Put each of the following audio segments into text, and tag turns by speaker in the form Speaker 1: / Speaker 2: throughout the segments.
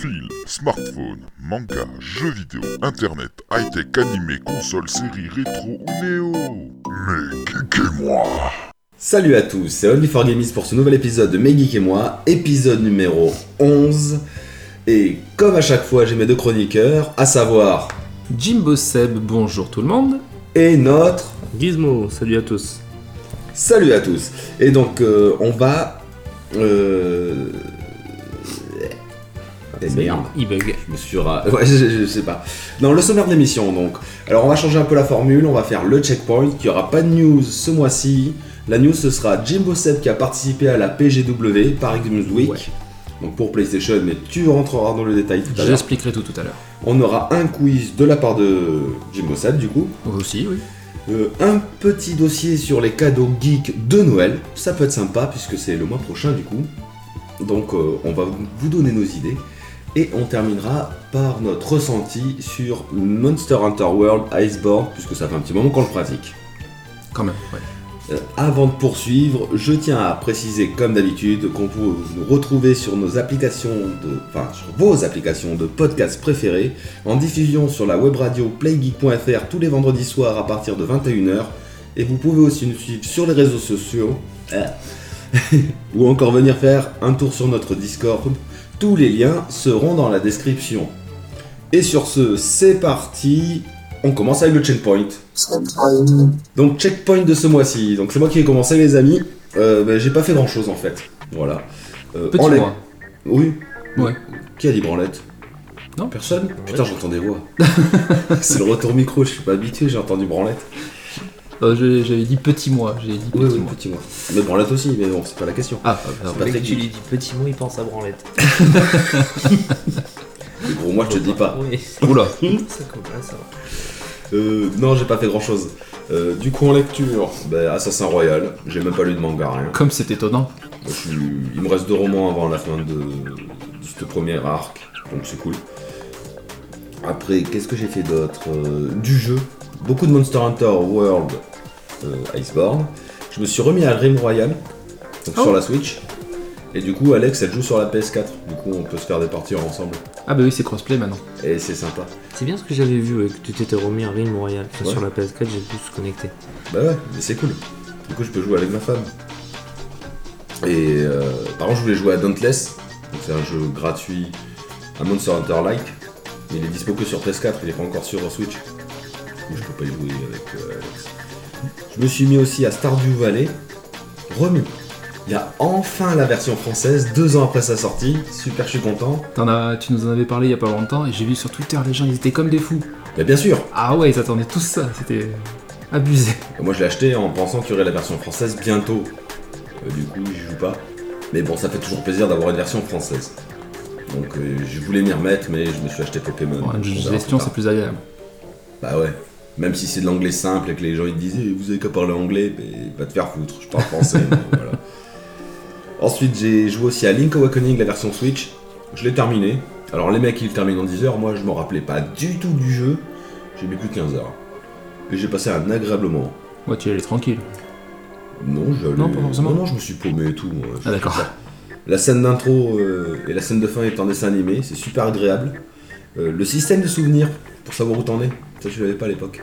Speaker 1: fil, smartphone, manga, jeux vidéo, internet, high-tech, animé, console, série, rétro ou néo. Mais geekez-moi
Speaker 2: Salut à tous, c'est only for gamers pour ce nouvel épisode de Megeek et moi, épisode numéro 11. Et comme à chaque fois, j'ai mes deux chroniqueurs, à savoir
Speaker 3: Jimbo Seb, bonjour tout le monde.
Speaker 2: et notre
Speaker 3: Gizmo, salut à tous.
Speaker 2: salut à tous. Et donc, euh, on va. Euh... Eh merde.
Speaker 3: Il bug.
Speaker 2: Je me suis ra- euh, Ouais, je, je- je sais pas. Dans le sommaire de l'émission, donc. Alors, on va changer un peu la formule. On va faire le checkpoint. Il n'y aura pas de news ce mois-ci. La news, ce sera Jimbo Seb qui a participé à la PGW, Paris Games Week.
Speaker 3: Ouais.
Speaker 2: Donc pour PlayStation, mais tu rentreras dans le détail tout à l'heure.
Speaker 3: J'expliquerai tout tout à l'heure.
Speaker 2: On aura un quiz de la part de Jimbo Seb, du coup.
Speaker 3: Aussi, oui.
Speaker 2: Euh, un petit dossier sur les cadeaux geeks de Noël. Ça peut être sympa puisque c'est le mois prochain du coup. Donc euh, on va vous donner nos idées. Et on terminera par notre ressenti sur Monster Hunter World Iceborne puisque ça fait un petit moment qu'on le pratique.
Speaker 3: Quand même, ouais.
Speaker 2: Euh, avant de poursuivre, je tiens à préciser comme d'habitude qu'on peut nous retrouver sur nos applications de, enfin sur vos applications de podcast préférées, en diffusion sur la web radio playgeek.fr tous les vendredis soirs à partir de 21h, et vous pouvez aussi nous suivre sur les réseaux sociaux, euh, ou encore venir faire un tour sur notre Discord. Tous les liens seront dans la description. Et sur ce, c'est parti. On commence avec le checkpoint. Donc checkpoint de ce mois-ci. Donc c'est moi qui ai commencé les amis. Euh, ben, j'ai pas fait grand chose en fait. Voilà. Euh,
Speaker 3: Petit
Speaker 2: en lait-
Speaker 3: mois.
Speaker 2: Oui.
Speaker 3: Ouais.
Speaker 2: Qui a dit branlette
Speaker 3: Non.
Speaker 2: Personne Putain j'entends des voix. c'est le retour micro, je suis pas habitué, j'ai entendu branlette.
Speaker 3: Euh, je- J'avais dit petit mois, j'ai dit petit
Speaker 2: Oui, oui,
Speaker 3: mois.
Speaker 2: petit mois. Mais branlette aussi, mais bon, c'est pas la question.
Speaker 3: Ah, ah, pardon.
Speaker 2: Pas
Speaker 4: Dès que
Speaker 2: très
Speaker 4: tu
Speaker 2: geek.
Speaker 4: lui dis petit mot, il pense à branlette.
Speaker 2: Mais pour moi je te dis pas.
Speaker 4: Oui.
Speaker 3: Oula.
Speaker 4: Ça commence, ça va.
Speaker 2: Euh, non, j'ai pas fait grand chose. du coup, en lecture, bah, Assassin Royal, j'ai même pas lu de manga, rien.
Speaker 3: Comme c'est étonnant.
Speaker 2: Je suis- Il me reste deux romans avant la fin de, de ce premier arc, donc c'est cool. Après, qu'est-ce que j'ai fait d'autre Euh, Du jeu, beaucoup de Monster Hunter World euh, Iceborne. Je me suis remis à Dream Royal, donc
Speaker 3: Oh.
Speaker 2: sur la Switch. Et du coup, Alex, elle joue sur la PS4. Du coup, on peut se faire des parties ensemble.
Speaker 3: Ah bah oui, c'est crossplay maintenant.
Speaker 2: Et c'est sympa.
Speaker 4: C'est bien ce que j'avais vu, ouais, que tu t'étais remis à Rim Royal. Parce que
Speaker 2: Ouais.
Speaker 4: Sur la PS4, j'ai pu se connecter.
Speaker 2: Bah ouais, mais c'est cool. Du coup, je peux jouer avec ma femme. Et euh, par contre, je voulais jouer à Dauntless. Donc, C'est un jeu gratuit, un Monster Hunter-like. Mais il est dispo que sur PS4, il est pas encore sur Switch. Du coup, je peux pas y jouer avec euh, Alex. Je me suis mis aussi à Stardew Valley. Remis. Il y a enfin la version française, deux ans après sa sortie. Super, je suis content.
Speaker 3: T'en as, tu nous en avais parlé il y a pas longtemps et j'ai vu sur Twitter les gens, ils étaient comme des fous.
Speaker 2: Mais bien sûr,
Speaker 3: Ah ouais, ils attendaient tous ça, c'était abusé.
Speaker 2: Et Moi je l'ai acheté en pensant qu'il y aurait la version française bientôt. Euh, du coup j'y joue pas. Mais bon ça fait toujours plaisir d'avoir une version française. Donc euh, je voulais m'y remettre mais je me suis acheté Pokémon.
Speaker 3: Ouais, une
Speaker 2: On verra
Speaker 3: gestion,
Speaker 2: plus
Speaker 3: c'est
Speaker 2: tard.
Speaker 3: plus agréable.
Speaker 2: Bah ouais. Même si c'est de l'anglais simple et que les gens ils te disent Eh, vous avez qu'à parler anglais, mais va te faire foutre, je parle français. donc voilà. Ensuite j'ai joué aussi à Link Awakening la version Switch. Je l'ai terminé. Alors les mecs ils le terminent en 10 heures, moi je m'en rappelais pas du tout du jeu. J'ai mis plus de 15 heures. Et j'ai passé un agréable moment.
Speaker 3: Ouais, tu es allé tranquille.
Speaker 2: Non, j'allais-
Speaker 3: Non, pas forcément.
Speaker 2: Non, non, je me suis paumé et tout. moi.
Speaker 3: Ah d'accord.
Speaker 2: La scène d'intro euh, et la scène de fin est en dessin animé, c'est super agréable. Euh, le système de souvenirs pour savoir où t'en es, ça je l'avais pas à l'époque.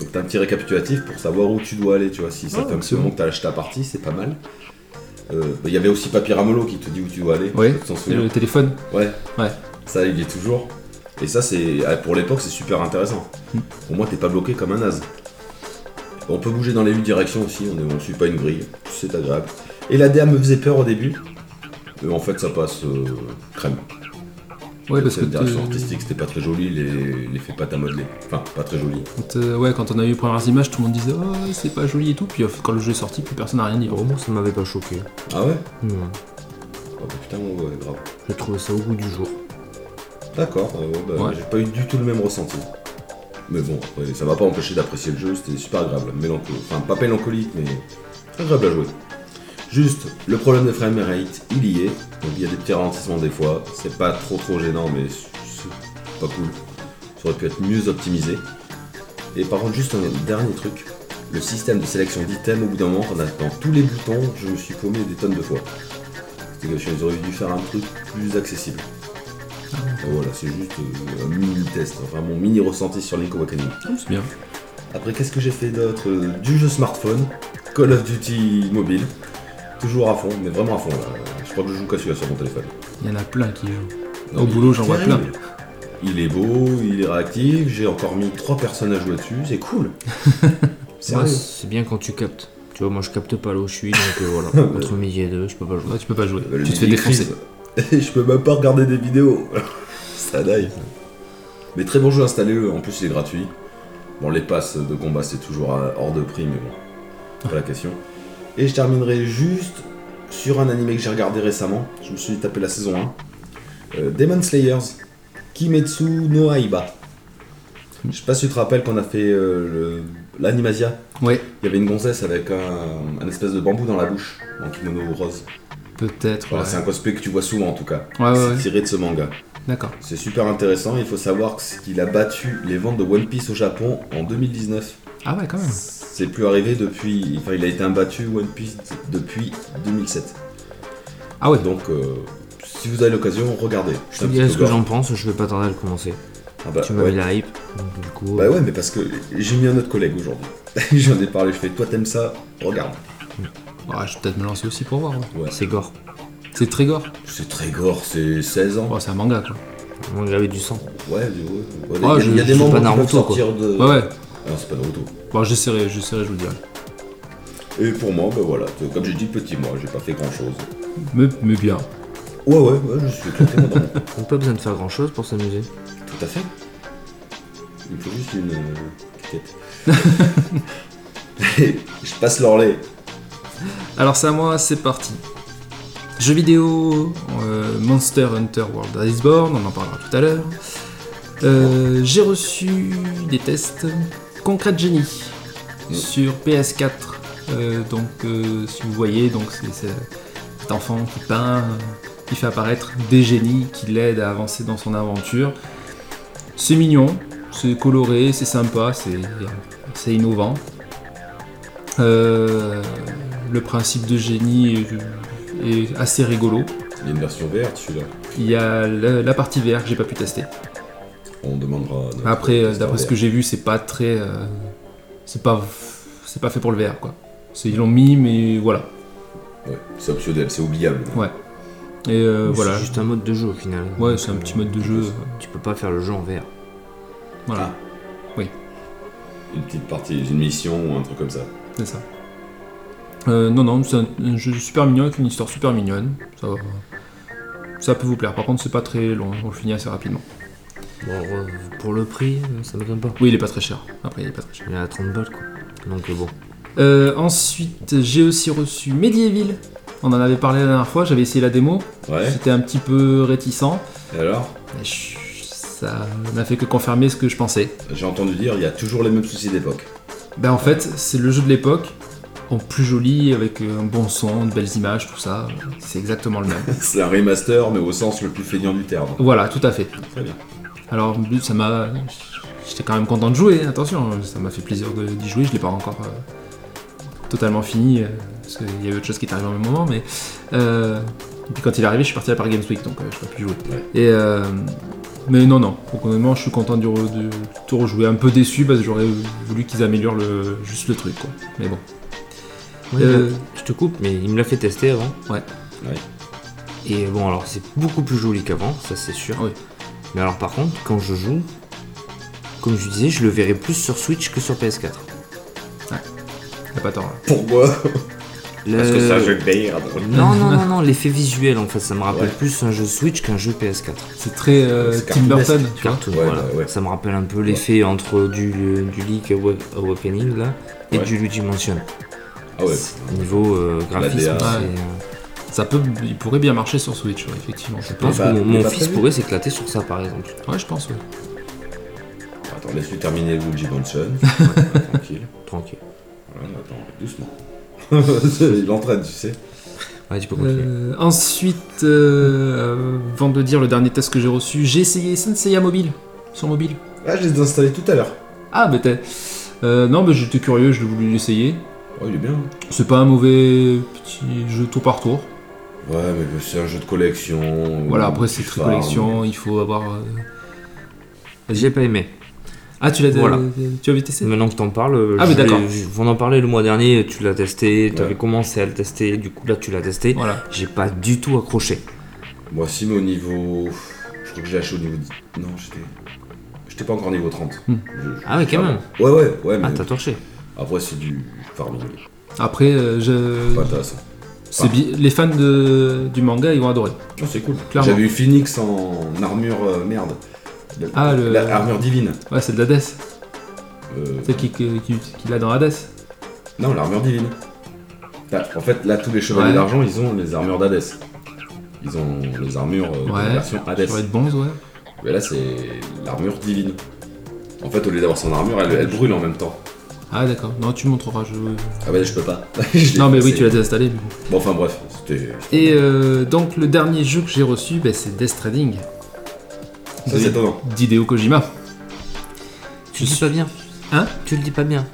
Speaker 2: Donc t'as un petit récapitulatif pour savoir où tu dois aller, tu vois. Si ça
Speaker 3: Ouais,
Speaker 2: fait un petit
Speaker 3: absolument.
Speaker 2: moment que t'as lâché ta partie, c'est pas mal. Euh, Il y avait aussi Papy Ramolo qui te dit où tu dois aller.
Speaker 3: Oui,
Speaker 2: tu t'en
Speaker 3: et
Speaker 2: souviens
Speaker 3: le téléphone.
Speaker 2: Ouais.
Speaker 3: Ouais.
Speaker 2: Ça, il y est toujours. Et ça, c'est ah, pour l'époque, c'est super intéressant.
Speaker 3: Mm.
Speaker 2: Au moins, t'es pas bloqué comme un naze. On peut bouger dans les huit directions aussi, on ne suit pas une grille, c'est agréable. Et la DA me faisait peur au début. Euh, en fait, ça passe euh, crème.
Speaker 3: Ouais, parce que
Speaker 2: Cette direction
Speaker 3: t'es-
Speaker 2: artistique, c'était pas très joli, les, les fait pas à modeler. Enfin, pas très joli.
Speaker 3: Quand, euh, ouais, quand on a eu les premières images, tout le monde disait Oh, c'est pas joli et tout. Puis euh, quand le jeu est sorti, plus personne n'a rien dit.
Speaker 4: Au moins, Oh, ça m'avait pas choqué.
Speaker 2: Ah ouais
Speaker 4: Non.
Speaker 2: Oh bah, putain, ouais, grave.
Speaker 4: J'ai trouvé ça au goût du jour.
Speaker 2: D'accord, euh, ouais, bah,
Speaker 3: Ouais.
Speaker 2: j'ai pas eu du tout le même ressenti. Mais bon, après, ça m'a pas empêché d'apprécier le jeu, c'était super agréable. Mélancolique. Enfin, pas mélancolique, mais agréable à jouer. Juste, le problème de framerate, il y est. Donc il y a des petits ralentissements des fois. C'est pas trop trop gênant, mais c'est pas cool. Ça aurait pu être mieux optimisé. Et par contre, juste un dernier truc. Le système de sélection d'items, au bout d'un moment, en attendant tous les boutons, je me suis paumé des tonnes de fois. C'est que j'aurais dû faire un truc plus accessible. Voilà, c'est juste euh, un mini test, hein, vraiment mini ressenti sur Link Awakening.
Speaker 3: Oh, c'est bien.
Speaker 2: Après, qu'est-ce que j'ai fait d'autre Euh, Du jeu smartphone, Call of Duty mobile, toujours à fond, mais vraiment à fond là. Je crois que je joue qu'à celui-là sur mon téléphone.
Speaker 3: Il y en a plein qui jouent.
Speaker 2: Non,
Speaker 3: Au
Speaker 2: mais
Speaker 3: boulot,
Speaker 2: il est
Speaker 3: j'en vois
Speaker 2: terrible. Il est beau, il est réactif, j'ai encore mis trois personnes à jouer dessus, c'est cool.
Speaker 4: Moi,
Speaker 2: Sérieux.
Speaker 4: c'est bien quand tu captes. Tu vois, moi je capte pas l'eau, je suis donc euh, voilà. Entre midi et deux, je peux pas jouer.
Speaker 3: Ouais, tu peux pas jouer.
Speaker 2: Bah, le
Speaker 3: tu te fais
Speaker 2: midi
Speaker 3: défoncer.
Speaker 2: crise. je peux même pas regarder des vidéos. Ça daille. Mais très bon jeu, installez-le. En plus, il est gratuit. Bon, les passes de combat, c'est toujours euh, hors de prix, mais bon. c'est Pas la question. Et je terminerai juste sur un animé que j'ai regardé récemment. Je me suis tapé la saison 1. Euh, Demon Slayers. Kimetsu no Aiba. Je sais pas si tu te rappelles qu'on a fait euh, le- l'Animasia.
Speaker 3: Ouais,
Speaker 2: Il y avait une gonzesse avec un, un espèce de bambou dans la bouche, en kimono rose.
Speaker 3: peut-être.
Speaker 2: Voilà,
Speaker 3: ouais.
Speaker 2: Oh, C'est un cosplay que tu vois souvent en tout cas.
Speaker 3: Ouais,
Speaker 4: Ah
Speaker 3: ouais,
Speaker 2: c'est
Speaker 3: ouais.
Speaker 2: tiré de ce manga.
Speaker 3: D'accord.
Speaker 2: C'est super intéressant. Il faut savoir que- qu'il a battu les ventes de One Piece au Japon en 2019.
Speaker 3: Ah ouais, quand même.
Speaker 2: C'est plus arrivé depuis. Enfin, il a été imbattu One Piece depuis 2007.
Speaker 3: Ah ouais.
Speaker 2: Donc, euh, si vous avez l'occasion, regardez.
Speaker 4: Je
Speaker 2: C'est
Speaker 4: te
Speaker 2: un
Speaker 4: dirai
Speaker 2: petit
Speaker 4: ce
Speaker 2: peu
Speaker 4: que
Speaker 2: gore.
Speaker 4: j'en pense, je vais pas tarder à le commencer.
Speaker 2: Ah bah,
Speaker 4: tu m'as mis
Speaker 2: ouais.
Speaker 4: la hype, donc du coup. euh,
Speaker 2: Bah ouais, mais parce que j'ai mis un autre collègue aujourd'hui. J'en ai parlé. Je fais, toi t'aimes ça Regarde.
Speaker 3: Ah, je vais peut-être me lancer aussi pour voir. ouais.
Speaker 4: C'est gore.
Speaker 3: C'est très gore.
Speaker 2: C'est très gore. C'est 16 ans.
Speaker 3: Oh, c'est un manga quoi.
Speaker 4: On avait du sang.
Speaker 2: Ouais. ouais, ouais. Il y a-
Speaker 3: Ah,
Speaker 2: il y, a
Speaker 3: je-
Speaker 2: des
Speaker 4: c'est
Speaker 2: moments
Speaker 4: pas
Speaker 2: qui peuvent
Speaker 4: Naruto, quoi.
Speaker 2: sortir de.
Speaker 3: Ouais, ouais.
Speaker 2: Ah Non, c'est pas Naruto.
Speaker 3: Bon, j'essaierai, j'essaierai, je vous dirai.
Speaker 2: Et pour moi, bah voilà, t- comme j'ai dit petit moi, j'ai pas fait grand chose.
Speaker 3: Mais, mais bien.
Speaker 2: Ouais ouais, ouais, je suis éclaté moi, dans mon coin.
Speaker 4: On n'a pas besoin de faire grand chose pour s'amuser.
Speaker 2: Tout à fait. Il me faut juste une euh, piquette. Allez, je passe l'orlet.
Speaker 3: Alors, c'est à moi, c'est parti. Jeux vidéo, euh, Monster Hunter World Iceborne, on en parlera tout à l'heure. Euh, J'ai reçu des tests Concrete Genie
Speaker 2: Mm.
Speaker 3: sur PS4. Euh, donc, euh, si vous voyez, donc c'est c'est cet enfant qui peint, euh, qui fait apparaître des génies qui l'aident à avancer dans son aventure. C'est mignon, c'est coloré, c'est sympa, c'est c'est innovant. Euh, le principe de génie est- est assez rigolo.
Speaker 2: Il y a une version verte celui-là.
Speaker 3: Il y a la, la partie VR que j'ai pas pu tester.
Speaker 2: On demandera. à notre
Speaker 3: Après, euh,
Speaker 2: testeur
Speaker 3: d'après ce
Speaker 2: vert.
Speaker 3: que j'ai vu, c'est pas très, euh, c'est pas, c'est pas fait pour le VR quoi. C'est- Ils l'ont mis, mais voilà.
Speaker 2: Ouais, c'est optionnel, c'est oubliable.
Speaker 3: Et euh,
Speaker 4: Mais
Speaker 3: voilà.
Speaker 4: C'est juste un mode de jeu au final.
Speaker 3: Ouais, c'est un petit mode de jeu. euh,
Speaker 4: Tu peux pas faire le jeu en VR.
Speaker 3: Voilà,
Speaker 2: Une petite partie, une mission, un truc comme ça.
Speaker 3: c'est ça. Euh, non, non, c'est un, un jeu super mignon avec une histoire super mignonne. Ça, va. ça peut vous plaire. Par contre, c'est pas très long. On le finit assez rapidement.
Speaker 4: Bon, euh, pour le prix, euh, ça m'étonne pas.
Speaker 3: Oui, il est pas très cher. Après, il est pas très cher.
Speaker 4: Il est à 30 balles quoi. Donc euh, bon.
Speaker 3: Euh, ensuite, j'ai aussi reçu Medieval. On en avait parlé la dernière fois, j'avais essayé la démo.
Speaker 2: Ouais.
Speaker 3: J'étais un petit peu réticent.
Speaker 2: Et alors
Speaker 3: Mais je- ça n'a fait que confirmer ce que je pensais.
Speaker 2: J'ai entendu dire, il y a toujours les mêmes soucis d'époque.
Speaker 3: Ben en fait, c'est le jeu de l'époque, en plus joli, avec euh, un bon son, de belles images, tout ça. C'est exactement le même.
Speaker 2: c'est un remaster, mais au sens le plus feignant du terme.
Speaker 3: voilà, tout à fait.
Speaker 2: Très bien.
Speaker 3: Alors, en plus, ça m'a. J'étais quand même content de jouer, hein, attention, ça m'a fait plaisir de- d'y jouer, je l'ai pas encore euh, totalement fini, euh, parce qu'il y a eu autre chose qui est arrivée au même moment, mais. euh, et puis quand il est arrivé, je suis parti à par Games Week, donc euh, je n'ai pas pu jouer.
Speaker 2: Ouais.
Speaker 3: Et. euh, mais non, non, donc honnêtement, je suis content de, re- de tout rejouer, un peu déçu, parce que j'aurais voulu qu'ils améliorent le, juste le truc, quoi. Mais bon.
Speaker 4: Ouais,
Speaker 3: Euh,
Speaker 4: il a- Je te coupe, mais il me l'a fait tester avant.
Speaker 3: Ouais.
Speaker 2: Ouais.
Speaker 4: Et bon, alors c'est beaucoup plus joli qu'avant, ça c'est sûr.
Speaker 3: Oui.
Speaker 4: Mais alors par contre, quand je joue, comme je disais, je le verrai plus sur Switch que sur PS4.
Speaker 3: T'as pas tort, là.
Speaker 2: Pourquoi Euh, Parce que
Speaker 4: Le-
Speaker 2: c'est un jeu de merde.
Speaker 4: Non, non, non, non, l'effet visuel en fait, ça me rappelle
Speaker 2: Ouais.
Speaker 4: plus un jeu Switch qu'un jeu PS4.
Speaker 3: C'est très euh,
Speaker 2: C'est
Speaker 3: Tim Burton,
Speaker 2: cartoonesque.
Speaker 3: tu vois.
Speaker 4: Cartoon,
Speaker 2: Ouais,
Speaker 4: voilà.
Speaker 2: bah ouais.
Speaker 4: Ça me rappelle un peu l'effet entre du, du League Awa- Awakening là et
Speaker 2: Ouais.
Speaker 4: du Luigi Mansion.
Speaker 2: Ah ouais.
Speaker 4: C'est- Niveau euh, graphisme,
Speaker 2: La DA.
Speaker 4: c'est.
Speaker 3: Ouais. Ça peut, il pourrait bien marcher sur Switch, ouais, effectivement. Je
Speaker 4: Je pense
Speaker 3: pense.
Speaker 2: pas-
Speaker 4: que mon-
Speaker 2: mais
Speaker 4: mon
Speaker 2: pas
Speaker 4: fils
Speaker 2: prévu.
Speaker 4: pourrait s'éclater sur ça par exemple.
Speaker 3: Ouais, je pense. ouais.
Speaker 2: Attends, laisse-lui terminer Luigi Mansion. Tranquille.
Speaker 4: Tranquille.
Speaker 2: Voilà, attends, doucement. Il entraîne, tu sais.
Speaker 4: Ouais, tu peux continuer.
Speaker 3: Euh, ensuite, euh, avant de dire le dernier test que j'ai reçu, j'ai essayé Senseiya Mobile sur mobile.
Speaker 2: Ah, je les ai installés tout à l'heure.
Speaker 3: Ah, mais t'es. euh, non, mais j'étais curieux, je l'ai voulu l'essayer.
Speaker 2: Oh, il est bien.
Speaker 3: C'est pas un mauvais petit jeu tour par tour.
Speaker 2: Ouais, mais c'est un jeu de collection.
Speaker 3: Voilà,
Speaker 2: euh,
Speaker 3: après
Speaker 2: tu
Speaker 3: c'est très
Speaker 2: farmes.
Speaker 3: collection, il faut avoir. euh,
Speaker 4: J'ai pas aimé.
Speaker 3: Ah, tu l'as
Speaker 4: Voilà.
Speaker 3: tu avais testé
Speaker 4: Maintenant que t'en parles, euh,
Speaker 3: Ah, mais
Speaker 4: je l'ai-
Speaker 3: d'accord.
Speaker 4: je- on en parlait le mois dernier, tu l'as testé,
Speaker 2: Ouais.
Speaker 4: tu avais commencé à le tester, du coup là tu l'as testé.
Speaker 3: Voilà.
Speaker 4: J'ai pas du tout accroché.
Speaker 2: Moi aussi, mais au niveau. Je crois que j'ai acheté au niveau. dix- Non, j'étais. J'étais pas encore niveau 30.
Speaker 3: Hmm.
Speaker 2: Je- je-
Speaker 4: Ah ouais, quand même.
Speaker 2: Ouais, ouais, ouais, mais.
Speaker 4: Ah, t'as torché.
Speaker 2: Après, c'est du farming.
Speaker 3: Après, euh, je...
Speaker 2: Pas intéressant.
Speaker 3: c'est bi- les fans de... du manga, ils vont adorer.
Speaker 2: Non, c'est cool.
Speaker 3: Clairement.
Speaker 2: J'avais eu Phoenix en armure euh, merde. La-
Speaker 3: Ah, le-
Speaker 2: La armure divine.
Speaker 3: Ouais, c'est de la Death.
Speaker 2: Euh,
Speaker 3: Celle qui- qui- qui- qu'il a dans Hades.
Speaker 2: Non, l'armure divine. Là, en fait, là, tous les chevaliers
Speaker 3: Ouais.
Speaker 2: d'argent, ils ont les armures d'Hadès. Ils ont les armures euh, de
Speaker 3: Ouais.
Speaker 2: version Hades.
Speaker 3: Ça va être bronze, ouais.
Speaker 2: Mais là, c'est l'armure divine. En fait, au lieu d'avoir son armure, elle, elle brûle en même temps.
Speaker 3: Ah, d'accord. Non, tu montreras. Je...
Speaker 2: Ah bah, je peux pas. Je l'ai
Speaker 3: Non, mais
Speaker 2: passé.
Speaker 3: oui, tu l'as désinstallé. mais bon.
Speaker 2: Bon, enfin, bref, c'était.
Speaker 3: Et euh, donc, le dernier jeu que j'ai reçu, bah, c'est Death Stranding.
Speaker 2: Ça, c'est étonnant.
Speaker 3: D'Hideo Kojima.
Speaker 4: Tu le dis pas bien.
Speaker 3: Hein
Speaker 4: Tu le dis pas bien.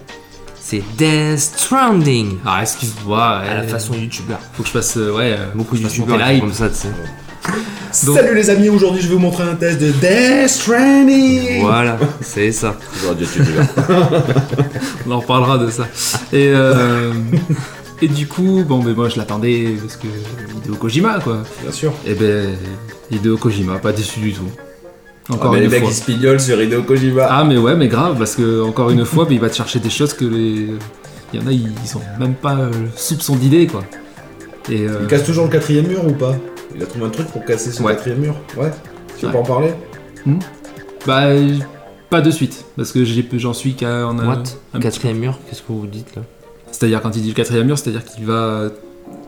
Speaker 4: C'est Death Stranding.
Speaker 3: Ah, excuse-moi.
Speaker 4: À la
Speaker 3: euh,
Speaker 4: façon YouTube là.
Speaker 3: Faut que je fasse. euh, ouais. euh,
Speaker 4: Beaucoup de
Speaker 3: faut que je fasse
Speaker 4: youtubeurs
Speaker 3: monter
Speaker 4: ils font
Speaker 3: l'hype.
Speaker 4: comme ça, tu sais.
Speaker 3: Donc-
Speaker 2: Salut les amis, aujourd'hui, je vais vous montrer un test de Death Stranding
Speaker 4: Voilà, c'est ça.
Speaker 2: J'aurais dû être youtubeur.
Speaker 3: On en reparlera de ça. Et, euh, et du coup, bon, mais moi je l'attendais parce que Hideo Kojima, quoi.
Speaker 2: Bien sûr.
Speaker 3: Et ben, Hideo Kojima, pas déçu du tout.
Speaker 2: Ah,
Speaker 3: Encore
Speaker 2: mais les
Speaker 3: une
Speaker 2: mecs,
Speaker 3: fois.
Speaker 2: ils se pignolent sur Hideo Kojima.
Speaker 3: Ah, mais ouais, mais grave, parce que encore une fois, ben, il va te chercher des choses que les. Il y en a, ils ils ont même pas euh, soupçon d'idée, quoi. Et euh,
Speaker 2: Il casse toujours le quatrième mur ou pas Il a trouvé un truc pour casser son
Speaker 3: Ouais.
Speaker 2: quatrième mur Ouais Tu veux
Speaker 3: Ouais.
Speaker 2: pas en parler
Speaker 3: bah, pas de suite, parce que j'ai- j'en suis qu'à en un-
Speaker 4: What
Speaker 3: un petit
Speaker 4: Quatrième mur, qu'est-ce que vous dites là
Speaker 3: C'est-à-dire quand il dit le quatrième mur, c'est-à-dire qu'il va,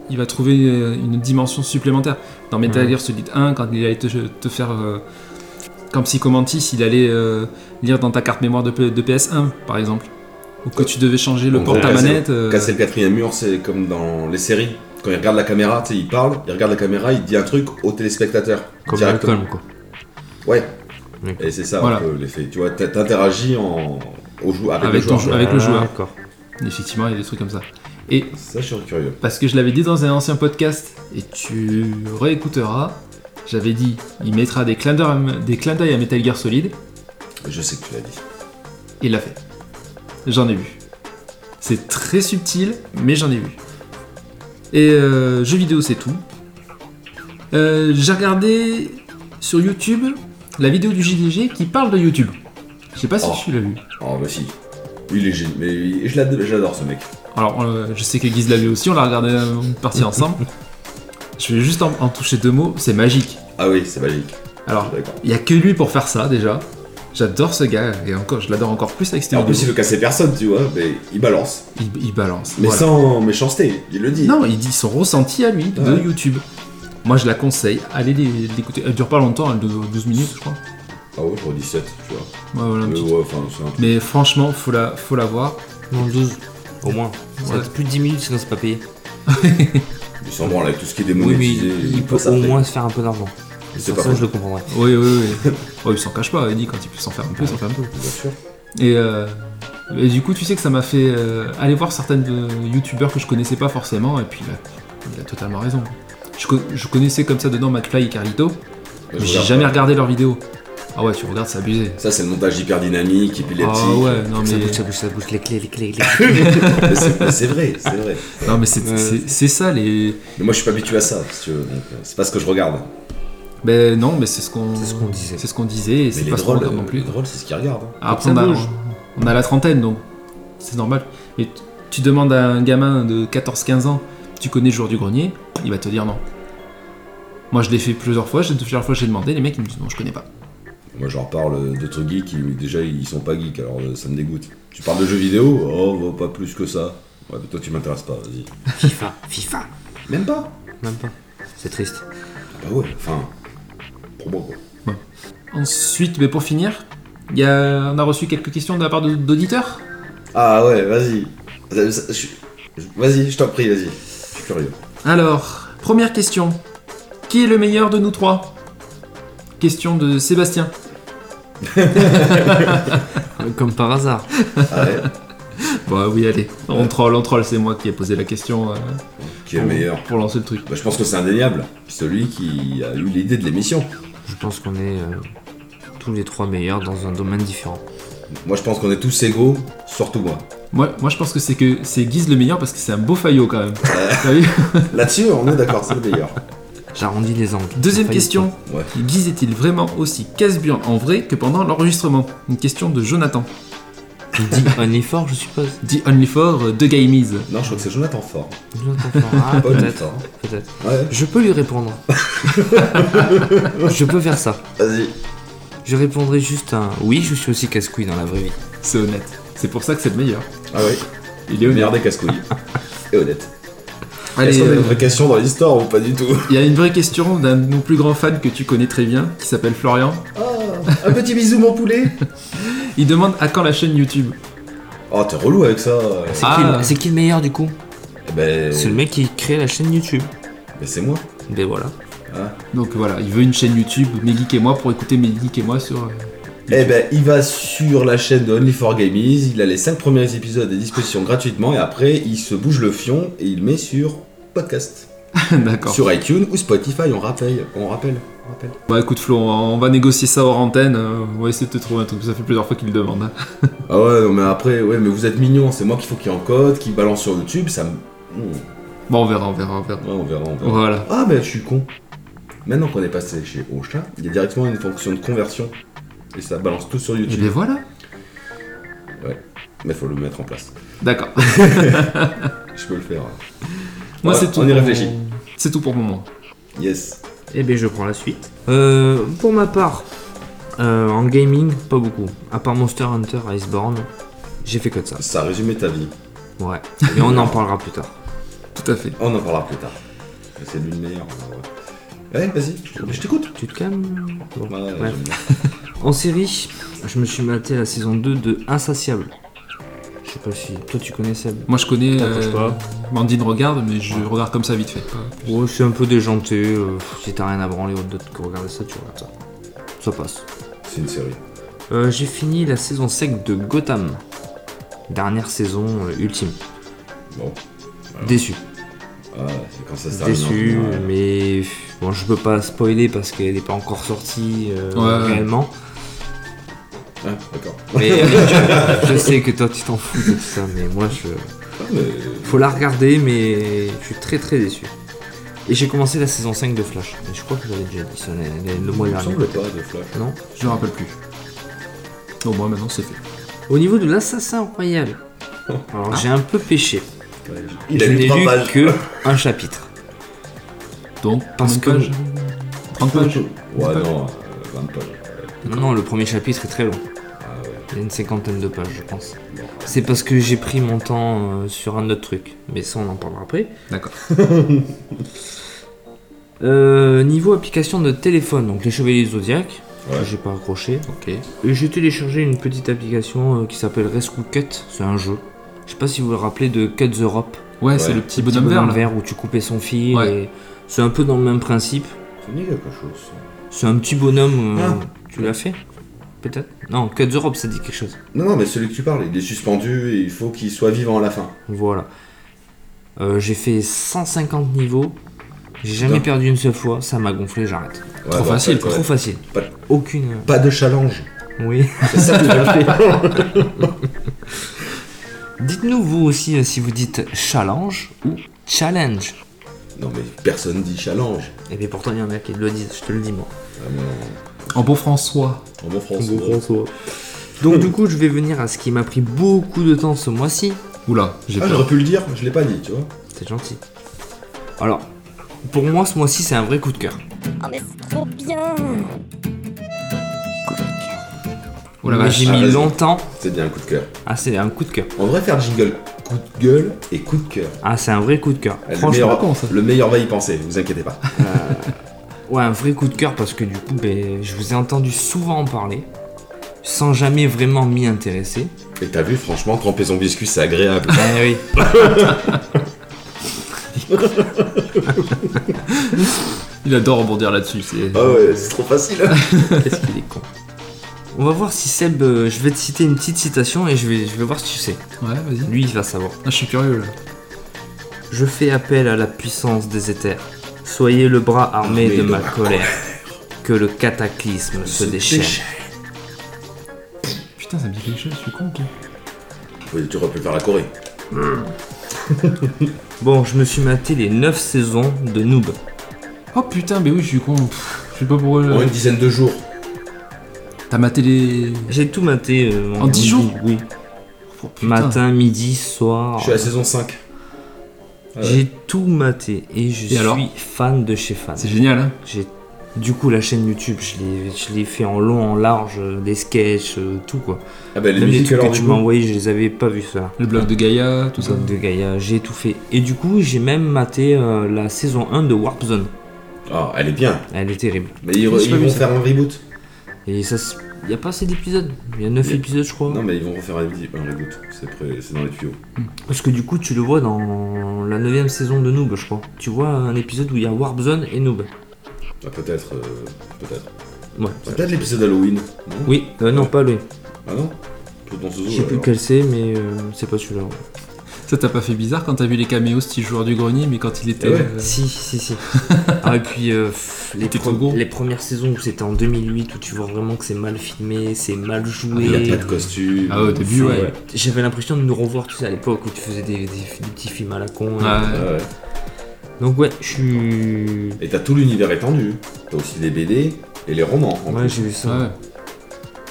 Speaker 3: il va trouver euh, une dimension supplémentaire. Dans Metal
Speaker 4: Ouais.
Speaker 3: Gear Solid 1, quand il allait te, te faire... euh, quand Psychomantis, il allait euh, lire dans ta carte mémoire de, P- de PS1, par exemple. Ou que tu devais changer le
Speaker 2: En
Speaker 3: port de ta
Speaker 2: gros, casser-
Speaker 3: manette. euh,
Speaker 2: Casser le quatrième mur, c'est comme dans les séries. Quand il regarde la caméra, tu sais, il parle, il regarde la caméra, il dit un truc au téléspectateur.
Speaker 4: Comme
Speaker 2: directement.
Speaker 4: l'alcool quoi.
Speaker 2: Ouais.
Speaker 4: D'accord.
Speaker 2: Et c'est ça
Speaker 3: Voilà.
Speaker 2: un peu l'effet. Tu vois, t'a- t'interagis en... au jou- avec,
Speaker 3: Avec
Speaker 2: le
Speaker 3: ton
Speaker 2: joueur.
Speaker 3: jeu- avec- le joueur.
Speaker 4: D'accord.
Speaker 3: Effectivement, il y a des trucs comme ça.
Speaker 2: Ça, je suis curieux.
Speaker 3: Parce que je l'avais dit dans un ancien podcast, et tu réécouteras, j'avais dit, il mettra des clins d'œil à- des clins d'œil à Metal Gear Solid, et
Speaker 2: Je sais que tu l'as dit.
Speaker 3: il l'a fait. J'en ai vu. C'est très subtil, mais j'en ai vu. Et euh, jeux vidéo, c'est tout. Euh, J'ai regardé sur YouTube la vidéo du JDG qui parle de YouTube. Je sais pas si
Speaker 2: Oh.
Speaker 3: tu l'as vu.
Speaker 2: Oh, bah si. Il est génial. Mais il- je l'ad- j'adore ce mec.
Speaker 3: Alors, euh, je sais que Guise l'a vu aussi, on l'a regardé euh, une partie ensemble. Je vais juste en, en toucher deux mots, c'est magique.
Speaker 2: Ah oui, c'est magique.
Speaker 3: Alors,
Speaker 2: D'accord.
Speaker 3: il y a que lui pour faire ça déjà. J'adore ce gars et encore, je l'adore encore plus avec cette
Speaker 2: En
Speaker 3: vidéo.
Speaker 2: plus, il veut casser personne, tu vois, mais il balance.
Speaker 3: Il, il balance.
Speaker 2: Mais
Speaker 3: voilà.
Speaker 2: sans méchanceté, il le dit.
Speaker 3: Non, il dit son ressenti à lui de
Speaker 2: Ouais.
Speaker 3: YouTube. Moi, je la conseille. Allez l'é- l'écouter. Elle dure pas longtemps, elle dure 12 minutes, je crois.
Speaker 2: Ah ouais, j'aurais 17, tu vois.
Speaker 3: Ouais, voilà, un
Speaker 2: Mais
Speaker 3: petit-
Speaker 2: ouais, enfin, c'est un truc.
Speaker 3: Mais franchement, faut la, faut la voir.
Speaker 4: Non, 12. Au moins. Ça
Speaker 3: Ouais.
Speaker 4: va être plus de 10 minutes sinon c'est pas payé.
Speaker 2: Il s'en branle avec tout ce qui est
Speaker 4: Oui, mais
Speaker 2: démonétisé.
Speaker 4: il, il peut
Speaker 2: passe
Speaker 4: au
Speaker 2: après.
Speaker 4: moins se faire un peu d'argent.
Speaker 2: C'est
Speaker 4: Sur
Speaker 2: pas
Speaker 4: ça, je
Speaker 2: faux.
Speaker 4: le comprendrais.
Speaker 3: Oui, oui, oui. oh, il s'en cache pas. Il dit quand il peut s'en faire un peu, il s'en fait un peu.
Speaker 2: Bien sûr.
Speaker 3: Et, euh, et du coup, tu sais que ça m'a fait euh, aller voir certains youtubeurs que je connaissais pas forcément, et puis il a, il a totalement raison. Je, co- je connaissais comme ça dedans McFly et Carlito,
Speaker 2: Je
Speaker 3: mais j'ai
Speaker 2: regarde
Speaker 3: jamais
Speaker 2: pas.
Speaker 3: regardé leurs vidéos. Ah ouais, tu regardes, c'est abusé.
Speaker 2: Ça, c'est le montage hyper dynamique, épileptique.
Speaker 3: Ah ouais, non
Speaker 4: Ça
Speaker 3: mais,
Speaker 4: bouge, ça bouge, ça bouge, les clés, les clés, les clés.
Speaker 2: Mais c'est mais c'est vrai, c'est vrai.
Speaker 3: non, mais c'est-
Speaker 4: Ouais.
Speaker 3: c'est c'est ça les.
Speaker 2: Mais moi, je suis pas habitué à ça, si tu veux. Donc, euh, c'est pas ce que je regarde.
Speaker 3: Ben non, mais c'est ce qu'on
Speaker 4: C'est ce qu'on disait.
Speaker 3: C'est ce qu'on disait et
Speaker 2: Mais
Speaker 3: c'est
Speaker 2: les
Speaker 3: pas ce qu'on
Speaker 2: drôles,
Speaker 3: regarde non
Speaker 2: euh, les
Speaker 3: plus.
Speaker 2: drôles, c'est ce qu'ils regardent. hein.
Speaker 3: Après,
Speaker 4: ça
Speaker 3: on a,
Speaker 4: bouge.
Speaker 3: on a la trentaine, donc c'est normal. Mais t- tu demandes à un gamin de 14-15 ans, tu connais le jour du grenier, il va te dire non. Moi, je l'ai fait plusieurs fois, j'ai- plusieurs fois j'ai demandé, les mecs ils me disent non, je connais pas.
Speaker 2: Moi, je leur parle euh, de trucs geeks, ils- déjà, ils sont pas geeks, alors euh, ça me dégoûte. Tu parles de jeux vidéo Oh, bah, pas plus que ça. Ouais, mais toi, tu m'intéresses pas, vas-y.
Speaker 4: FIFA, FIFA.
Speaker 2: Même pas
Speaker 4: Même pas. C'est triste.
Speaker 2: Bah ouais, enfin. Pour moi, quoi.
Speaker 3: Ensuite, mais pour finir, il y a- on a reçu quelques questions de la part de- d'auditeurs.
Speaker 2: Ah ouais, vas-y. Euh, Ça- ça- je suis- je- Vas-y, je t'en prie, vas-y. Je suis curieux.
Speaker 3: Alors, première question. Qui est le meilleur de nous trois Question de Sébastien.
Speaker 4: Euh, Comme par hasard.
Speaker 2: Ah ouais
Speaker 3: Bah oui, allez, on troll, on troll, c'est moi qui ai posé la question euh,
Speaker 2: Qui est
Speaker 3: pour-
Speaker 2: meilleur
Speaker 3: pour lancer le truc.
Speaker 2: Bah, Je pense que c'est indéniable. Celui qui a eu l'idée de l'émission.
Speaker 4: Je pense qu'on est euh, tous les trois meilleurs dans un domaine différent.
Speaker 2: Moi, je pense qu'on est tous égaux, surtout moi.
Speaker 3: Moi, moi je pense que c'est que c'est Guise le meilleur parce que c'est un beau faillot quand même. T'as vu
Speaker 2: Là-dessus, on est d'accord, c'est le meilleur.
Speaker 4: J'arrondis les angles.
Speaker 3: Deuxième
Speaker 4: Failli-
Speaker 3: question.
Speaker 2: Ouais.
Speaker 3: Guise est-il vraiment aussi casse-burn en vrai que pendant l'enregistrement Une question de Jonathan.
Speaker 4: Il dit only for, je suppose.
Speaker 3: Dit only for euh, de Gamies.
Speaker 2: Non, je crois que c'est Jonathan Fort.
Speaker 4: Jonathan Fort. Ah,
Speaker 2: Only
Speaker 4: peut-être.
Speaker 2: Fort.
Speaker 4: peut-être.
Speaker 2: Ouais,
Speaker 4: Je peux lui répondre. je peux faire ça.
Speaker 2: vas-y.
Speaker 4: Je répondrai juste un oui, je suis aussi casse-couille dans la vraie vie.
Speaker 3: C'est honnête. C'est pour ça que c'est le meilleur.
Speaker 2: Ah oui,
Speaker 3: Il est
Speaker 2: le
Speaker 3: honnête.
Speaker 2: meilleur des casse-couilles. Et honnête. Est-ce
Speaker 3: Allez,
Speaker 2: qu'on a une
Speaker 3: euh,
Speaker 2: vraie question dans l'histoire ou pas du tout
Speaker 3: il y a une vraie question d'un de nos plus grands fans que tu connais très bien, qui s'appelle Florian.
Speaker 2: Ah, Un petit bisou, mon poulet
Speaker 3: Il demande à quand la chaîne YouTube
Speaker 2: Oh, t'es relou avec ça
Speaker 4: C'est
Speaker 3: Ah.
Speaker 4: qui le- c'est qui, le meilleur du coup
Speaker 2: Eh Ben,
Speaker 4: C'est le mec qui crée la chaîne YouTube.
Speaker 2: ben, c'est moi.
Speaker 4: Ben voilà.
Speaker 2: hein.
Speaker 3: Donc voilà, il veut une chaîne YouTube, Mes Geeks et moi, pour écouter Mes Geeks et moi sur. euh,
Speaker 2: Eh ben, il va sur la chaîne de only for gamies il a les 5 premiers épisodes à disposition gratuitement, et après, il se bouge le fion et il met sur podcast.
Speaker 3: D'accord.
Speaker 2: Sur iTunes ou Spotify, on rappelle. On rappelle. on rappelle.
Speaker 3: Bah écoute Flo, on va négocier ça hors antenne, euh, on va essayer de te trouver un truc, ça fait plusieurs fois qu'il le demande. hein.
Speaker 2: Ah ouais, non, mais après, ouais, mais vous êtes mignons, c'est moi qu'il faut qu'il encode, qu'il balance sur YouTube, ça me. Hmm,
Speaker 3: Bon on verra, on verra, on verra.
Speaker 2: Ouais, on verra, on verra.
Speaker 3: Voilà.
Speaker 2: Ah, ben, je suis con. Maintenant qu'on est passé chez Ocha, il y a directement une fonction de conversion. Et ça balance tout sur
Speaker 3: Et les
Speaker 2: YouTube.
Speaker 3: Eh ben voilà.
Speaker 2: Mais faut le mettre en place.
Speaker 3: D'accord.
Speaker 2: Je peux le faire. hein.
Speaker 3: Moi
Speaker 2: Ouais,
Speaker 3: c'est tout.
Speaker 2: on y
Speaker 3: pour-
Speaker 2: réfléchit.
Speaker 3: C'est tout pour le moment.
Speaker 2: Yes.
Speaker 4: Eh bien, je prends la suite. Euh, pour ma part, euh, en gaming, pas beaucoup. À part Monster Hunter Iceborne, j'ai fait que de ça.
Speaker 2: Ça résumait ta vie.
Speaker 4: Ouais. Et on en parlera plus tard.
Speaker 3: Tout à fait.
Speaker 2: On en parlera plus tard. C'est lui le meilleur. alors, Ouais, Ouais, vas-y, je je t'écoute.
Speaker 4: Tu te calmes Bon,
Speaker 2: Ouais, ouais,
Speaker 4: bref.
Speaker 2: j'aime bien.
Speaker 4: En série, je me suis maté la saison 2 de Insatiable. Je sais pas si toi tu connais Seb.
Speaker 3: Moi je connais.
Speaker 4: T'approches pas.
Speaker 3: Mandine regarde, mais je regarde comme ça vite fait.
Speaker 4: Ouais, c'est un peu déjanté. euh, pff, si t'as rien à branler ou d'autres que regarder ça, tu regardes ça. Ça passe.
Speaker 2: C'est une série.
Speaker 4: Euh, j'ai fini la saison sec de Gotham. Dernière saison euh, ultime.
Speaker 2: Bon,
Speaker 4: Déçu.
Speaker 2: ah, c'est quand ça se termine.
Speaker 4: déçu,
Speaker 2: en général.
Speaker 4: mais bon, je peux pas spoiler parce qu'elle n'est pas encore sortie euh,
Speaker 3: Ouais, ouais.
Speaker 4: réellement.
Speaker 2: Ah, d'accord.
Speaker 4: Mais je, je sais que toi tu t'en fous de tout ça, mais moi je.
Speaker 2: Ah, mais...
Speaker 4: Faut la regarder, mais je suis très très déçu. Et j'ai commencé la saison 5 de Flash. Mais je crois que j'avais déjà dit ça le- le- le mois
Speaker 2: il me
Speaker 4: dernier.
Speaker 2: semble pas de Flash.
Speaker 4: Non
Speaker 3: Je me rappelle plus. Bon moi maintenant c'est fait.
Speaker 4: Au niveau de l'assassin royal, alors j'ai un peu péché.
Speaker 2: Ah. Il a
Speaker 4: je
Speaker 2: lu
Speaker 4: n'ai
Speaker 2: trois
Speaker 4: lu
Speaker 2: pages.
Speaker 4: que un chapitre.
Speaker 3: Donc
Speaker 4: Parce
Speaker 3: combien de
Speaker 4: que-
Speaker 3: pages 30 pages
Speaker 2: Ouais, non, euh, 20 pages.
Speaker 4: Non, non, le premier chapitre est très long.
Speaker 2: Ah, ouais.
Speaker 4: Il y a une cinquantaine de pages, je pense. C'est parce que j'ai pris mon temps euh, sur un autre truc, mais ça on en parlera après.
Speaker 3: D'accord.
Speaker 4: Euh, niveau application de téléphone, donc les Chevaliers du Zodiac,
Speaker 2: Ouais.
Speaker 4: que j'ai pas accroché.
Speaker 3: Ok.
Speaker 4: Et J'ai téléchargé une petite application euh, qui s'appelle Rescue Cut, c'est un jeu. Je sais pas si vous vous rappelez de Cut the Rope,
Speaker 3: Ouais,
Speaker 2: Ouais.
Speaker 3: c'est le petit
Speaker 4: petit
Speaker 3: bonhomme vert
Speaker 4: bonhomme
Speaker 3: là.
Speaker 4: vert où tu coupais son fil.
Speaker 3: Ouais.
Speaker 4: et C'est un peu dans le même principe.
Speaker 2: Ça me dit quelque chose.
Speaker 4: C'est un petit bonhomme. euh,
Speaker 2: Ah.
Speaker 4: Tu l'as fait Peut-être Non, Cut the Rope, ça dit quelque chose.
Speaker 2: Non, non, mais celui que tu parles, il est suspendu et il faut qu'il soit vivant à la fin.
Speaker 4: Voilà. Euh, j'ai fait 150 niveaux. J'ai jamais
Speaker 2: Putain.
Speaker 4: perdu une seule fois. Ça m'a gonflé, j'arrête.
Speaker 2: Ouais, bah,
Speaker 3: Trop facile,
Speaker 2: ouais.
Speaker 4: Trop facile.
Speaker 2: Pas-
Speaker 4: Aucune. euh,
Speaker 2: Pas de challenge.
Speaker 4: Oui.
Speaker 2: C'est ça que j'ai fait.
Speaker 4: Dites-nous vous aussi euh, si vous dites challenge ou challenge.
Speaker 2: Non, mais personne dit challenge.
Speaker 4: Et bien pourtant il y en a qui le disent, je te le dis moi.
Speaker 3: En bon François.
Speaker 2: En bon français.
Speaker 4: Donc du coup je vais venir à ce qui m'a pris beaucoup de temps ce mois-ci.
Speaker 3: Oula, j'ai
Speaker 2: Ah,
Speaker 3: peur.
Speaker 2: j'aurais pu le dire, mais je l'ai pas dit, tu vois.
Speaker 4: C'est gentil. Alors, pour moi ce mois-ci c'est un vrai coup de cœur.
Speaker 5: Oh mais c'est trop bien
Speaker 3: Oh la
Speaker 4: Mais
Speaker 3: vache.
Speaker 4: j'ai
Speaker 2: Ah,
Speaker 4: mis
Speaker 2: vas-y.
Speaker 4: longtemps.
Speaker 2: C'est bien un coup de cœur.
Speaker 4: Ah c'est un coup de cœur.
Speaker 2: On devrait faire jingle coup de gueule et coup de cœur.
Speaker 4: Ah c'est un vrai coup de cœur.
Speaker 2: Le
Speaker 4: Franchement,
Speaker 2: meilleur,
Speaker 3: con, ça.
Speaker 2: le meilleur va y penser, vous inquiétez pas.
Speaker 4: Ouais, un vrai coup de cœur parce que du coup, ben, je vous ai entendu souvent en parler, sans jamais vraiment m'y intéresser.
Speaker 2: Et t'as vu, franchement, tremper son biscuit, c'est agréable.
Speaker 4: Eh oui.
Speaker 3: Il adore rebondir là-dessus. c'est-
Speaker 2: Ah ouais, c'est trop facile.
Speaker 4: Qu'est-ce qu'il est con. On va voir si Seb. euh, je vais te citer une petite citation et je vais, je vais voir si tu sais.
Speaker 3: Ouais, vas-y.
Speaker 4: Lui, il va savoir.
Speaker 3: Ah, je suis curieux là.
Speaker 4: Je fais appel à la puissance des éthers. Soyez le bras armé
Speaker 2: Armé de
Speaker 4: de ma
Speaker 2: ma
Speaker 4: colère. Que le cataclysme se déchaîne.
Speaker 3: Putain, ça me dit quelque chose, je suis con. toi.
Speaker 2: Oui, tu aurais pu faire la Corée.
Speaker 4: Bon, je me suis maté les 9 saisons de Noob.
Speaker 3: Oh putain, mais oui, je suis con. Pff, je sais pas pourquoi. là.
Speaker 2: En une dizaine de jours.
Speaker 3: T'as maté les.
Speaker 4: J'ai tout maté. euh,
Speaker 3: En dix
Speaker 4: midi,
Speaker 3: jours
Speaker 4: Oui.
Speaker 3: Oh, putain.
Speaker 4: Matin, midi, soir.
Speaker 2: Je suis à la saison 5. Ah ouais.
Speaker 4: J'ai tout maté et je
Speaker 3: Et
Speaker 4: suis
Speaker 3: alors
Speaker 4: fan de chez fan.
Speaker 3: C'est génial, hein
Speaker 4: J'ai du coup la chaîne YouTube, je l'ai- je l'ai fait en long, en large, euh, des sketchs, euh, tout quoi.
Speaker 2: Ah bah les
Speaker 4: Même les
Speaker 2: musiques
Speaker 4: trucs
Speaker 2: alors
Speaker 4: que
Speaker 2: du
Speaker 4: tu
Speaker 2: coup.
Speaker 4: m'as envoyés, je les avais pas vus ça.
Speaker 3: Le blog de Gaïa, tout ça.
Speaker 4: de Gaïa, j'ai tout fait. Et du coup, j'ai même maté euh, la saison 1 de Warp Zone.
Speaker 2: Ah, elle est bien.
Speaker 4: Elle est terrible.
Speaker 2: Mais ils,
Speaker 3: Je sais
Speaker 2: ils
Speaker 3: pas
Speaker 2: vont
Speaker 3: vu ça.
Speaker 2: faire un reboot.
Speaker 4: Et ça, se- y a pas assez d'épisodes. Y a 9
Speaker 2: Mais-
Speaker 4: épisodes, je crois.
Speaker 2: Non, mais ils vont refaire un, reboot- un reboot. C'est prêt- c'est dans les tuyaux.
Speaker 4: Parce que du coup, tu le vois dans la 9 saison de Noob, je crois. Tu vois un épisode où il y a Warp Zone et Noob.
Speaker 2: Ah, peut-être. euh, peut-être.
Speaker 4: Ouais.
Speaker 2: C'est peut-être l'épisode Halloween. Non
Speaker 4: Oui, euh, non, pas lui.
Speaker 2: Ah non Tout dans ce zoo,
Speaker 4: Je sais plus
Speaker 2: alors.
Speaker 4: quel c'est, mais euh, c'est pas celui-là. ouais.
Speaker 3: Ça t'a pas fait bizarre quand t'as vu les caméos style joueur du grenier, mais quand il était.
Speaker 2: Eh ouais.
Speaker 3: euh,
Speaker 4: Si, si, si. ah, et puis euh, pff, les,
Speaker 3: T'es trop
Speaker 4: pre-
Speaker 3: gros.
Speaker 4: les premières saisons où c'était en 2008, où tu vois vraiment que c'est mal filmé, c'est mal joué.
Speaker 2: Il n'y a pas de costume.
Speaker 3: Ah, au début, ouais.
Speaker 4: Ouais. J'avais l'impression de nous revoir, tu sais, à l'époque où tu faisais des, des- des petits films à la con. et-
Speaker 3: Ouais.
Speaker 2: Ah, ouais.
Speaker 4: Donc, ouais, je suis.
Speaker 2: Et t'as tout l'univers étendu. T'as aussi les BD et les romans. en
Speaker 4: Ouais,
Speaker 2: plus.
Speaker 4: j'ai vu ça.
Speaker 3: Ouais.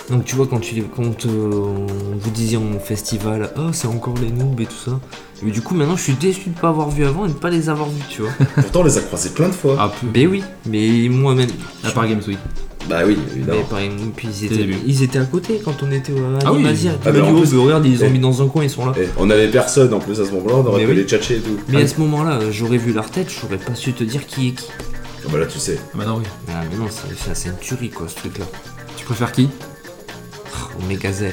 Speaker 4: Donc, tu vois, quand, tu, les- quand euh, on vous disait en festival, oh, c'est encore les noobs et tout ça. Mais du coup, maintenant, je suis déçu de pas avoir vu avant et de pas les avoir vus, tu vois.
Speaker 2: Pourtant, on les a croisés plein de fois.
Speaker 3: Ah, peu.
Speaker 4: mais oui, mais moi-même.
Speaker 3: À part Games Week.
Speaker 2: Bah oui,
Speaker 4: Mais
Speaker 2: évidemment.
Speaker 4: par exemple, puis ils
Speaker 3: Dès le
Speaker 4: étaient,
Speaker 3: début.
Speaker 4: ils étaient à côté quand on était au
Speaker 3: Ah oui.
Speaker 4: Animasia. Tu
Speaker 2: Ah
Speaker 4: m'as
Speaker 2: bah,
Speaker 4: dit,
Speaker 2: en
Speaker 4: oh,
Speaker 2: plus-
Speaker 4: bah, regarde, ils les ont
Speaker 2: Eh.
Speaker 4: mis dans un coin, ils sont là.
Speaker 2: Eh, on avait personne en plus à ce moment-là, on aurait
Speaker 4: Mais
Speaker 2: pu
Speaker 4: oui.
Speaker 2: les tchatcher et tout.
Speaker 4: Mais
Speaker 2: Ah,
Speaker 4: à ce moment-là, euh, j'aurais vu leur tête, j'aurais pas su te dire qui est qui.
Speaker 2: bah là, tu sais.
Speaker 3: Ah, bah non, oui.
Speaker 4: Ah, mais non, c'est ça, c'est une tuerie quoi, ce truc-là.
Speaker 3: Tu préfères qui
Speaker 4: Oh, Omega Z.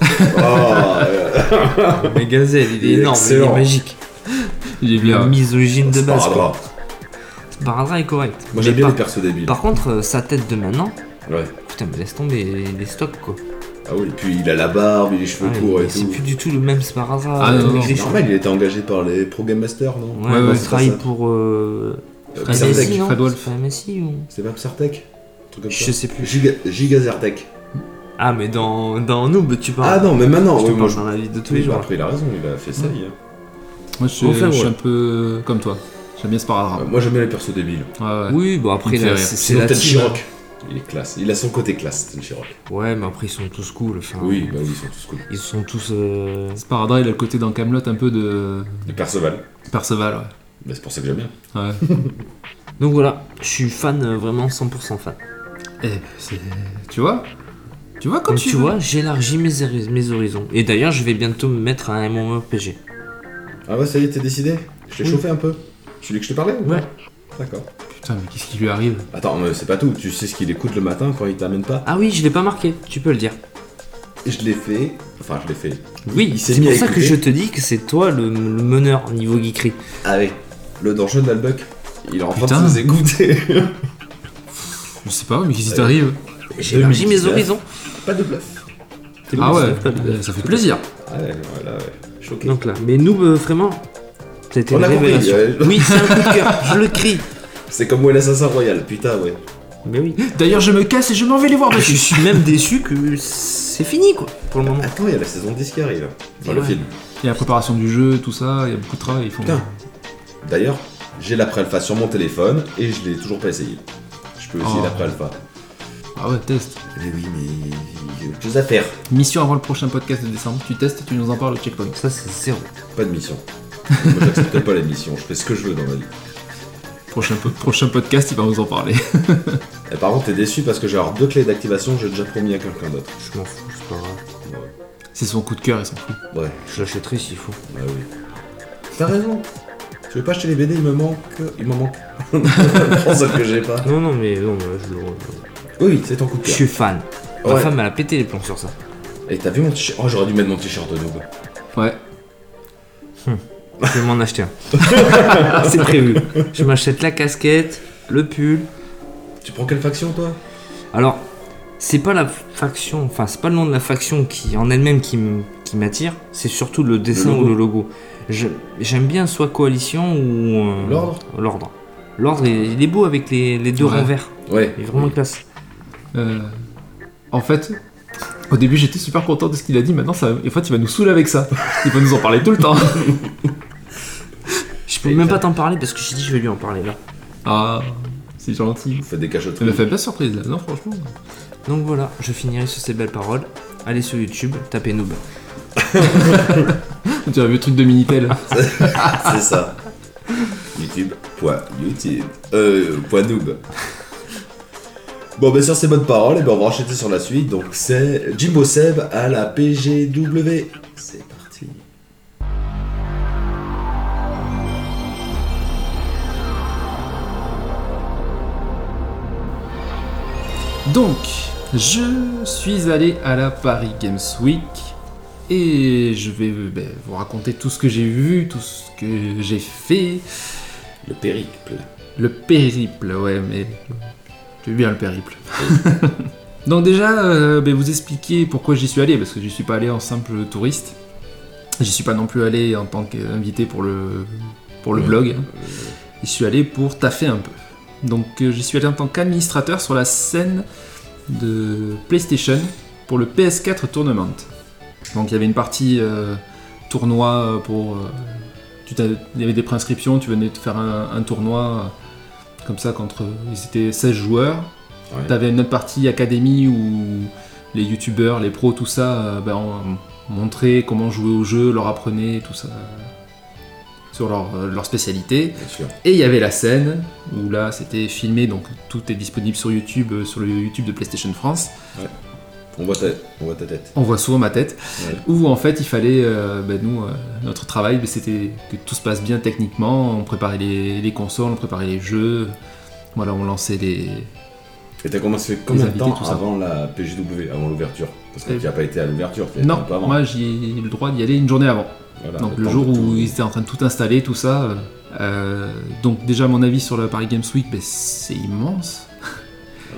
Speaker 2: Oh, euh,
Speaker 4: Omega Z, il
Speaker 2: Il
Speaker 4: est
Speaker 2: est
Speaker 4: énorme, il est
Speaker 2: excellent.
Speaker 4: magique.
Speaker 3: Il est
Speaker 4: Le
Speaker 3: bien.
Speaker 4: misogyne de
Speaker 2: c'est pas
Speaker 4: base quoi.
Speaker 2: grave.
Speaker 4: Paradra est correct.
Speaker 2: Moi,
Speaker 4: Mais
Speaker 2: j'aime bien
Speaker 4: par,
Speaker 2: les persos débiles.
Speaker 4: par contre, euh, sa tête de maintenant,
Speaker 2: Ouais.
Speaker 4: putain, mais laisse tomber les, les stocks quoi.
Speaker 2: Ah oui, et puis il a la barbe, il a les cheveux
Speaker 4: Ouais,
Speaker 2: courts et
Speaker 4: mais c'est
Speaker 2: tout.
Speaker 4: plus du tout le même Sparadra.
Speaker 3: Ah,
Speaker 4: euh,
Speaker 3: non, non,
Speaker 4: avec
Speaker 2: C'est
Speaker 4: les cheveux.
Speaker 2: normal, il était engagé par les Pro Game Master, non
Speaker 4: Ouais,
Speaker 3: Ouais,
Speaker 4: bah,
Speaker 3: ouais,
Speaker 4: il
Speaker 2: c'est
Speaker 4: travaille
Speaker 2: pas ça.
Speaker 4: pour. Euh,
Speaker 2: Euh,
Speaker 3: Fred
Speaker 2: Psartec.
Speaker 3: Wolf.
Speaker 4: MSI, non
Speaker 3: Fred Wolf.
Speaker 4: C'est pas MSI ou.
Speaker 2: C'est pas Psartec Un truc comme
Speaker 4: Je
Speaker 2: ça
Speaker 4: sais plus.
Speaker 2: Giga, Gigazertec.
Speaker 4: Ah, mais dans, dans Noob, tu
Speaker 2: Ah
Speaker 4: parles.
Speaker 2: non, mais maintenant,
Speaker 4: Bah, je
Speaker 2: oui,
Speaker 4: te
Speaker 2: moi
Speaker 4: parle
Speaker 2: je.
Speaker 4: dans la vie de tous
Speaker 2: Oui,
Speaker 4: les
Speaker 2: bah,
Speaker 4: jours.
Speaker 2: après, il a raison, il a fait ça hier.
Speaker 3: Moi, je,
Speaker 4: Enfin,
Speaker 3: je suis
Speaker 4: ouais.
Speaker 3: un peu comme toi. J'aime bien ce
Speaker 2: Euh,
Speaker 3: paragraphe.
Speaker 2: Moi, j'aime bien les persos débiles.
Speaker 3: Ouais, ouais.
Speaker 4: Oui, bon après,
Speaker 3: Il me fait
Speaker 4: là,
Speaker 3: rire.
Speaker 4: c'est c'est
Speaker 2: Sinon,
Speaker 4: la
Speaker 2: peut-être
Speaker 4: team.
Speaker 2: Chiroc. Il est classe. Il a son côté classe, Ten Chiroc.
Speaker 4: Ouais, mais après, ils sont tous cool. Enfin,
Speaker 2: Oui, bah oui, ils sont tous cool.
Speaker 4: Ils sont tous. euh,
Speaker 3: Sparadra, il a le côté dans Camelot un peu de
Speaker 2: Et Perceval.
Speaker 3: Perceval, ouais.
Speaker 2: Bah, c'est pour ça que j'aime bien.
Speaker 3: ouais.
Speaker 4: Donc voilà, je suis fan, euh, vraiment 100% fan.
Speaker 3: Eh, ben, c'est- tu vois Tu vois comme
Speaker 4: Donc
Speaker 3: tu,
Speaker 4: tu
Speaker 3: veux.
Speaker 4: vois, j'élargis mes, hori- mes horizons. Et d'ailleurs, je vais bientôt me mettre à un MMORPG.
Speaker 2: Ah ouais, ça y est, t'es décidé Je t'ai
Speaker 4: Oui.
Speaker 2: chauffé un peu. Je lui que je te parlais ou pas
Speaker 4: Ouais.
Speaker 2: D'accord.
Speaker 3: Putain, mais qu'est-ce qui lui arrive
Speaker 2: Attends, mais c'est pas tout. Tu sais ce qu'il écoute le matin quand il t'amène pas
Speaker 4: Ah oui, je l'ai pas marqué, tu peux le dire.
Speaker 2: Je l'ai fait. Enfin, je l'ai fait.
Speaker 4: Oui,
Speaker 2: il s'est
Speaker 4: c'est
Speaker 2: mis
Speaker 4: pour
Speaker 2: à
Speaker 4: ça que
Speaker 2: écouter.
Speaker 4: je te dis que c'est toi le, le meneur niveau geekery.
Speaker 2: Avec le danger de l'albuck. Il est en train
Speaker 3: Putain.
Speaker 2: de nous écouter.
Speaker 3: Je sais pas, mais qu'est-ce qui t'arrive
Speaker 4: J'élargis mes
Speaker 2: 2019.
Speaker 4: horizons.
Speaker 2: pas de bluff.
Speaker 3: Ah ouais,
Speaker 4: pas de-
Speaker 3: euh, ça fait plaisir.
Speaker 2: Ah ouais, voilà, ouais. Choqué.
Speaker 4: Donc là, mais nous, euh, vraiment, c'était
Speaker 2: On
Speaker 4: une
Speaker 2: a compris,
Speaker 4: révélation.
Speaker 2: euh,
Speaker 4: Oui, c'est un coup de cœur, je le crie.
Speaker 2: C'est comme moi l'assassin royal, putain, ouais.
Speaker 4: Mais oui. Oh,
Speaker 3: D'ailleurs, je me casse et je m'en vais les voir
Speaker 4: Je
Speaker 3: dessus.
Speaker 4: suis même déçu que c'est fini quoi, pour le moment.
Speaker 2: Attends, il y a la saison 10 qui arrive. Dans le
Speaker 4: Ouais.
Speaker 2: film.
Speaker 3: Il y a la préparation du jeu, tout ça, il y a beaucoup de travail. Ils font...
Speaker 2: Putain. D'ailleurs, j'ai la pré-alpha sur mon téléphone et je l'ai toujours pas essayé. Je peux essayer
Speaker 3: Oh.
Speaker 2: la pré-alpha.
Speaker 3: Ah ouais, test.
Speaker 2: Mais oui, mais il y a autre chose à faire.
Speaker 3: Mission avant le prochain podcast de décembre, tu testes et tu nous en parles au checkpoint.
Speaker 4: Ça c'est zéro.
Speaker 2: Pas de mission. Moi, j'accepte pas la mission. Je fais ce que je veux dans ma vie.
Speaker 3: Prochain, po- prochain podcast, il va nous en parler.
Speaker 2: Et par contre, t'es déçu parce que j'ai alors deux clés d'activation, j'ai déjà promis à quelqu'un d'autre.
Speaker 4: Je m'en fous, c'est pas grave.
Speaker 2: Ouais,
Speaker 3: C'est son coup de cœur, il s'en fout.
Speaker 2: ouais,
Speaker 4: Je l'achèterai s'il faut.
Speaker 2: bah oui. T'as raison. Tu veux pas acheter les BD, il me manque. Il m'en manque. Prends celle que j'ai pas.
Speaker 4: Non non mais non, euh, je le.
Speaker 2: Oui, c'est ton coup de
Speaker 4: Je
Speaker 2: cœur.
Speaker 4: suis fan. Ma
Speaker 2: Ouais.
Speaker 4: femme elle a pété les plombs sur ça.
Speaker 2: Et t'as vu mon t-shirt Oh, j'aurais dû mettre mon t-shirt de noob.
Speaker 3: Ouais.
Speaker 4: Je vais m'en acheter un. c'est prévu. Je m'achète la casquette, le pull.
Speaker 2: Tu prends quelle faction, toi
Speaker 4: Alors, c'est pas la faction, enfin c'est pas le nom de la faction qui en elle-même qui m- qui m'attire, c'est surtout le dessin
Speaker 2: logo.
Speaker 4: ou le logo. Je- J'aime bien soit coalition ou euh,
Speaker 2: L'ordre
Speaker 4: L'ordre. L'ordre, il il est beau avec les, les deux
Speaker 3: Ouais.
Speaker 4: renvers.
Speaker 2: Ouais.
Speaker 4: Il est vraiment classe.
Speaker 3: Euh, en fait, au début j'étais super content de ce qu'il a dit, maintenant ça, en fait, il va nous saouler avec ça. Il va nous en parler tout le temps.
Speaker 4: Je peux même pas t'en parler parce que j'ai dit je vais lui en parler là.
Speaker 3: Ah, c'est gentil.
Speaker 2: Fait des cachottes.
Speaker 3: Ça m'a fait bien surprise là, non franchement.
Speaker 4: Donc voilà, je finirai sur ces belles paroles. Allez sur YouTube, tapez Noob.
Speaker 3: Tu as vu le truc de Minitel.
Speaker 2: C'est ça. YouTube. Point YouTube. Euh, point noob. Bon, ben sur ces bonnes paroles, eh ben, on va enchaîner sur la suite. Donc, c'est Jimbo Seb à la PGW. C'est parti.
Speaker 3: Donc, je suis allé à la Paris Games Week et je vais ben, vous raconter tout ce que j'ai vu, tout ce que j'ai fait.
Speaker 2: Le périple.
Speaker 3: Le périple, ouais, mais tu veux bien le périple. Donc déjà, euh, ben, vous expliquer pourquoi j'y suis allé, parce que j'y suis pas allé en simple touriste. J'y suis pas non plus allé en tant qu'invité pour le, pour le
Speaker 2: Ouais.
Speaker 3: blog. hein. J'y suis allé pour taffer un peu. Donc euh, j'y suis allé en tant qu'administrateur sur la scène de PlayStation pour le PS4 Tournament. Donc il y avait une partie euh, tournoi euh, pour... euh, tu t'as- il y avait des préinscriptions, tu venais de faire un, un tournoi euh, comme ça contre... Ils étaient 16 joueurs.
Speaker 2: Ouais.
Speaker 3: T'avais une autre partie académie où les youtubeurs, les pros, tout ça, euh, ben, on- montraient comment jouer au jeu, leur apprenaient tout ça euh, sur leur, euh, leur spécialité.
Speaker 2: Bien sûr.
Speaker 3: Et il y avait la scène où là c'était filmé, donc tout est disponible sur YouTube, euh, sur le YouTube de PlayStation France.
Speaker 2: On voit ta, on voit ta tête.
Speaker 3: On voit souvent ma tête.
Speaker 2: Ouais.
Speaker 3: Où en fait il fallait, euh, ben, nous, euh, notre travail, ben, c'était que tout se passe bien techniquement. On préparait les, les consoles, on préparait les jeux. Voilà, on lançait les.
Speaker 2: Et t'as commencé combien de
Speaker 3: invités,
Speaker 2: temps
Speaker 3: tout ça.
Speaker 2: avant la PGW, avant l'ouverture Parce que
Speaker 3: Euh,
Speaker 2: tu n'as pas été à l'ouverture. tu y as été
Speaker 3: Non,
Speaker 2: un peu avant.
Speaker 3: moi j'ai eu le droit d'y aller une journée avant.
Speaker 2: Voilà,
Speaker 3: Donc le
Speaker 2: temps
Speaker 3: jour
Speaker 2: de tout-
Speaker 3: où ils étaient en train de tout installer, tout ça. euh, euh, donc déjà mon avis sur la Paris Games Week, ben, c'est immense.
Speaker 2: Ah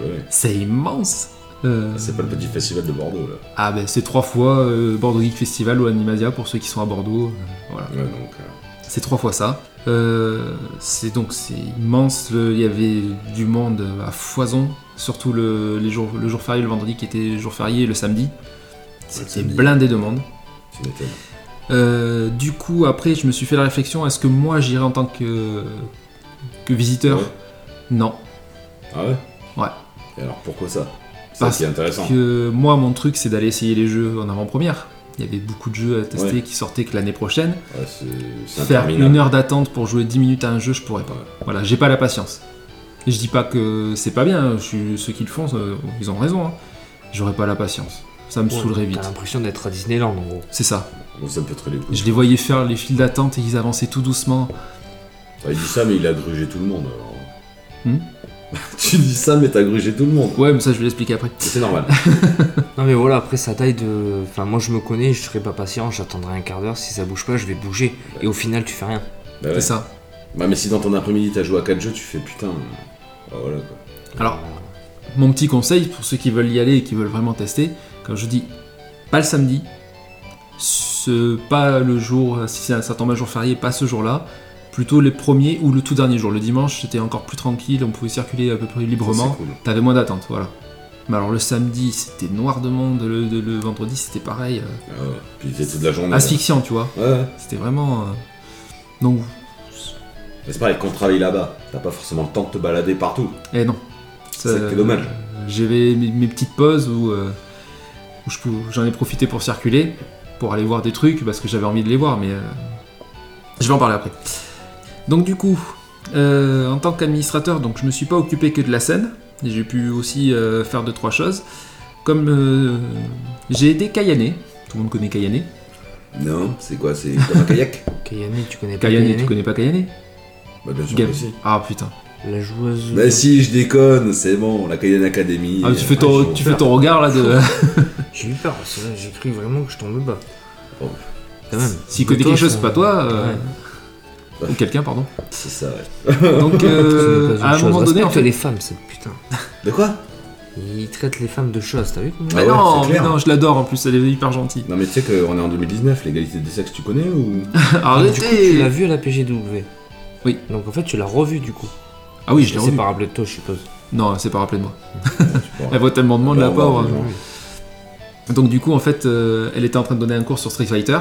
Speaker 2: ouais, ouais.
Speaker 3: C'est immense. Euh,
Speaker 2: C'est pas le petit festival de Bordeaux là.
Speaker 3: Ah ben c'est trois fois euh, Bordeaux Geek Festival ou Animasia pour ceux qui sont à Bordeaux. euh, voilà,
Speaker 2: Ouais, donc, euh,
Speaker 3: c'est trois fois ça. Euh, c'est donc c'est immense. le- Il y avait du monde à foison, surtout le, les jours, le jour férié, le vendredi qui était jour férié, et le samedi. C'était
Speaker 2: samedi.
Speaker 3: blindé de monde.
Speaker 2: tu m'étonnes.
Speaker 3: Euh, du coup, après, je me suis fait la réflexion est-ce que moi j'irai en tant que, que visiteur
Speaker 2: Ouais.
Speaker 3: Non.
Speaker 2: Ah ouais
Speaker 3: Ouais.
Speaker 2: Et alors pourquoi ça C'est
Speaker 3: Parce
Speaker 2: ça qui est intéressant.
Speaker 3: que moi, mon truc, c'est d'aller essayer les jeux en avant-première. Il y avait beaucoup de jeux à tester
Speaker 2: Ouais.
Speaker 3: qui sortaient que l'année prochaine.
Speaker 2: Ouais, c'est c'est
Speaker 3: Faire
Speaker 2: interminable.
Speaker 3: une heure d'attente pour jouer 10 minutes à un jeu, je pourrais pas.
Speaker 2: Ouais.
Speaker 3: Voilà, j'ai pas la patience. Et Je dis pas que c'est pas bien, je suis- ceux qui le font, euh, ils ont raison. hein. J'aurais pas la patience. Ça me saoulerait
Speaker 4: T'as
Speaker 3: vite.
Speaker 4: l'impression d'être à Disneyland en gros.
Speaker 3: C'est ça.
Speaker 2: Bon, ça me fait très les couilles.
Speaker 3: Je les voyais faire les files d'attente et ils avançaient tout doucement.
Speaker 2: Enfin, Ah, il dit ça, mais il a grugé tout le monde. alors.
Speaker 3: Hmm
Speaker 2: tu dis ça, mais t'as grugé tout le monde.
Speaker 3: Ouais, mais ça, je vais l'expliquer après.
Speaker 2: Mais C'est normal. Bah
Speaker 4: Non mais voilà, après ça taille de... Enfin moi je me connais, je serai pas patient, j'attendrai un quart d'heure, si ça bouge pas je vais bouger. Et au final tu fais rien.
Speaker 2: Bah, ouais.
Speaker 3: C'est ça.
Speaker 2: Ouais, mais si dans ton après-midi t'as joué à 4 jeux, tu fais putain. euh, bah, voilà quoi.
Speaker 3: Alors,
Speaker 4: Euh,
Speaker 3: mon petit conseil pour ceux qui veulent y aller et qui veulent vraiment tester, comme je dis, pas le samedi, ce, pas le jour, si c'est un- ça tombe un jour férié, pas ce jour-là, plutôt les premiers ou le tout dernier jour. Le dimanche, c'était encore plus tranquille, on pouvait circuler à peu près
Speaker 2: Ça,
Speaker 3: librement,
Speaker 2: c'est cool.
Speaker 3: t'avais moins d'attente, voilà. Mais alors le samedi, c'était noir de monde, le, le- le vendredi, c'était pareil, euh,
Speaker 2: Ah ouais. Puis c'est toute la journée. hein.
Speaker 3: asphyxiant, tu vois.
Speaker 2: Ouais, ouais.
Speaker 3: C'était vraiment... euh, Donc,
Speaker 2: Mais c'est pareil, quand on travaille là-bas, t'as pas forcément le temps de te balader partout.
Speaker 3: Eh non.
Speaker 2: C'est que dommage.
Speaker 3: euh, J'avais mes, mes petites pauses où, euh, où je pou- j'en ai profité pour circuler, pour aller voir des trucs, parce que j'avais envie de les voir, mais euh, je vais en parler après. Donc du coup, euh, en tant qu'administrateur, donc je me suis pas occupé que de la scène, et j'ai pu aussi euh, faire deux trois choses. Comme euh, j'ai aidé Kayané, tout le monde connaît Kayané.
Speaker 2: Non, c'est quoi C'est comme un kayak
Speaker 4: Kayane, tu connais pas
Speaker 3: Kayané,
Speaker 4: Kayane
Speaker 3: tu connais pas Kayané
Speaker 2: Bah bien sûr
Speaker 3: Game.
Speaker 2: que si.
Speaker 3: Ah putain.
Speaker 4: La joueuse...
Speaker 2: Bah si, je déconne, c'est bon, la Cayenne Academy.
Speaker 3: Ah, tu fais ton,
Speaker 2: euh,
Speaker 3: tu fais ton regard là de.
Speaker 4: J'ai eu peur, parce que là, j'ai cru vraiment que je tombais bas.
Speaker 2: Oh.
Speaker 4: Quand même.
Speaker 3: S'il connaît quelque chose, c'est pas toi. euh,
Speaker 2: Ouais.
Speaker 3: Ou quelqu'un, pardon.
Speaker 2: C'est ça, ouais.
Speaker 3: Donc, euh, à un moment donné, en fait,
Speaker 4: les femmes, cette putain.
Speaker 2: De quoi
Speaker 4: Il traite les femmes de choses, t'as vu comment
Speaker 3: Mais
Speaker 2: ouais,
Speaker 3: non,
Speaker 2: c'est
Speaker 3: mais
Speaker 2: clair.
Speaker 3: non, je l'adore en plus, elle est hyper gentille.
Speaker 2: Non mais tu sais qu'on est en 2019, l'égalité des sexes, tu connais ou
Speaker 3: Ah,
Speaker 4: Du coup, Ah, tu l'as
Speaker 3: Arrêtez
Speaker 4: vu à la PGW.
Speaker 3: Oui.
Speaker 4: Donc en fait, tu l'as revu du coup.
Speaker 3: Ah oui, je l'ai
Speaker 4: C'est
Speaker 3: revu.
Speaker 4: par Abletto, je suppose.
Speaker 3: Non, c'est pas rappelé de moi.
Speaker 2: Tu vois.
Speaker 3: Elle voit tellement de monde,
Speaker 2: Bah,
Speaker 3: la
Speaker 2: on va
Speaker 3: pauvre.
Speaker 2: voir,
Speaker 3: Donc du coup, en fait, euh, elle était en train de donner un cours sur Street Fighter.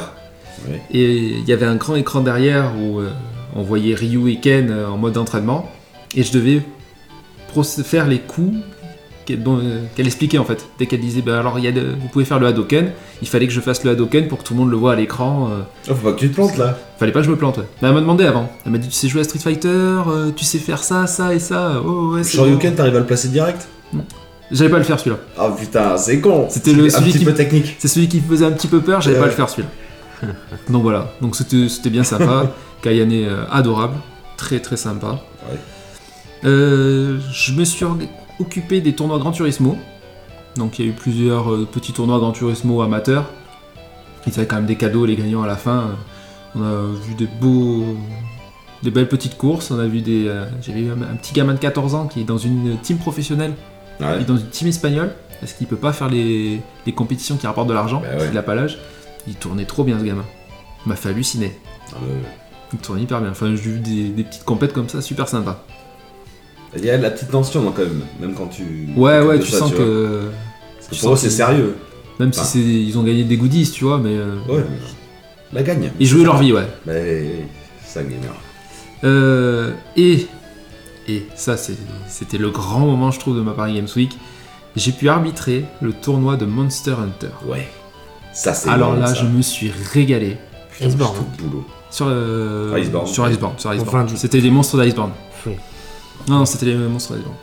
Speaker 2: Ouais.
Speaker 3: Et il y avait un grand écran derrière où euh, on voyait Ryu et Ken euh, en mode d'entraînement. Et je devais proc- faire les coups qu'elle dont, euh, qu'elle expliquait en fait. Dès qu'elle disait, bah, alors il y a de- vous pouvez faire le Hadoken, il fallait que je fasse le Hadoken pour que tout le monde le voit à l'écran. euh,
Speaker 2: Ah, faut pas que tu te plantes là.
Speaker 3: Fallait pas que je me plante. ouais. Mais elle m'a demandé avant. Elle m'a dit, tu sais jouer à Street Fighter, euh, tu sais faire ça, ça et ça. Oh ouais, c'est bon.
Speaker 2: Shoryuken, t'arrives à le placer direct
Speaker 3: J'allais pas le faire celui-là.
Speaker 2: Ah putain, c'est con.
Speaker 3: C'était le-
Speaker 2: un
Speaker 3: celui
Speaker 2: petit
Speaker 3: qui-
Speaker 2: peu technique.
Speaker 3: C'est celui qui me faisait un petit peu peur, j'allais
Speaker 2: Ouais,
Speaker 3: pas
Speaker 2: ouais.
Speaker 3: le faire celui-là. Donc voilà, donc c'était c'était bien sympa. Kayane euh, adorable, très très sympa.
Speaker 2: Ouais.
Speaker 3: Euh, je me suis orga- occupé des tournois Gran Turismo. Donc il y a eu plusieurs euh, petits tournois Gran Turismo amateurs. Ils avaient quand même des cadeaux les gagnants à la fin. On a vu des beaux des belles petites courses, on a vu des euh, j'avais eu un, un petit gamin de 14 ans qui est dans une team professionnelle il
Speaker 2: Ouais.
Speaker 3: est dans une team espagnole parce qu'il peut pas faire les, les compétitions qui rapportent de l'argent,
Speaker 2: Bah
Speaker 3: parce
Speaker 2: ouais.
Speaker 3: qu'il a pas l'âge. Il tournait trop bien ce gamin. Il m'a fait halluciner.
Speaker 2: Ah, mais-
Speaker 3: Il tournait hyper bien. Enfin, j'ai vu des, des petites compètes comme ça, super sympa.
Speaker 2: Il y a de la petite tension non, quand même, même quand tu.
Speaker 3: Ouais,
Speaker 2: t'occupes
Speaker 3: ouais,
Speaker 2: de
Speaker 3: tu
Speaker 2: ça,
Speaker 3: sens
Speaker 2: vois.
Speaker 3: que.
Speaker 2: Parce
Speaker 3: tu
Speaker 2: que
Speaker 3: sens
Speaker 2: pour eux, c'est
Speaker 3: que-
Speaker 2: sérieux.
Speaker 3: Même
Speaker 2: Enfin.
Speaker 3: si c'est, ils ont gagné des goodies, tu vois, mais. euh,
Speaker 2: Ouais, mais la gagne.
Speaker 3: Ils jouaient leur vie, ouais.
Speaker 2: Mais ça gamer.
Speaker 3: Euh, et. Et ça, c'est- c'était le grand moment, je trouve, de ma Paris Games Week. J'ai pu arbitrer le tournoi de Monster Hunter.
Speaker 2: Ouais. Ça c'est.
Speaker 3: Alors
Speaker 2: marrant,
Speaker 3: là,
Speaker 2: ça.
Speaker 3: je hein. me suis régalé.
Speaker 2: Putain,
Speaker 4: Iceborne.
Speaker 2: tout le boulot.
Speaker 3: Sur euh,
Speaker 2: Iceborne.
Speaker 3: Sur Iceborne. sur Iceborne.
Speaker 4: Enfin, du-
Speaker 3: c'était des monstres d'Iceborne.
Speaker 4: Oui.
Speaker 3: Non, non, c'était les monstres d'Iceborne.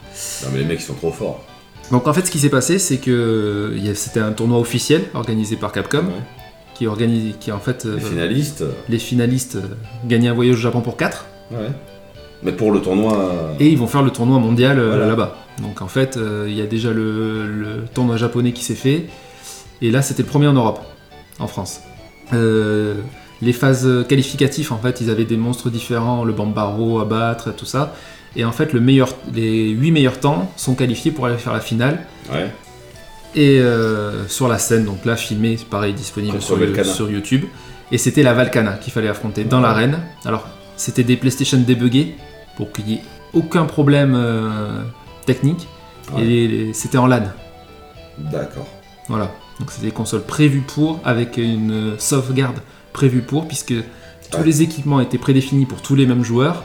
Speaker 2: Non mais les mecs ils sont trop forts.
Speaker 3: Donc en fait, ce qui s'est passé, c'est que euh, il y a- c'était un tournoi officiel organisé par Capcom,
Speaker 2: Ouais.
Speaker 3: qui organise, qui en fait euh,
Speaker 2: Les finalistes.
Speaker 3: les finalistes euh, gagnaient un voyage au Japon pour 4
Speaker 2: Ouais. Mais pour le tournoi.
Speaker 3: et ils vont faire le tournoi mondial euh,
Speaker 2: Voilà.
Speaker 3: là-bas. Donc en fait, euh, il y a déjà le, le tournoi japonais qui s'est fait, et là c'était le premier en Europe, en France. Euh, les phases qualificatives, en fait, ils avaient des monstres différents, le Bambaro à battre, tout ça. Et en fait, le meilleur, les 8 meilleurs temps sont qualifiés pour aller faire la finale.
Speaker 2: euh, Ouais.
Speaker 3: et euh, sur la scène, donc là filmé, c'est pareil, disponible
Speaker 2: Comme
Speaker 3: sur,
Speaker 2: sur Valkana.
Speaker 3: sur YouTube. Et c'était la Valkana qu'il fallait affronter dans
Speaker 2: Ouais.
Speaker 3: l'arène. Alors, c'était des PlayStation débuggés pour qu'il n'y ait aucun problème euh, technique.
Speaker 2: Ouais.
Speaker 3: Et les- les- c'était en LAN.
Speaker 2: D'accord.
Speaker 3: Voilà. Donc, c'était des consoles prévues pour, avec une euh, sauvegarde prévue pour, puisque tous
Speaker 2: Ouais.
Speaker 3: les équipements étaient prédéfinis pour tous les mêmes joueurs.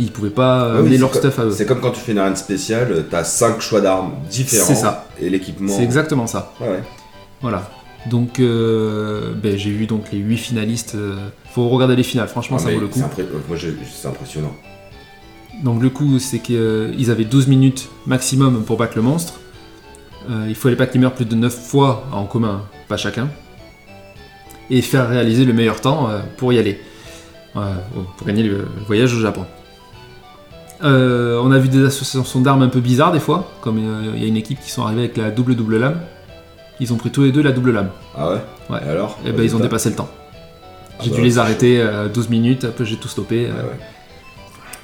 Speaker 3: Ils pouvaient pas euh,
Speaker 2: Ouais, oui,
Speaker 3: mener
Speaker 2: c'est
Speaker 3: leur
Speaker 2: co-
Speaker 3: stuff à eux.
Speaker 2: C'est comme quand tu fais une arène spéciale, euh, t'as 5 choix d'armes différents.
Speaker 3: C'est ça.
Speaker 2: Et l'équipement.
Speaker 3: C'est exactement ça.
Speaker 2: Ouais, ouais.
Speaker 3: Voilà. Donc euh, ben, j'ai vu donc les 8 finalistes. euh, faut regarder les finales, franchement
Speaker 2: Ah,
Speaker 3: ça
Speaker 2: mais
Speaker 3: vaut le coup.
Speaker 2: c'est impré- euh, Moi, je- c'est impressionnant.
Speaker 3: Donc le coup c'est qu'ils avaient 12 minutes maximum pour battre le monstre. Euh, il fallait pas qu'ils meurent plus de 9 fois en commun, pas chacun. Et faire réaliser le meilleur temps euh, pour y aller. Euh, pour gagner le le voyage au Japon. Euh, on a vu des associations d'armes un peu bizarres des fois, comme euh, il y a une équipe qui sont arrivés avec la double double lame. Ils ont pris tous les deux la double lame.
Speaker 2: Ah ouais
Speaker 3: Ouais.
Speaker 2: Et alors
Speaker 3: Et ben ils ont dépassé le temps.
Speaker 2: Ah
Speaker 3: J'ai dû les arrêter euh, 12 minutes, après j'ai tout stoppé. euh.
Speaker 2: Ouais, bah Ah ouais.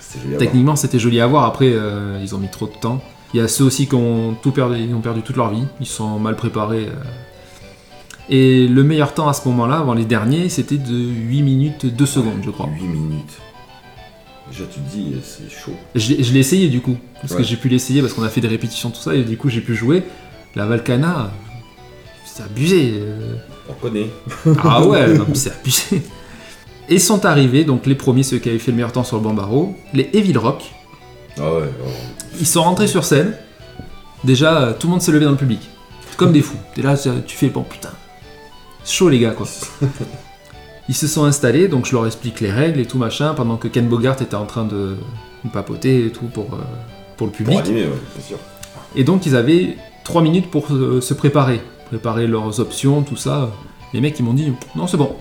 Speaker 2: C'était joli à
Speaker 3: Techniquement, c'était joli à voir, après, euh, ils ont mis trop de temps. Il y a ceux aussi qui ont, tout perdu, ils ont perdu toute leur vie, ils sont mal préparés. euh. Et le meilleur temps à ce moment-là, avant les derniers, c'était de 8 minutes 2 secondes, je crois.
Speaker 2: voir. 8 hein. minutes. Déjà, tu te dis, euh, c'est chaud.
Speaker 3: Je, l'ai- je l'ai essayé du coup, parce
Speaker 2: Ouais.
Speaker 3: que j'ai pu l'essayer, parce qu'on a fait des répétitions, tout ça, et du coup j'ai pu jouer. La Valkana, c'est abusé. euh.
Speaker 2: On reconnaît.
Speaker 3: Ah ouais, non, mais c'est abusé. Et sont arrivés, donc les premiers, ceux qui avaient fait le meilleur temps sur le Bambaro, les Evil Rock.
Speaker 2: Ah ouais.
Speaker 3: Ils sont rentrés sur scène. Déjà, euh, tout le monde s'est levé dans le public. Comme des fous. T'es là, tu- tu fais bon putain. C'est Chaud les gars quoi. Ils se sont installés, donc je leur explique les règles et tout machin, pendant que Ken Bogart était en train de, de papoter et tout pour, euh, pour le
Speaker 2: Pour
Speaker 3: public.
Speaker 2: animer, ouais, bien sûr.
Speaker 3: Et donc ils avaient 3 minutes pour euh, se préparer, préparer leurs options, tout ça. Les mecs ils m'ont dit non c'est bon,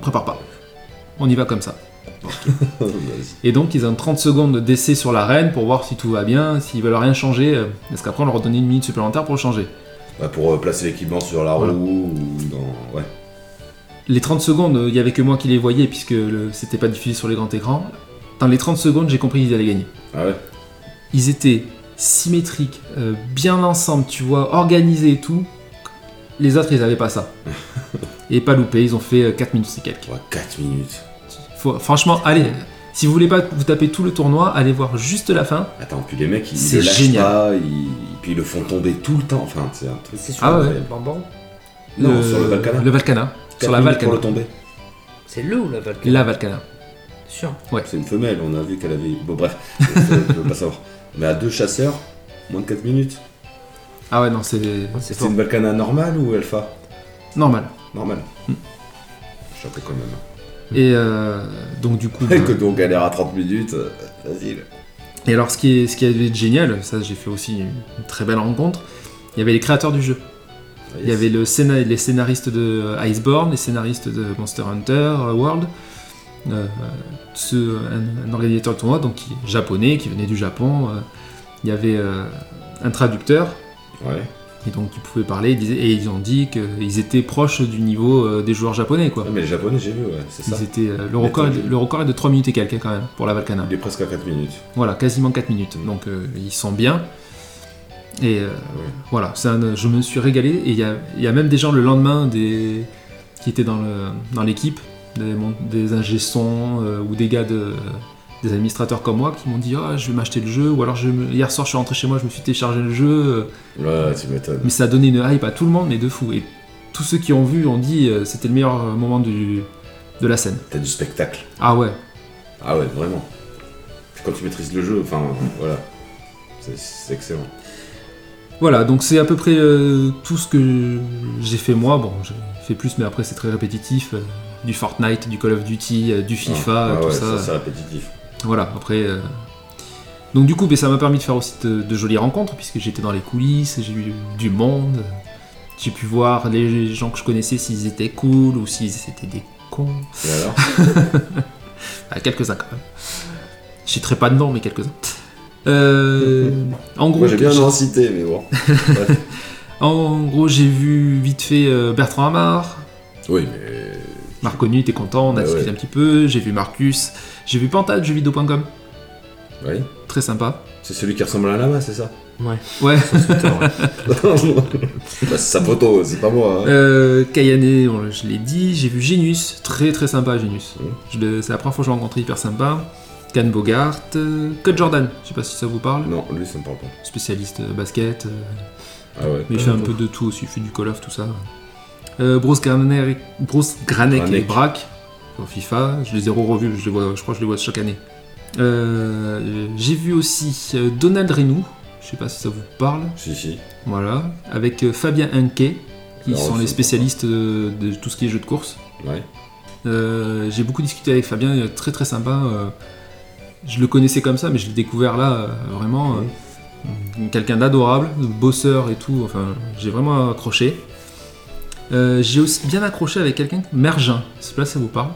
Speaker 3: prépare pas. On y va comme ça.
Speaker 2: Vas-y.
Speaker 3: Et donc ils ont 30 secondes d'essai sur l'arène pour voir si tout va bien, s'ils veulent rien changer, euh, parce qu'après on leur donne une minute supplémentaire pour le changer.
Speaker 2: Bah, pour euh, placer l'équipement sur la
Speaker 3: Voilà.
Speaker 2: roue ou dans. Ouais.
Speaker 3: Les 30 secondes, euh, il y avait que moi qui les voyais puisque le- c'était pas diffusé sur les grands écrans. Dans les 30 secondes, j'ai compris qu'ils allaient gagner.
Speaker 2: Ah ouais
Speaker 3: Ils étaient symétrique, euh, bien ensemble, tu vois, organisé et tout. Les autres, ils avaient pas ça. et pas loupé, ils ont fait euh, 4 minutes et quelques.
Speaker 2: Ouais, 4 minutes.
Speaker 3: Faut- franchement, allez, si vous voulez pas vous taper tout le tournoi, allez voir juste la fin.
Speaker 2: Attends, puis les mecs, ils
Speaker 3: C'est
Speaker 2: le lâchent
Speaker 3: génial.
Speaker 2: pas, ils... puis ils le font tomber tout le temps. Enfin, c'est un truc.
Speaker 4: C'est sur
Speaker 3: Ah
Speaker 4: le-
Speaker 3: ouais.
Speaker 2: Non, sur le Valkana.
Speaker 3: Le Valkana.
Speaker 2: Quatre
Speaker 3: Sur la
Speaker 2: minutes
Speaker 3: Valkana.
Speaker 2: Pour le tomber.
Speaker 4: C'est le ou la Ah, Valkyrie
Speaker 3: La Valkana.
Speaker 4: Sûr.
Speaker 2: C'est une femelle, on a vu qu'elle avait. Bon, bref, je je veux pas savoir. Mais à deux chasseurs, moins de 4 minutes.
Speaker 3: Ah ouais, non, c'est
Speaker 4: C'est
Speaker 2: C'est
Speaker 4: fort.
Speaker 2: une Valkana normale ou alpha
Speaker 3: normal.
Speaker 2: Normale.
Speaker 3: Hmm.
Speaker 2: Choqué quand même.
Speaker 3: Et euh, donc, du coup.
Speaker 2: Et que
Speaker 3: bah,
Speaker 2: donc galère à 30 minutes, euh, facile.
Speaker 3: Et alors, ce qui, est, ce qui avait de génial, ça j'ai fait aussi une une très belle rencontre, il y avait les créateurs du jeu. Il y avait le scéna- les scénaristes de euh, Iceborne, les scénaristes de Monster Hunter euh, World, euh, ce- un, un organisateur de tournoi, donc qui- japonais, qui venait du Japon. euh, il y avait euh, un traducteur,
Speaker 2: Ouais.
Speaker 3: et donc ils pouvaient parler, ils disaient- et ils ont dit qu'ils étaient proches du niveau euh, des joueurs japonais, quoi.
Speaker 2: Ouais, mais les japonais, j'ai vu, ouais, c'est ça.
Speaker 3: Ils étaient, euh, le, record, est- le record est de 3 minutes et quelques, hein, quand même, pour la Valkana.
Speaker 2: Il est presque à 4 minutes.
Speaker 3: Voilà, quasiment 4 minutes. Donc euh, ils sont bien. Et euh, voilà, c'est un- je me suis régalé. Et il y a, il y a même des gens le lendemain des, qui étaient dans le- dans l'équipe, des, mon- des ingé son, euh, ou des gars de, des administrateurs comme moi qui m'ont dit Ah, je vais m'acheter le jeu. Ou alors je me- hier soir, je suis rentré chez moi, je me suis téléchargé le jeu.
Speaker 2: Ouais, tu m'étonnes.
Speaker 3: Mais ça a donné une hype à tout le monde, mais de fou. Et tous ceux qui ont vu ont dit euh, C'était le meilleur moment du, de la scène.
Speaker 2: T'as du spectacle.
Speaker 3: Ah ouais,
Speaker 2: Ah ouais, vraiment. Quand tu maîtrises le jeu, enfin, voilà. C'est- C'est excellent.
Speaker 3: Voilà, donc c'est à peu près euh, tout ce que j'ai fait moi. Bon, j'ai fait plus, mais après c'est très répétitif. euh, du Fortnite, du Call of Duty, euh, du FIFA,
Speaker 2: Ah,
Speaker 3: euh,
Speaker 2: ah
Speaker 3: tout
Speaker 2: ouais,
Speaker 3: ça.
Speaker 2: c'est répétitif.
Speaker 3: Voilà, après. euh, Donc du coup, ben, ça m'a permis de faire aussi de, de jolies rencontres, puisque j'étais dans les coulisses, j'ai eu du monde. J'ai pu voir les gens que je connaissais s'ils étaient cool ou s'ils étaient des cons.
Speaker 2: Et alors
Speaker 3: Ah, quelques-uns quand même. Je citerai pas de nom, mais quelques-uns. Euh, en gros,
Speaker 2: Moi j'ai bien
Speaker 3: j'ai-
Speaker 2: en cité, mais bon. Bref.
Speaker 3: En gros, j'ai vu vite fait euh, Bertrand Amar.
Speaker 2: oui, mais.
Speaker 3: Marconi était content, on a
Speaker 2: Ouais,
Speaker 3: discuté
Speaker 2: ouais.
Speaker 3: un petit peu. J'ai vu Marcus. J'ai vu Panta de jeuxvideo.com.
Speaker 2: Oui.
Speaker 3: Très sympa.
Speaker 2: C'est celui qui ressemble à un lama, c'est ça
Speaker 4: Ouais.
Speaker 3: Ouais.
Speaker 2: Bah, C'est sa photo, c'est pas moi. hein.
Speaker 3: Euh, Kayane, bon, je l'ai dit. J'ai vu Genius. Très très sympa, Genius.
Speaker 2: Ouais.
Speaker 3: Je le- C'est la première fois que je l'ai rencontré, hyper sympa. Can Bogart. euh, Code Jordan. Je sais pas si ça vous parle.
Speaker 2: Non, lui ça me parle pas.
Speaker 3: Spécialiste euh, basket. euh,
Speaker 2: Ah ouais.
Speaker 3: mais il fait un peu de tout aussi. Il fait du Call of, tout ça. Euh, Bruce, Granek, Bruce Granek et
Speaker 2: Granek.
Speaker 3: Brack en FIFA. Je les ai revus, je, les vois- je crois que je les vois chaque année. Euh, J'ai vu aussi euh, Donald Renou, je sais pas si ça vous parle,
Speaker 2: Si, si.
Speaker 3: voilà, avec euh, Fabien Henquet, qui
Speaker 2: Alors,
Speaker 3: sont
Speaker 2: je
Speaker 3: les
Speaker 2: sais
Speaker 3: spécialistes euh, de, tout ce qui est jeu de course.
Speaker 2: Ouais.
Speaker 3: Euh, J'ai beaucoup discuté avec Fabien, euh, très très sympa. euh, je le connaissais comme ça, mais je l'ai découvert là, euh, vraiment. euh, Quelqu'un d'adorable, de bosseur et tout. Enfin, j'ai vraiment accroché. Euh, j'ai aussi bien accroché avec quelqu'un, Mergin. Je sais pas si ça vous parle.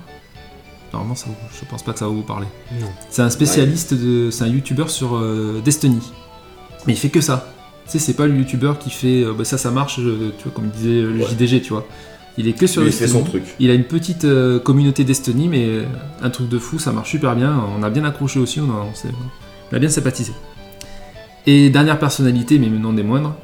Speaker 3: Normalement, ça vous- je pense pas que ça va vous parler.
Speaker 4: Non.
Speaker 3: C'est un spécialiste de, c'est un youtubeur sur euh, Destiny. Mais il fait que ça. Tu sais, c'est pas le youtubeur qui fait euh, bah, ça, ça marche. je- tu vois, comme disait le
Speaker 2: Ouais.
Speaker 3: JDG, tu vois. Il est que sur
Speaker 2: Lui, il
Speaker 3: Destiny.
Speaker 2: fait son truc.
Speaker 3: Il a une petite euh, communauté Destiny, mais euh, un truc de fou, ça marche super bien. On a bien accroché aussi, on a, on s'est- on a bien sympathisé. Et dernière personnalité, mais non des moindres,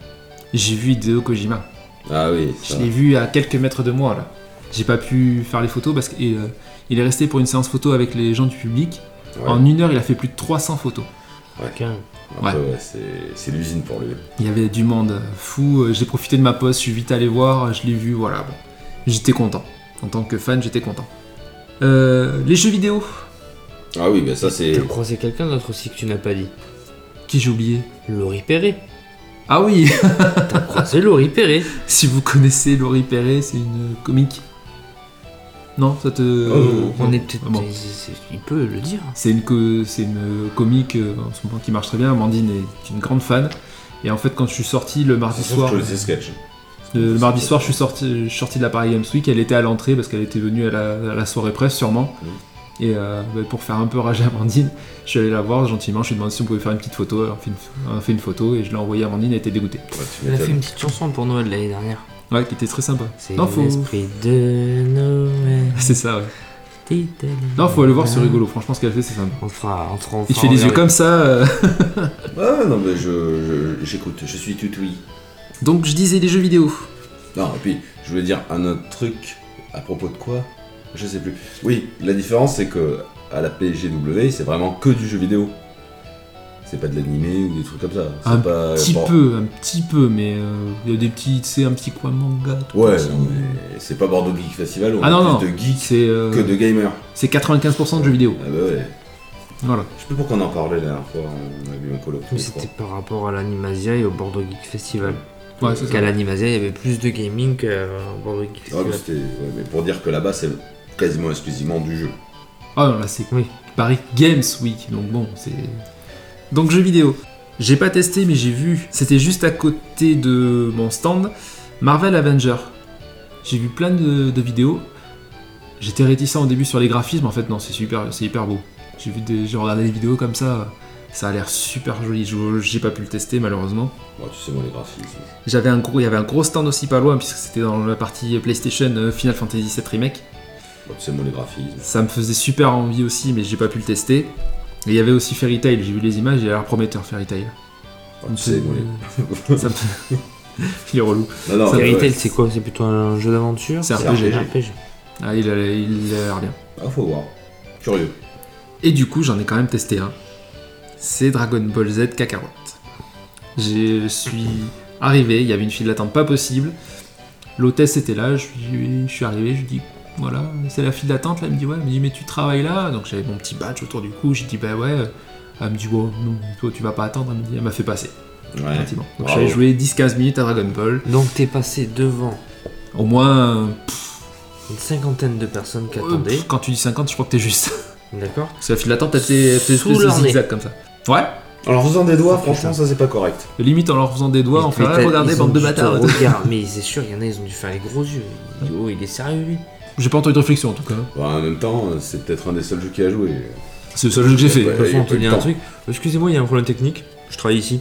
Speaker 3: j'ai vu Hideo Kojima.
Speaker 2: Ah oui.
Speaker 3: Je
Speaker 2: ça.
Speaker 3: l'ai vu à quelques mètres de moi là. J'ai pas pu faire les photos parce qu'il euh, il est resté pour une séance photo avec les gens du public.
Speaker 2: Ouais.
Speaker 3: En une heure, il a fait plus de 300 photos.
Speaker 4: Aucun.
Speaker 2: Un peu, ouais, c'est c'est l'usine pour lui.
Speaker 3: Il y avait du monde euh, fou. euh, J'ai profité de ma pause, je suis vite allé voir, euh, je l'ai vu, voilà. Bon. J'étais content. En tant que fan, j'étais content. Euh, les jeux vidéo,
Speaker 2: Ah oui, bah ça c'est.
Speaker 4: T'as croisé quelqu'un d'autre aussi que tu n'as pas dit.
Speaker 3: qui j'ai oublié
Speaker 4: Laurie Perret.
Speaker 3: Ah oui
Speaker 4: T'as croisé Laurie Perret.
Speaker 3: Si vous connaissez Laurie Perret, c'est une comique. Non, ça te.
Speaker 2: non,
Speaker 4: On est peut-être.
Speaker 3: Ah bon.
Speaker 4: c'est- c'est- Il peut le dire.
Speaker 3: C'est une, co- c'est une comique euh, en ce moment qui marche très bien. Amandine est une grande fan. Et en fait, quand je suis sorti le mardi
Speaker 2: C'est sûr que
Speaker 3: soir,
Speaker 2: je connaissais sketch.
Speaker 3: le, le mardi soir, je suis sorti, je suis sorti de la Paris Games Week. Elle était à l'entrée parce qu'elle était venue à la, à la soirée presse, sûrement.
Speaker 2: Mhm.
Speaker 3: Et euh, bah, pour faire un peu rager Amandine, je suis allé la voir gentiment. Je lui ai demandé si on pouvait faire une petite photo. Elle a fait une, elle a fait une photo et je l'ai envoyée à Amandine. Elle était dégoûtée.
Speaker 2: Ouais, tu
Speaker 4: Il a fait une
Speaker 2: m'étonnes.
Speaker 4: petite chanson pour Noël l'année dernière.
Speaker 3: Ouais, qui était très sympa.
Speaker 4: C'est
Speaker 3: Non, faut-
Speaker 4: l'esprit de Noël.
Speaker 3: C'est ça, ouais. Non, faut aller voir, c'est rigolo. Franchement, ce qu'elle fait, c'est fun.
Speaker 4: On fera, on fera- on
Speaker 3: Il
Speaker 4: fera
Speaker 3: fait les yeux
Speaker 4: regarder.
Speaker 3: comme ça. euh.
Speaker 2: Ah non, mais je, je- j'écoute, je suis tutouille.
Speaker 3: Donc, je disais les jeux vidéo.
Speaker 2: Non, et puis, je voulais dire un autre truc à propos de quoi Je sais plus. Oui, la différence, c'est que à la PGW, c'est vraiment que du jeu vidéo. C'est pas de l'animé ou des trucs comme ça. C'est
Speaker 3: Un
Speaker 2: pas,
Speaker 3: Un petit
Speaker 2: Euh, bon,
Speaker 3: peu, un petit peu, mais euh, il y a des petits, tu sais, un petit coin manga. tout
Speaker 2: Ouais,
Speaker 3: comme ça.
Speaker 2: non, mais c'est pas Bordeaux Geek Festival, on
Speaker 3: Ah
Speaker 2: a
Speaker 3: non,
Speaker 2: plus
Speaker 3: non.
Speaker 2: de geeks
Speaker 3: C'est euh,
Speaker 2: que de gamers.
Speaker 3: c'est 95% de jeux vidéo.
Speaker 2: Ah bah ouais.
Speaker 3: Voilà.
Speaker 2: Je sais plus pourquoi on en parlait la dernière fois, on a vu en colloque.
Speaker 4: Mais
Speaker 2: je crois.
Speaker 4: c'était par rapport à l'Animasia et au Bordeaux Geek Festival.
Speaker 3: Ouais, c'est
Speaker 4: Qu'à
Speaker 3: ça.
Speaker 4: l'Animasia, il y avait plus de gaming qu'au Bordeaux Geek
Speaker 2: Ah, mais
Speaker 4: Festival.
Speaker 2: c'était- ouais, mais pour dire que là-bas, c'est quasiment exclusivement du jeu.
Speaker 3: Ah non, là, c'est
Speaker 4: Oui.
Speaker 3: Paris Games Week, donc bon, c'est. Donc, jeux vidéo. J'ai pas testé, mais j'ai vu. C'était juste à côté de mon stand, Marvel Avenger. J'ai vu plein de, de vidéos. J'étais réticent au début sur les graphismes, en fait, non, c'est super, c'est hyper beau. J'ai vu des- j'ai regardé les vidéos comme ça, ça a l'air super joli. Je- J'ai pas pu le tester, malheureusement.
Speaker 2: Bon, tu sais, moi, les graphismes.
Speaker 3: J'avais un gros, il y avait un gros stand aussi pas loin puisque c'était dans la partie PlayStation euh, Final Fantasy VII Remake.
Speaker 2: Bon, tu sais, moi, les graphismes.
Speaker 3: Ça me faisait super envie aussi, mais j'ai pas pu le tester. Et il y avait aussi Fairy Tail. J'ai vu les images, il a l'air prometteur Fairy Tail.
Speaker 2: Bon, tu sais, moi, les-
Speaker 3: Euh, ça me- il est relou.
Speaker 2: Non, non,
Speaker 3: Ça
Speaker 2: mais
Speaker 4: Fairy
Speaker 2: ouais.
Speaker 4: Tail, c'est quoi C'est plutôt un jeu d'aventure
Speaker 3: C'est un
Speaker 4: C'est
Speaker 2: RPG.
Speaker 4: RPG.
Speaker 3: Ah, il a il a l'air bien.
Speaker 2: Ah, faut voir. Curieux.
Speaker 3: Et du coup, j'en ai quand même testé un. C'est Dragon Ball Z Kakarot. Je suis arrivé, il y avait une file d'attente pas possible. L'hôtesse était là, je suis, je suis arrivé, je lui dis voilà, c'est la file d'attente là. Elle me dit ouais, elle me dit mais tu travailles là Donc j'avais mon petit badge autour du cou, j'ai dit bah ouais. Elle me dit oh, non, toi tu vas pas attendre. Elle me dit elle m'a fait passer,
Speaker 2: Ouais.
Speaker 3: gentiment. Donc
Speaker 2: Bravo.
Speaker 3: j'avais joué 10-15 minutes à Dragon Ball.
Speaker 4: Donc t'es passé devant
Speaker 3: Au moins, euh,
Speaker 4: une cinquantaine de personnes qui
Speaker 3: euh,
Speaker 4: attendaient,
Speaker 3: pff, quand tu dis 50, je crois que t'es juste.
Speaker 4: d'accord
Speaker 3: Parce que la file d'attente elle fait elle fait
Speaker 4: Sous
Speaker 3: espèce de
Speaker 4: leur nez.
Speaker 3: zigzag comme ça. Ouais,
Speaker 2: En leur faisant des doigts,
Speaker 4: Ça fait
Speaker 2: franchement, ça, c'est pas correct.
Speaker 3: limite en leur faisant des doigts, en fait
Speaker 4: Mais t'as-
Speaker 3: ouais, regardez
Speaker 4: ils ont
Speaker 3: bande de
Speaker 4: dû te
Speaker 3: bâtards.
Speaker 4: regarder- Mais c'est sûr, il y en a, ils ont dû faire les gros yeux. Ils disent, Oh, il est sérieux lui
Speaker 3: J'ai pas entendu de réflexion en tout cas.
Speaker 2: Bon, en même temps, euh, c'est peut-être un des seuls jeux qui a joué.
Speaker 3: C'est le seul jeu que j'ai fait.
Speaker 4: De toute
Speaker 2: Euh, il
Speaker 4: façon,
Speaker 2: a
Speaker 4: on
Speaker 2: pas
Speaker 4: te
Speaker 2: eu
Speaker 4: dit
Speaker 2: le
Speaker 4: un
Speaker 2: temps.
Speaker 4: truc. Excusez-moi, il y a un problème technique. Je travaille ici.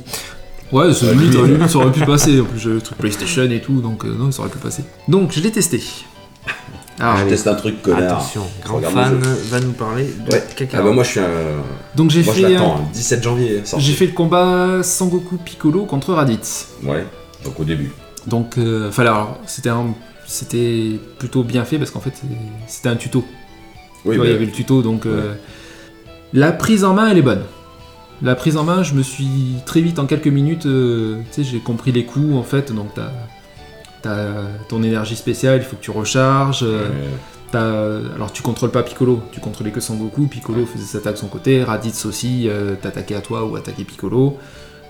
Speaker 3: Ouais, ce
Speaker 2: Ouais,
Speaker 3: limite,
Speaker 2: lui,
Speaker 3: euh,
Speaker 2: ouais.
Speaker 3: limite, ça aurait pu passer. En plus, j'ai le truc PlayStation et tout, donc euh, non, ça aurait pu passer. Donc, je l'ai testé. Alors,
Speaker 2: Je
Speaker 4: Allez.
Speaker 2: teste un truc, connard.
Speaker 4: Attention, grand
Speaker 2: Regarde
Speaker 4: fan
Speaker 2: le
Speaker 4: va nous parler de
Speaker 2: Ouais. Ah,
Speaker 4: Kakarot.
Speaker 2: bah, moi, je suis un.
Speaker 3: donc j'ai
Speaker 2: Moi, je
Speaker 3: fait,
Speaker 2: l'attends.
Speaker 3: un-
Speaker 2: hein, 17 janvier. sorti.
Speaker 3: j'ai fait le combat Sangoku Piccolo contre Raditz.
Speaker 2: Ouais. Donc, au début.
Speaker 3: Donc, euh, enfin, alors, c'était un- c'était plutôt bien fait parce qu'en fait, c'est- c'était un tuto.
Speaker 2: Oui,
Speaker 3: Tu vois,
Speaker 2: mais-
Speaker 3: il y avait le tuto, donc euh, la prise en main, elle est bonne. La prise en main, je me suis très vite, en quelques minutes, euh, tu sais, j'ai compris les coups en fait. Donc t'as as ton énergie spéciale, il faut que tu recharges. euh,
Speaker 2: Ouais.
Speaker 3: t'as- alors tu contrôles pas Piccolo, tu contrôlais que Sangoku. Piccolo faisait sa attaque de son côté, Raditz aussi euh, t'attaquais à toi ou attaquais Piccolo.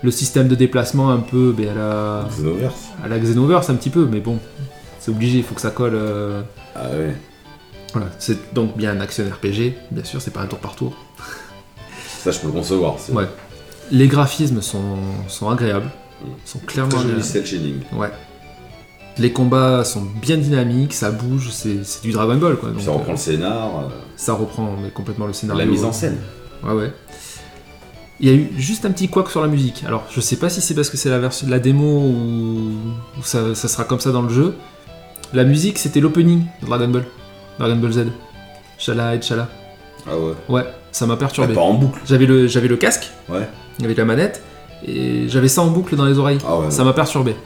Speaker 3: Le système de déplacement un peu, ben, à la,
Speaker 2: euh, Xenoverse.
Speaker 3: à la Xenoverse un petit peu, mais bon, c'est obligé, il faut que ça colle. euh,
Speaker 2: Ah, ouais.
Speaker 3: voilà, c'est donc bien un action RPG, bien sûr, c'est pas un tour par tour.
Speaker 2: Ça, je peux le concevoir. C'est
Speaker 3: Ouais. Les graphismes sont, sont agréables,
Speaker 2: Mm.
Speaker 3: sont clairement
Speaker 2: très joli
Speaker 3: agréables.
Speaker 2: cel shading.
Speaker 3: Ouais. Les combats sont bien dynamiques, ça bouge, c'est c'est du Dragon Ball quoi. donc,
Speaker 2: Ça reprend
Speaker 3: euh,
Speaker 2: le scénar, euh,
Speaker 3: ça reprend, mais complètement le scénario. euh,
Speaker 2: la mise en scène.
Speaker 3: Ouais ouais. Il y a eu juste un petit couac sur la musique. Alors je sais pas si c'est parce que c'est la version de la démo ou, ou ça, ça sera comme ça dans le jeu. La musique c'était l'opening de Dragon Ball, Dragon Ball Z. Chala et Chala.
Speaker 2: Ah ouais.
Speaker 3: Ouais, ça m'a
Speaker 2: Ah,
Speaker 3: perturbé.
Speaker 2: Pas en boucle.
Speaker 3: J'avais le, j'avais le casque,
Speaker 2: Ouais.
Speaker 3: avec la manette, et j'avais ça en boucle dans les oreilles.
Speaker 2: Ah ouais.
Speaker 3: Ça m'a perturbé.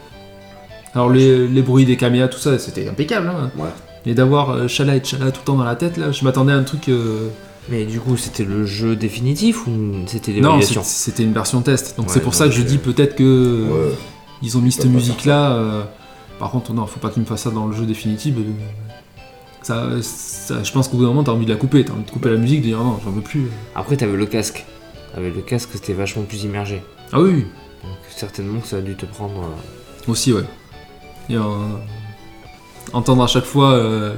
Speaker 3: Alors les, les bruits des caméras, tout ça, c'était impeccable. Hein.
Speaker 2: Ouais.
Speaker 3: Mais d'avoir euh, Chala et Chala tout le temps dans la tête, là, je m'attendais à un truc... euh,
Speaker 4: Mais du coup, c'était le jeu définitif ou c'était
Speaker 3: Non, c'est-
Speaker 4: l'évaluation
Speaker 3: c'était une version test. Donc
Speaker 4: Ouais,
Speaker 3: c'est pour ça que
Speaker 4: donc,
Speaker 3: je
Speaker 4: euh,
Speaker 3: dis peut-être que euh,
Speaker 2: Ouais.
Speaker 3: ils ont mis cette
Speaker 2: peuvent pas
Speaker 3: musique-là. euh, Par contre, non, faut pas qu'ils me fassent ça dans le jeu définitif. euh, Ça, ça- je pense qu'au bout d'un moment, t'as envie de la couper. T'as envie de couper la musique, de dire non, j'en veux plus.
Speaker 4: Après, t'avais le casque. Avec le casque, c'était vachement plus immergé.
Speaker 3: Ah oui, oui.
Speaker 4: Donc certainement que ça a dû te prendre. euh,
Speaker 3: Aussi, ouais. Et en- entendre à chaque fois euh,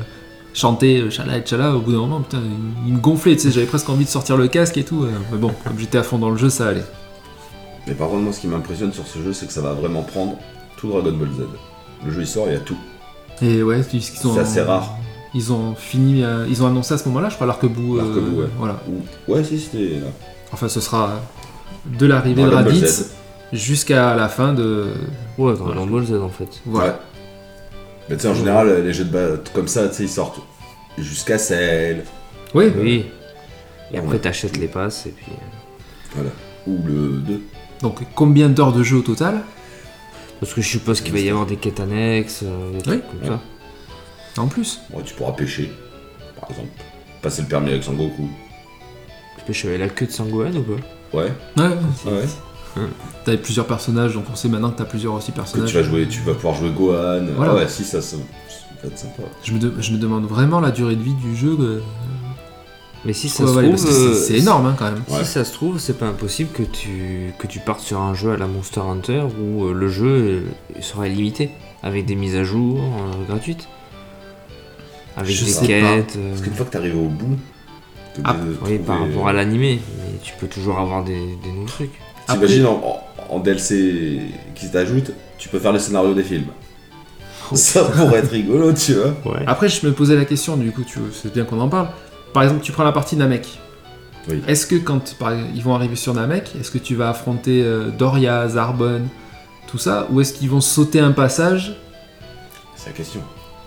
Speaker 3: chanter euh, Chala et Chala, au bout d'un moment, putain, il- il me gonflait, tu sais, j'avais presque envie de sortir le casque et tout. euh, mais bon, comme j'étais à fond dans le jeu, ça allait.
Speaker 2: Mais par contre, moi, ce qui m'impressionne sur ce jeu, c'est que ça va vraiment prendre tout Dragon Ball Z. Le jeu, il sort, il y a tout.
Speaker 3: Et ouais, ils, ils ont,
Speaker 2: C'est assez rare.
Speaker 3: Ils ont fini, euh, ils ont annoncé à ce moment-là, je crois, l'arc-bout. euh,
Speaker 2: L'arc-bout, ouais.
Speaker 3: Voilà.
Speaker 2: Ou- Ouais, si, c'était. là.
Speaker 3: Enfin, ce sera euh, de l'arrivée de
Speaker 2: Dragon Ball
Speaker 3: Raditz
Speaker 2: Z.
Speaker 3: jusqu'à la fin de.
Speaker 4: Ouais, Dragon Ball Z en fait.
Speaker 3: Voilà.
Speaker 2: Ouais. Mais tu sais, en général, les jeux de batte comme ça, tu sais, ils sortent jusqu'à Cell,
Speaker 3: Oui,
Speaker 4: Oui. Et après,
Speaker 2: Ouais.
Speaker 4: t'achètes les passes et puis. euh,
Speaker 2: Voilà. Ou le 2.
Speaker 3: donc combien d'heures de jeu au total
Speaker 4: Parce que je suppose qu'il va y avoir des quêtes annexes, euh, des trucs comme
Speaker 2: ouais.
Speaker 4: ça.
Speaker 3: En plus
Speaker 2: Ouais, tu pourras pêcher, par exemple. Passer le permis avec Son Goku.
Speaker 4: Tu peux choper la queue de Sangohan ou pas
Speaker 2: Ouais.
Speaker 3: Ouais, ouais.
Speaker 2: Ouais.
Speaker 3: T'avais plusieurs personnages, donc on sait maintenant que t'as plusieurs aussi
Speaker 2: Que
Speaker 3: personnages.
Speaker 2: tu vas jouer, tu vas pouvoir jouer Gohan.
Speaker 3: Voilà.
Speaker 2: Ah ouais, si ça, ça, ça va être sympa.
Speaker 3: Je me, de- je me demande vraiment la durée de vie du jeu. euh,
Speaker 4: Mais si ça
Speaker 3: ouais,
Speaker 4: se
Speaker 3: ouais, parce
Speaker 4: trouve.
Speaker 3: que c'est-
Speaker 4: euh,
Speaker 3: c'est énorme hein, quand même.
Speaker 4: Si
Speaker 2: Ouais.
Speaker 4: ça se trouve, c'est pas impossible que tu, que tu partes sur un jeu à la Monster Hunter où euh, le jeu euh, sera limité, avec des mises à jour euh, gratuites, avec
Speaker 3: Je
Speaker 4: des
Speaker 3: sais
Speaker 4: quêtes. euh,
Speaker 2: Parce qu'une fois que t'arrives au bout, t'es
Speaker 3: Ah,
Speaker 2: obligé de
Speaker 4: oui, par
Speaker 2: trouver- euh,
Speaker 4: rapport à l'animé, mais tu peux toujours avoir des, des nouveaux trucs.
Speaker 2: T'imagines en, en- en DLC qui t'ajoute, tu peux faire le scénario des films.
Speaker 3: Oh,
Speaker 2: Ça pourrait être rigolo, tu vois.
Speaker 4: Ouais.
Speaker 3: Après, je me posais la question, du coup, tu... c'est bien qu'on en parle. Par exemple, tu prends la partie Namek.
Speaker 2: Oui.
Speaker 3: Est-ce que quand par- ils vont arriver sur Namek, est-ce que tu vas affronter euh, Doria, Zarbonne, tout ça, ou est-ce qu'ils vont sauter un passage
Speaker 2: C'est la question.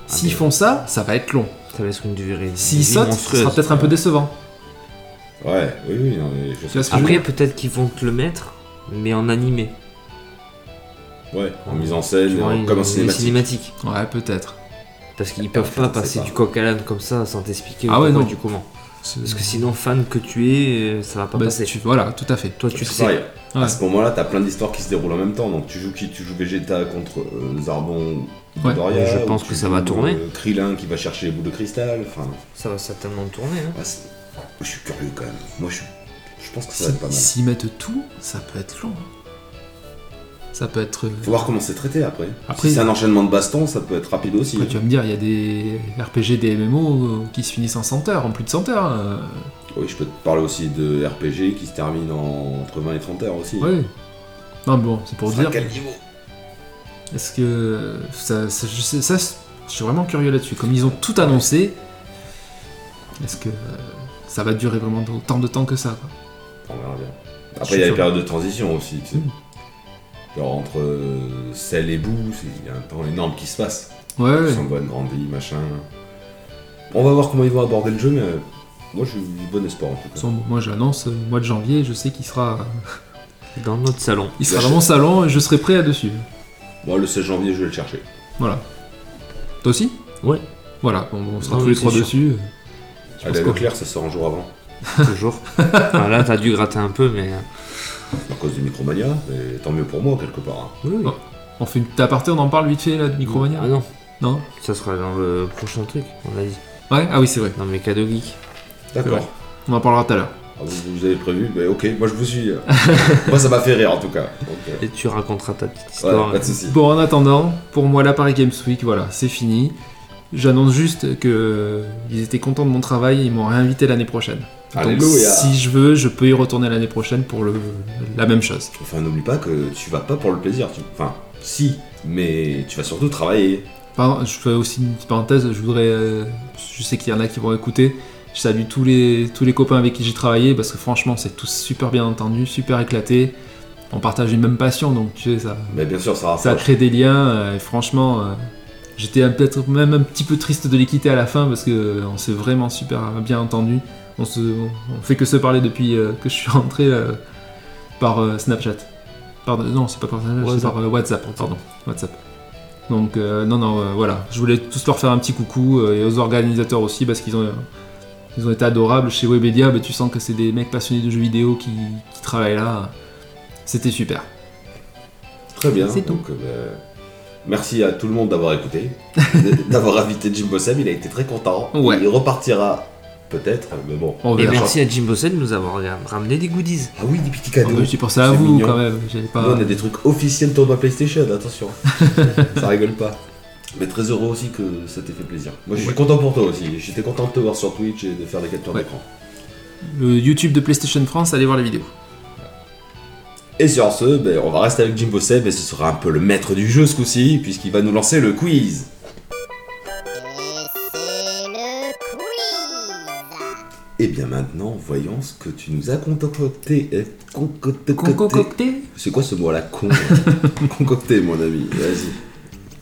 Speaker 3: S'ils
Speaker 4: mais-
Speaker 3: font ça, ça va être long.
Speaker 4: Ça va être une durée. de
Speaker 3: S'ils
Speaker 4: vie
Speaker 3: sautent, ce
Speaker 4: monstrueuse.
Speaker 3: sera peut-être un peu décevant.
Speaker 2: Ouais, oui, oui, non, mais je
Speaker 3: Tu vois
Speaker 2: sais.
Speaker 3: ce que je veux
Speaker 4: Après,
Speaker 3: dire
Speaker 4: peut-être qu'ils vont te le mettre, mais en animé.
Speaker 2: Ouais, en mise en scène,
Speaker 4: Tu vois,
Speaker 2: en-
Speaker 4: une-
Speaker 2: comme en
Speaker 4: une
Speaker 2: cinématique.
Speaker 4: cinématique.
Speaker 3: Ouais, peut-être.
Speaker 4: Parce qu'ils
Speaker 2: Ah,
Speaker 4: peuvent
Speaker 2: putain,
Speaker 4: pas
Speaker 2: c'est
Speaker 4: passer
Speaker 2: pas-
Speaker 4: du coq à l'âne comme ça sans t'expliquer
Speaker 3: Ah
Speaker 4: le
Speaker 3: ouais,
Speaker 4: pourquoi
Speaker 3: non.
Speaker 4: du comment.
Speaker 3: C'est-
Speaker 4: Parce que sinon, fan que tu es, euh, ça va pas
Speaker 3: bah,
Speaker 4: passer.
Speaker 3: tu- Voilà, tout à fait.
Speaker 4: Toi, tu le
Speaker 2: C'est
Speaker 4: sais.
Speaker 2: pareil.
Speaker 3: Ouais.
Speaker 2: À ce moment-là, t'as plein d'histoires qui se déroulent en même temps. Donc tu joues qui Tu joues Vegeta contre euh, Zarbon ou
Speaker 3: Ouais.
Speaker 2: Doria,
Speaker 4: Je
Speaker 2: ou
Speaker 4: pense
Speaker 2: tu
Speaker 4: que ça va
Speaker 2: joues,
Speaker 4: tourner.
Speaker 2: euh, Krillin qui va chercher les boules de cristal. Enfin,
Speaker 4: Ça va certainement tourner. Hein.
Speaker 2: ouais, c'est- moi, je suis curieux quand même. Moi, je, suis- je pense que ça va
Speaker 3: Si-
Speaker 2: être pas mal.
Speaker 3: S'ils mettent tout, ça peut être long. Ça peut être.
Speaker 2: Faut voir comment c'est traité après.
Speaker 3: Après-
Speaker 2: si c'est un enchaînement de baston, ça peut être rapide aussi. hein.
Speaker 3: Après, tu vas me dire, il y a des RPG, des MMO euh, qui se finissent en 100 heures, en plus de 100 heures. euh,
Speaker 2: Oui, je peux te parler aussi de RPG qui se termine en- entre 20 et 30 heures aussi.
Speaker 3: Oui. Non, mais bon, c'est pour
Speaker 2: Ça sera
Speaker 3: dire.
Speaker 2: quel niveau
Speaker 3: Est-ce que. Ça, ça- je, sais, ça, je suis vraiment curieux là-dessus. Comme ils ont tout annoncé, est-ce que euh, ça va durer vraiment autant de temps que ça quoi
Speaker 2: On verra bien.
Speaker 3: suis
Speaker 2: Après, il y a
Speaker 3: sûr.
Speaker 2: les périodes de transition aussi, tu sais.
Speaker 3: Mm.
Speaker 2: Genre entre euh, sel et boue, c'est- il y a un temps énorme qui se passe.
Speaker 3: Ouais, ouais.
Speaker 2: Sans bonne grandie, machin. On va voir comment ils vont aborder le jeu, mais euh, moi, je suis bon espoir en tout cas.
Speaker 3: Sans- Moi j'annonce, euh, mois de janvier, je sais qu'il sera,
Speaker 4: Dans notre salon.
Speaker 3: il sera
Speaker 2: Bah,
Speaker 3: dans
Speaker 2: je-
Speaker 3: mon salon et je serai prêt à dessus.
Speaker 2: Moi, le 16 janvier, je vais le chercher.
Speaker 3: Voilà. Toi aussi
Speaker 4: Ouais.
Speaker 3: Voilà, on, on sera
Speaker 4: Non,
Speaker 3: tous
Speaker 4: mais
Speaker 3: les trois
Speaker 4: c'est sûr.
Speaker 3: dessus.
Speaker 2: À la
Speaker 3: pense que-
Speaker 2: Leclerc, ça sort un jour avant.
Speaker 4: Toujours. Enfin, là, t'as dû gratter un peu, mais. euh,
Speaker 2: À cause du Micromania, mais tant mieux pour moi, quelque part. hein.
Speaker 4: Oui, oui.
Speaker 3: Oh, On fait une petite aparté, on en parle vite fait là de Micromania
Speaker 4: Ah non,
Speaker 3: Non
Speaker 4: ça sera dans le prochain truc, on l'a dit.
Speaker 3: Ouais Ah oui, c'est vrai.
Speaker 4: Dans mes cadeaux geeks.
Speaker 3: vrai.
Speaker 2: D'accord.
Speaker 3: On en parlera tout à l'heure.
Speaker 2: Ah, vous, vous avez prévu, mais ok, moi je vous suis. euh. moi ça m'a fait rire en tout cas. Donc, euh,
Speaker 4: Et tu raconteras ta petite
Speaker 2: voilà,
Speaker 4: histoire.
Speaker 2: pas de soucis.
Speaker 3: Bon, en attendant, pour moi, la Paris Games Week, voilà, c'est fini. J'annonce juste que euh, ils étaient contents de mon travail et ils m'ont réinvité l'année prochaine. Donc,
Speaker 2: Alléluia.
Speaker 3: si je veux, je peux y retourner l'année prochaine pour le, la même chose.
Speaker 2: Enfin, n'oublie pas que tu vas pas pour le plaisir. tu- Enfin, si, mais tu vas surtout travailler.
Speaker 3: Pardon, je fais aussi une petite parenthèse. Je voudrais, euh, je sais qu'il y en a qui vont écouter. Je salue tous les tous les copains avec qui j'ai travaillé parce que franchement, c'est tous super bien entendu, super éclaté. On partage une même passion, donc tu sais ça.
Speaker 2: Mais bien sûr, ça
Speaker 3: ça
Speaker 2: rapproche.
Speaker 3: crée des liens euh, et franchement euh, j'étais un- peut-être même un petit peu triste de les quitter à la fin parce que euh, on s'est vraiment super bien entendu on, se, on on fait que se parler depuis euh, que je suis rentré euh, par euh, Snapchat Pardon, non c'est pas par Snapchat c'est
Speaker 4: WhatsApp.
Speaker 3: par euh, WhatsApp pardon WhatsApp donc euh, non non euh, voilà je voulais tous leur faire un petit coucou euh, et aux organisateurs aussi parce qu'ils ont euh, ils ont été adorables chez Webedia, mais tu sens que c'est des mecs passionnés de jeux vidéo qui, qui travaillent là. C'était super.
Speaker 2: Très bien.
Speaker 3: C'est tout.
Speaker 2: Donc, euh, bah, merci à tout le monde d'avoir écouté, d- d'avoir invité Jim Bossem. Il a été très content.
Speaker 3: Ouais.
Speaker 2: Il repartira peut-être, mais bon.
Speaker 3: On
Speaker 4: Et
Speaker 3: verra.
Speaker 4: merci à Jim Bossen de nous avoir ramené des goodies.
Speaker 2: Ah oui, des petits cadeaux.
Speaker 3: Oh, bah, j'ai pensé à
Speaker 2: C'est
Speaker 3: vous
Speaker 2: mignon.
Speaker 3: quand même. J'avais pas.
Speaker 2: Nous, on a des trucs officiels tournoi PlayStation, attention. ça rigole pas. Mais très heureux aussi que ça t'ait fait plaisir. Moi, je suis
Speaker 3: Ouais.
Speaker 2: content pour toi aussi. J'étais content de te voir sur Twitch et de faire des captures
Speaker 3: Ouais.
Speaker 2: d'écran.
Speaker 3: Le YouTube de PlayStation France, allez voir les vidéos.
Speaker 2: Et sur ce, ben, on va rester avec Jimbo Seb et ce sera un peu le maître du jeu ce coup-ci, puisqu'il va nous lancer le quiz.
Speaker 5: Et c'est le quiz
Speaker 2: Et Eh bien maintenant, voyons ce que tu nous as concocté. euh, concocté-
Speaker 3: Concocté
Speaker 2: C'est quoi ce mot à la con Concocté, mon ami. Vas-y.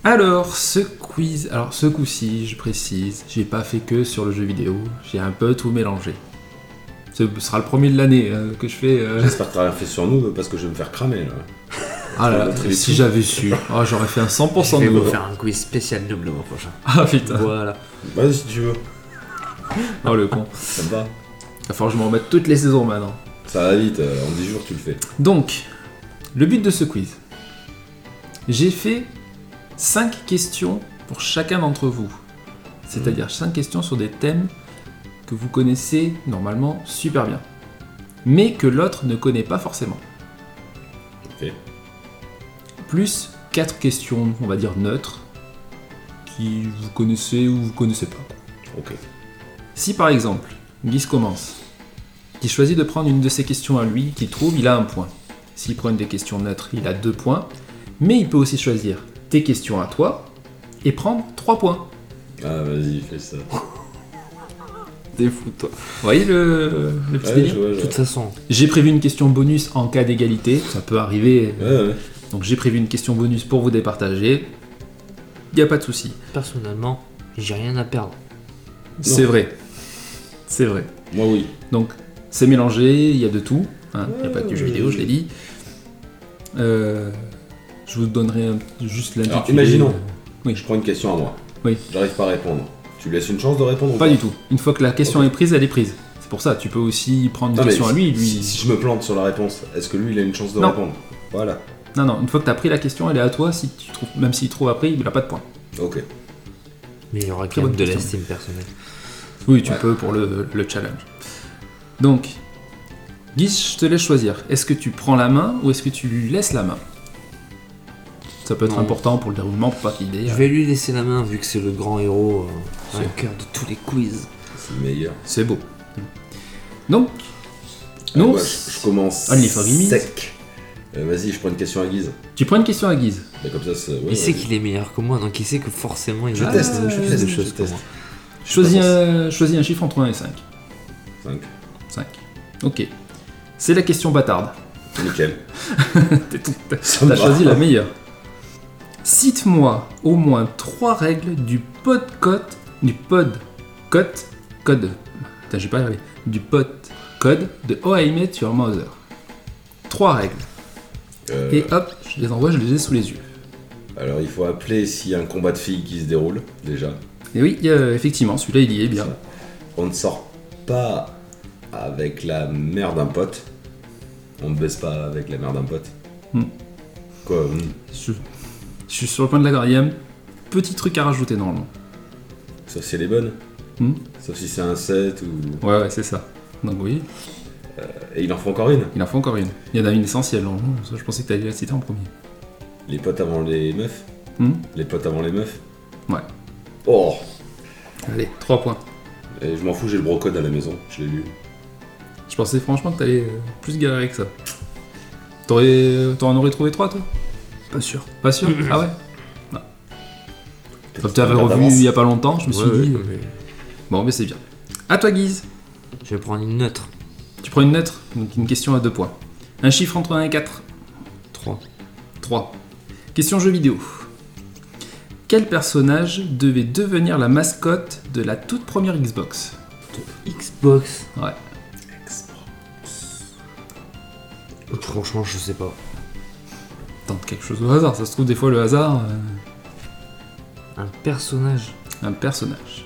Speaker 3: Alors, ce quiz. Alors ce coup-ci, je précise, j'ai pas fait que sur le jeu vidéo, j'ai un peu tout mélangé. Ce sera le premier de l'année euh, que je fais. euh,
Speaker 2: J'espère que t'as rien fait sur nous parce que je vais me faire cramer là.
Speaker 3: Ah là,
Speaker 2: Notre émission.
Speaker 3: si j'avais su, Ah, j'aurais fait un
Speaker 4: Je
Speaker 3: 100%
Speaker 4: vais
Speaker 3: de
Speaker 4: vous
Speaker 3: nouveau.
Speaker 4: faire un quiz spécial double le mois prochain.
Speaker 3: Ah putain,
Speaker 4: Voilà.
Speaker 2: Vas-y si tu veux,
Speaker 3: oh le con.
Speaker 2: ça me va.
Speaker 3: Il va falloir que je me remette toutes les saisons maintenant.
Speaker 2: Ça va vite, euh, en 10 jours tu le fais.
Speaker 3: Donc, le but de ce quiz. J'ai fait 5 questions pour chacun d'entre vous. C'est-à-dire 5 questions sur des thèmes que vous connaissez normalement super bien. Mais que l'autre ne connaît pas forcément.
Speaker 2: Ok.
Speaker 3: Plus 4 questions, on va dire neutres, qui vous connaissez ou vous connaissez pas.
Speaker 2: Ok.
Speaker 3: Si par exemple, Guise commence, qui choisit de prendre une de ses questions à lui, qu'il trouve, il a un point. S'il prend une des questions neutres, il a deux points. Mais il peut aussi choisir tes questions à toi et prendre trois points.
Speaker 2: Ah vas-y, fais ça.
Speaker 3: Oh,
Speaker 4: T'es fou, toi.
Speaker 3: Vous voyez le, le petit
Speaker 2: Ouais,
Speaker 3: délire
Speaker 2: je vois,
Speaker 4: De
Speaker 2: je
Speaker 4: toute
Speaker 2: vois.
Speaker 4: façon,
Speaker 3: J'ai prévu une question bonus en cas d'égalité, ça peut arriver.
Speaker 2: Ouais, ouais.
Speaker 3: Donc j'ai prévu une question bonus pour vous départager. Il n'y a pas de souci.
Speaker 4: personnellement, j'ai rien à perdre.
Speaker 3: C'est vrai. C'est vrai.
Speaker 2: Moi oui.
Speaker 3: Donc c'est mélangé, il y a de tout. hein. Il n'y a pas que
Speaker 2: Mmh.
Speaker 3: du jeu vidéo, je l'ai dit. Euh, je vous donnerai un- juste l'intitulé.
Speaker 2: Alors, imaginons.
Speaker 3: euh, Oui.
Speaker 2: Je prends une question à moi.
Speaker 3: Oui.
Speaker 2: J'arrive pas à répondre. Tu me laisses une chance de répondre ou
Speaker 3: Pas du tout. Une fois que la question est prise, elle est prise. C'est pour ça, tu peux aussi prendre une
Speaker 2: Non, mais
Speaker 3: question à lui.
Speaker 2: si-
Speaker 3: lui...
Speaker 2: Si, si je me plante sur la réponse, est-ce que lui il a une chance de
Speaker 3: Non.
Speaker 2: répondre Voilà.
Speaker 3: Non, non, une fois que tu as pris la question, elle est à toi. Si tu trouves... Même s'il trouve après, il n'a pas de point.
Speaker 2: Ok.
Speaker 4: Mais il y aura
Speaker 3: Très
Speaker 4: quand même
Speaker 3: bonne
Speaker 4: de
Speaker 3: question.
Speaker 4: l'estime personnelle.
Speaker 3: Oui, tu
Speaker 2: Ouais.
Speaker 3: peux pour le, le challenge. Donc, Guiche, je te laisse choisir. Est-ce que tu prends la main ou est-ce que tu lui laisses la main Ça peut être
Speaker 4: Non.
Speaker 3: important pour le déroulement, pour pas qu'il ait.
Speaker 4: Je vais lui laisser la main vu que c'est le grand héros, euh,
Speaker 3: C'est-
Speaker 4: vainqueur de tous les quiz.
Speaker 2: C'est le meilleur.
Speaker 3: C'est beau. Donc,
Speaker 2: Ah,
Speaker 3: non,
Speaker 2: ouais, je, je commence
Speaker 3: Only for Gimme.
Speaker 2: sec. Euh, vas-y, je prends une question à Guise.
Speaker 3: tu prends une question à Guise.
Speaker 2: Mais comme ça, c'est. ouais,
Speaker 4: il sait
Speaker 2: vas-y.
Speaker 4: qu'il est meilleur que moi, donc il sait que forcément il
Speaker 2: Je
Speaker 4: a
Speaker 2: teste,
Speaker 4: euh,
Speaker 2: je
Speaker 4: plus
Speaker 2: teste,
Speaker 4: de
Speaker 2: je
Speaker 4: choses que
Speaker 2: teste.
Speaker 4: moi.
Speaker 3: Choisis
Speaker 2: pense.
Speaker 3: un, choisis un chiffre entre 1 et 5.
Speaker 2: Cinq.
Speaker 3: 5. Ok. C'est la question bâtarde.
Speaker 2: Nickel.
Speaker 3: T'es tout-
Speaker 2: Ça me
Speaker 3: T'as
Speaker 2: va.
Speaker 3: choisi la meilleure. Cite-moi au moins trois règles du pod-code. Du pod-code. Code. Putain, j'ai pas arrivé. Du pod-code de How I Met Your Mother. E Trois règles.
Speaker 2: Euh,
Speaker 3: Et hop, je les envoie, je les ai sous les yeux.
Speaker 2: Alors, il faut appeler s'il y a un combat de filles qui se déroule, déjà.
Speaker 3: Et oui, euh, effectivement, celui-là il y est bien.
Speaker 2: On ne sort pas avec la mère d'un pote. On ne baisse pas avec la mère d'un pote.
Speaker 3: Hmm.
Speaker 2: Quoi hmm,
Speaker 3: Je, je suis sur le point de l'accord. Il y a un petit truc à rajouter normalement.
Speaker 2: Sauf si elle est bonne.
Speaker 3: Hmm.
Speaker 2: Sauf si c'est un set ou.
Speaker 3: Ouais, ouais, c'est ça. Donc oui,
Speaker 2: Et il en faut encore une.
Speaker 3: il en faut encore une. Il y en a une essentielle normalement. Ça, Je pensais que t'allais la citer en premier.
Speaker 2: Les potes avant les meufs.
Speaker 3: Hmm
Speaker 2: Les potes avant les meufs.
Speaker 3: Ouais.
Speaker 2: Oh
Speaker 3: Allez, trois points.
Speaker 2: Et Je m'en fous, j'ai le brocode à la maison. Je l'ai lu.
Speaker 3: Je pensais franchement que t'allais euh, plus galérer que ça. T'aurais, euh, t'en aurais trouvé trois, toi Pas sûr. Pas sûr Ah ouais Comme tu avais
Speaker 2: Garde
Speaker 3: revu
Speaker 2: d'avance.
Speaker 3: il y a pas longtemps, je me suis
Speaker 4: Ouais, ouais,
Speaker 3: dit. euh,
Speaker 4: mais
Speaker 3: Bon, mais c'est bien. À toi, Guise.
Speaker 4: Je vais prendre une neutre.
Speaker 3: Tu prends une lettre, donc une question à deux points. Un chiffre entre 1 et 4.
Speaker 4: 3.
Speaker 3: 3. Question jeu vidéo. Quel personnage devait devenir la mascotte de la toute première Xbox
Speaker 4: Xbox.
Speaker 3: Ouais.
Speaker 4: Franchement, je sais pas.
Speaker 3: Tente quelque chose au hasard, ça se trouve des fois le hasard, euh,
Speaker 4: Un personnage.
Speaker 3: un personnage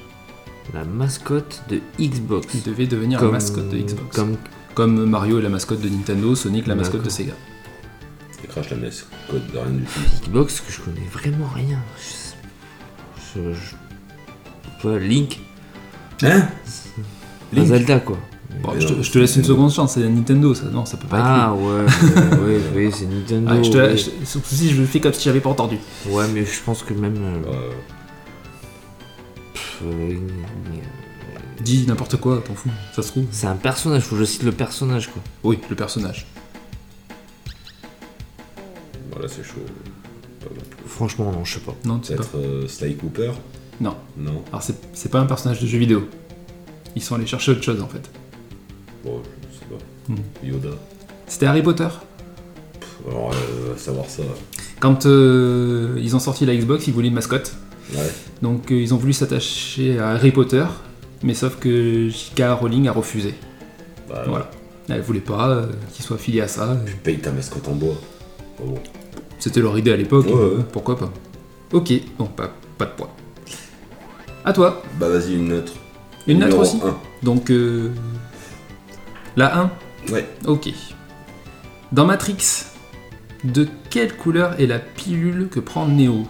Speaker 4: La mascotte de Xbox.
Speaker 3: Il devait devenir
Speaker 4: Comme-
Speaker 3: la mascotte de Xbox.
Speaker 4: Comme
Speaker 3: Comme Mario est la mascotte de Nintendo, Sonic la mascotte de
Speaker 4: D'accord.
Speaker 3: Sega.
Speaker 2: Il crache la messe. Code de rien du tout.
Speaker 4: Xbox que je connais vraiment rien. Je, je- je- pas Link.
Speaker 2: Hein
Speaker 4: Pas
Speaker 3: Link.
Speaker 4: Zelda quoi.
Speaker 3: Bon,
Speaker 4: euh,
Speaker 2: Mais
Speaker 3: je,
Speaker 2: non,
Speaker 3: te, je te laisse une
Speaker 2: Nintendo.
Speaker 3: seconde chance, c'est Nintendo ça, non ça peut pas être.
Speaker 4: Ah ouais, oui, oui, c'est
Speaker 3: lui.
Speaker 4: Nintendo.
Speaker 3: Ah, je te,
Speaker 4: oui.
Speaker 3: je- surtout si je le fais comme si j'avais pas entendu.
Speaker 4: Ouais, mais je pense que même.
Speaker 3: Oh.
Speaker 4: euh,
Speaker 2: Euh,
Speaker 4: pff, euh,
Speaker 3: Dis n'importe quoi, t'en fous, ça se trouve.
Speaker 4: c'est un personnage, faut que je cite le personnage quoi.
Speaker 3: Oui, le personnage.
Speaker 2: Voilà, c'est chaud. Pas bon.
Speaker 4: Franchement, non, je sais pas.
Speaker 3: Non, tu sais pas.
Speaker 2: Peut-être euh, Sly Cooper
Speaker 3: Non.
Speaker 2: Non.
Speaker 3: Alors c'est c'est pas un personnage de jeu vidéo. Ils sont allés chercher autre chose en fait.
Speaker 2: Bon, je sais pas.
Speaker 3: Hmm.
Speaker 2: Yoda.
Speaker 3: C'était Harry Potter.
Speaker 2: Pff, Alors, euh, savoir ça.
Speaker 3: Quand euh, ils ont sorti la Xbox, ils voulaient une mascotte.
Speaker 2: Ouais.
Speaker 3: Donc euh, ils ont voulu s'attacher à Harry Potter, mais sauf que J.K. Rowling a refusé.
Speaker 2: Bah,
Speaker 3: Voilà. Elle voulait pas euh, qu'il soit affilié à ça.
Speaker 2: Tu payes ta mascotte en bois. Bah bon.
Speaker 3: C'était leur idée à l'époque.
Speaker 2: Ouais, ouais.
Speaker 3: Pourquoi pas Ok, bon, pas, pas de poids. À toi,
Speaker 2: Bah vas-y, une neutre.
Speaker 3: une lettre
Speaker 2: Numéro
Speaker 3: aussi. Donc, euh, la 1
Speaker 2: 1. Ouais.
Speaker 3: Ok. Dans Matrix, de quelle couleur est la pilule que prend Neo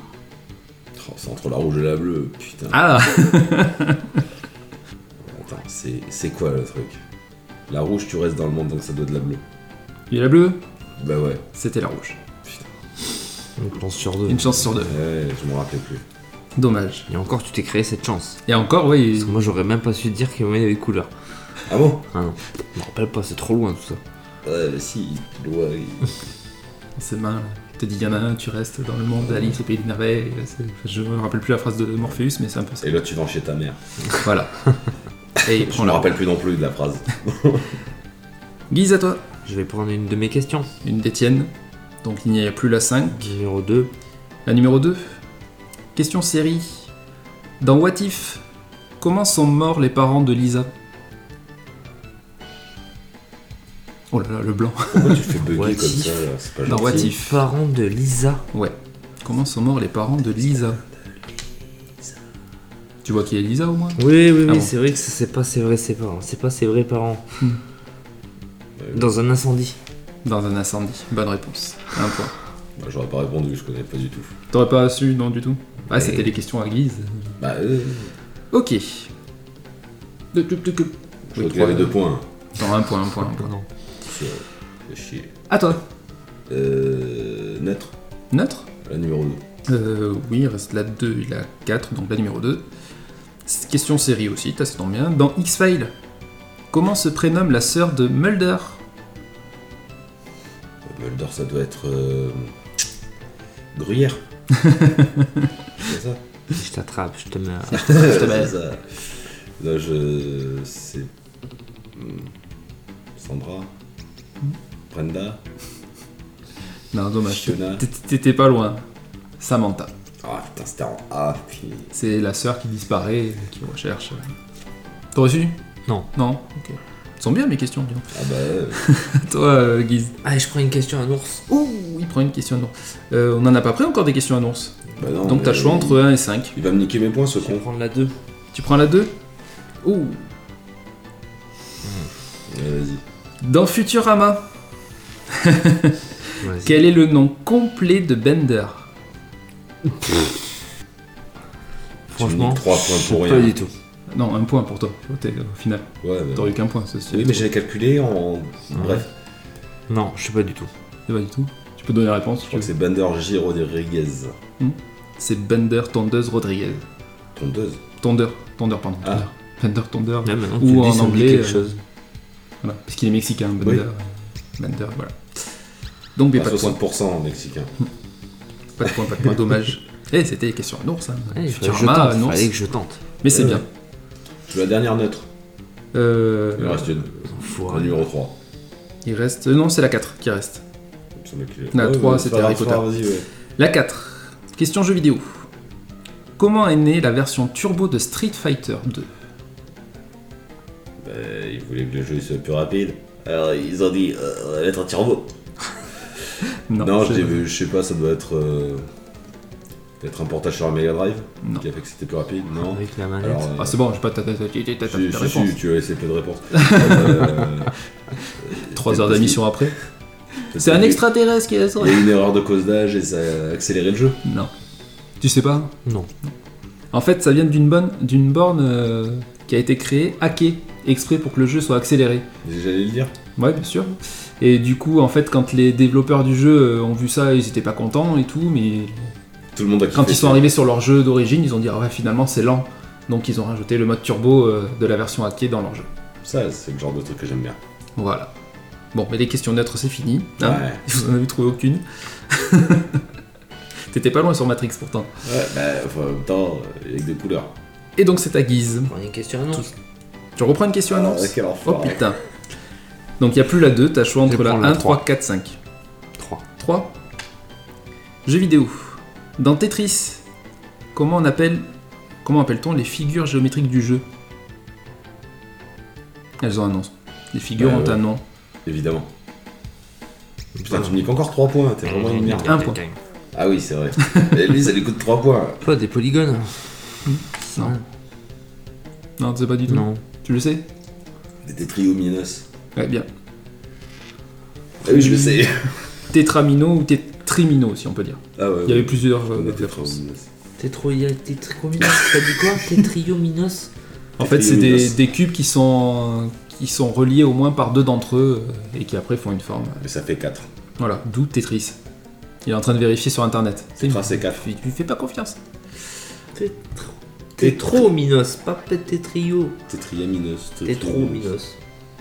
Speaker 2: Oh, c'est entre la rouge et la bleue, putain.
Speaker 3: Ah
Speaker 2: Attends, c'est c'est quoi le truc La rouge, tu restes dans le monde, donc ça doit être la bleue.
Speaker 3: Il y a la bleue
Speaker 2: Bah ouais.
Speaker 3: C'était la rouge.
Speaker 4: Une chance sur deux.
Speaker 3: Une chance sur deux.
Speaker 2: Ouais, je m'en rappelais plus.
Speaker 3: Dommage.
Speaker 4: Et encore, tu t'es créé cette chance.
Speaker 3: Et encore, oui.
Speaker 4: Parce que moi, j'aurais même pas su te dire qu'il y avait des couleurs.
Speaker 2: Ah bon
Speaker 4: Ah non, je me rappelle pas, c'est trop loin tout ça.
Speaker 2: Ouais, mais si. Ouais.
Speaker 3: C'est mal. Tu te dis, il y en a un, tu restes dans le monde d'Alice au pays des merveilles. C'est- enfin, Je me rappelle plus la phrase de Morpheus, mais c'est un peu ça.
Speaker 2: Et là, tu vas chez ta mère.
Speaker 3: Voilà. Et il
Speaker 2: Je
Speaker 3: prend
Speaker 2: me
Speaker 3: la
Speaker 2: rappelle plus non plus de la phrase.
Speaker 3: Guise à toi.
Speaker 4: Je vais prendre une de mes questions.
Speaker 3: Une des tiennes. Donc il n'y a plus la 5.
Speaker 4: Numéro 2.
Speaker 3: La numéro 2. Question série. Dans What If, comment sont morts les parents de Lisa Oh là là, le blanc.
Speaker 2: Pourquoi tu fais bugger
Speaker 4: What
Speaker 2: comme
Speaker 4: if
Speaker 2: ça là C'est pas
Speaker 3: Dans
Speaker 2: gentil.
Speaker 3: What
Speaker 4: Les
Speaker 3: If.
Speaker 4: parents de Lisa.
Speaker 3: Ouais. Comment sont morts les parents de Lisa Tu vois qui est Lisa au moins
Speaker 4: Oui, oui, oui,
Speaker 3: Ah bon.
Speaker 4: c'est vrai que ça, c'est pas ses vrais ses parents. C'est pas ses vrais parents.
Speaker 3: Hmm.
Speaker 4: Dans un incendie.
Speaker 3: Dans un incendie. Bonne réponse. Un point.
Speaker 2: Bah, J'aurais pas répondu, je connais pas du tout.
Speaker 3: T'aurais pas su, non du tout Ah,
Speaker 4: Mais-
Speaker 3: c'était les questions à Guise.
Speaker 2: Bah, euh,
Speaker 3: Ok. Oui,
Speaker 2: je crois qu'il
Speaker 3: trois-
Speaker 2: avait deux points. hein.
Speaker 3: Non, un point, un point, un point.
Speaker 4: Non.
Speaker 2: C'est c'est chier.
Speaker 3: À toi.
Speaker 2: Euh. Neutre,
Speaker 3: Neutre
Speaker 2: la numéro 2.
Speaker 3: Euh, oui, il reste la 2 et la 4, donc la numéro 2. C'est- Question série aussi, t'as ça tombe bien. Dans X-Files, comment se prénomme la sœur de Mulder
Speaker 2: Mulder, ça doit être. euh, Gruyère. C'est ça
Speaker 4: Je t'attrape, je te mets. à-
Speaker 2: C'est ça. Là, je. C'est. Hmm. Sandra. Brenda.
Speaker 3: Non, dommage.
Speaker 2: Fiona.
Speaker 3: t'étais- T'étais pas loin. Samantha.
Speaker 2: Ah putain, c'était en A. puis-
Speaker 3: C'est la sœur qui disparaît, euh, qui recherche. T'aurais su
Speaker 4: Non.
Speaker 3: Non Ok. Elles sont bien mes questions, dis donc.
Speaker 2: Ah bah. euh,
Speaker 3: Toi, euh, Guise.
Speaker 4: Allez, Ah, je prends une question à ours.
Speaker 3: Ouh, il prend une question à non. Euh, on n'en a pas pris encore des questions à non.
Speaker 2: bah non,
Speaker 3: Donc
Speaker 2: mais-
Speaker 3: t'as le choix entre 1 et 5.
Speaker 2: Il va me niquer mes points, ce
Speaker 4: Je vais
Speaker 2: con.
Speaker 4: prendre la 2.
Speaker 3: Tu prends la 2 Ouh.
Speaker 2: Ouais, vas-y.
Speaker 3: Dans Futurama,
Speaker 4: Vas-y.
Speaker 3: Quel est le nom complet de Bender
Speaker 4: Franchement,
Speaker 2: niques trois points
Speaker 4: je
Speaker 2: pour
Speaker 4: sais
Speaker 2: rien.
Speaker 4: Pas du tout.
Speaker 3: Non, un point pour toi. T'es- Au final,
Speaker 2: Ouais, bah.
Speaker 3: t'aurais eu qu'un point. Ceci.
Speaker 2: Oui, mais j'avais calculé en. Bref,
Speaker 4: Non, je sais pas du tout.
Speaker 3: C'est pas du tout. Tu peux donner la réponse.
Speaker 2: je
Speaker 3: si tu
Speaker 2: crois que
Speaker 3: veux.
Speaker 2: c'est Bander J. Rodriguez.
Speaker 3: C'est Bender Tondeuse Rodriguez.
Speaker 2: Tondeuse.
Speaker 3: Tondeur, Tondeur, pardon.
Speaker 2: Ah.
Speaker 3: Tondeur. Bender Tondeur.
Speaker 4: Là, maintenant,
Speaker 3: Ou
Speaker 4: Ah, tu le
Speaker 3: en
Speaker 4: dis, ça me dit
Speaker 3: anglais,
Speaker 4: quelque
Speaker 3: euh,
Speaker 4: chose.
Speaker 3: Voilà. Parce qu'il est mexicain, Bender.
Speaker 2: Oui. Ah,
Speaker 3: euh, Bender, voilà. Donc, mais
Speaker 2: À
Speaker 3: pas de, points,
Speaker 2: 60% mexicain.
Speaker 3: pas de points, pas de points, dommage. Eh, c'était les questions à ours, hein.
Speaker 4: Allez, je, Eh, je
Speaker 3: Futurama,
Speaker 4: tente.
Speaker 3: un ours.
Speaker 4: Fallait que je tente.
Speaker 3: Mais c'est
Speaker 2: Ouais,
Speaker 3: bien.
Speaker 2: ouais. Je veux la dernière neutre.
Speaker 3: Euh,
Speaker 2: Il en reste une.
Speaker 4: Enfoiré.
Speaker 2: La numéro 3.
Speaker 3: il reste. Non, c'est la 4 qui reste.
Speaker 2: euh,
Speaker 3: La trois, c'était Harry Potter.
Speaker 2: Vas-y, ouais.
Speaker 3: La 4. Question jeu vidéo. Comment est née la version turbo de Street Fighter 2
Speaker 2: Bah, ils voulaient que le jeu soit plus rapide. Alors, ils ont dit, euh, on va mettre un turbo. Non, je,
Speaker 3: c'est-
Speaker 2: l'ai vu, je sais pas, ça doit être. euh, Peut-être un portage sur la Mega Drive
Speaker 3: Non.
Speaker 2: qui a fait que c'était plus rapide. Non.
Speaker 4: Avec la manette.
Speaker 2: Alors, euh,
Speaker 3: Ah, c'est bon, j'ai pas ta, ta, ta- ta- ta- ta- ta
Speaker 2: si, si,
Speaker 3: réponse.
Speaker 2: si, tu as essayé peu de réponses. Euh,
Speaker 3: Trois
Speaker 2: peut-être
Speaker 3: heures
Speaker 2: parce
Speaker 3: d'émission après.
Speaker 2: qu'il-
Speaker 3: C'est un
Speaker 2: peut-être
Speaker 3: extraterrestre qui est
Speaker 2: qu'il y a eu une erreur de cause d'âge et ça a accéléré le jeu.
Speaker 3: Non. Tu sais pas
Speaker 4: Non.
Speaker 3: En fait, ça vient d'une bonne- d'une borne euh, qui a été créée, hackée, exprès pour que le jeu soit accéléré.
Speaker 2: J'allais le dire.
Speaker 3: Ouais, bien sûr. Et du coup, en fait, quand les développeurs du jeu euh, ont vu ça, ils étaient pas contents et tout, mais
Speaker 2: Tout le monde a kiffé.
Speaker 3: Quand ils sont arrivés sur leur jeu d'origine, ils ont dit ah ouais finalement c'est lent. Donc ils ont rajouté le mode turbo euh, de la version hackée dans leur jeu.
Speaker 2: Ça, c'est le genre de truc que j'aime bien.
Speaker 3: Voilà. Bon, mais les questions neutres c'est fini. hein.
Speaker 2: Ouais.
Speaker 3: Vous en avez trouvé aucune. T'étais pas loin sur Matrix pourtant.
Speaker 2: Ouais, bah, enfin, en même temps, euh, avec des couleurs.
Speaker 3: Et donc c'est à guise.
Speaker 4: Prends une question à ours.
Speaker 3: Tu reprends une question annonce
Speaker 2: Ah, quel
Speaker 3: Oh
Speaker 2: enfoiré.
Speaker 3: putain. Donc il n'y a plus la 2, t'as le choix
Speaker 4: Je
Speaker 3: entre la
Speaker 4: prends
Speaker 3: 1,
Speaker 4: la
Speaker 3: 3, 4, 5.
Speaker 4: 3.
Speaker 3: 3. Jeux vidéo. Dans Tetris, Comment on appelle comment appelle-t-on les figures géométriques du jeu Elles ont un nom. Les figures
Speaker 2: Euh,
Speaker 3: ont un nom.
Speaker 2: évidemment. Putain, tu me niques encore 3 points, t'es vraiment une merde.
Speaker 3: Un point.
Speaker 2: Ah oui, c'est vrai. Et lui, ça lui coûte 3 points.
Speaker 4: Pas des polygones
Speaker 3: Non. Non, tu sais pas du tout.
Speaker 4: Non.
Speaker 3: Tu le sais
Speaker 2: Des tétriominos.
Speaker 3: Ouais, bien.
Speaker 2: Ah oui, je le sais.
Speaker 3: Tétramino ou tétrimino, si on peut dire.
Speaker 2: Ah ouais.
Speaker 3: Il y avait plusieurs euh,
Speaker 2: des
Speaker 3: références.
Speaker 2: tétriominos.
Speaker 4: Tétroia- Tétriominos, t'as dit quoi Tétriominos
Speaker 3: En fait, c'est des,
Speaker 2: Tétriominos.
Speaker 3: des cubes qui sont, qui sont reliés au moins par deux d'entre eux euh, et qui après font une forme.
Speaker 2: Mais ça fait 4.
Speaker 3: Voilà, d'où Tetris. Il est en train de vérifier sur internet.
Speaker 2: C'est trois, c'est quatre.
Speaker 3: Tu lui fais pas confiance.
Speaker 4: Tétro- Tétrominos, pas peut- Tétrio.
Speaker 2: Tétriaminos.
Speaker 4: Tétrominos.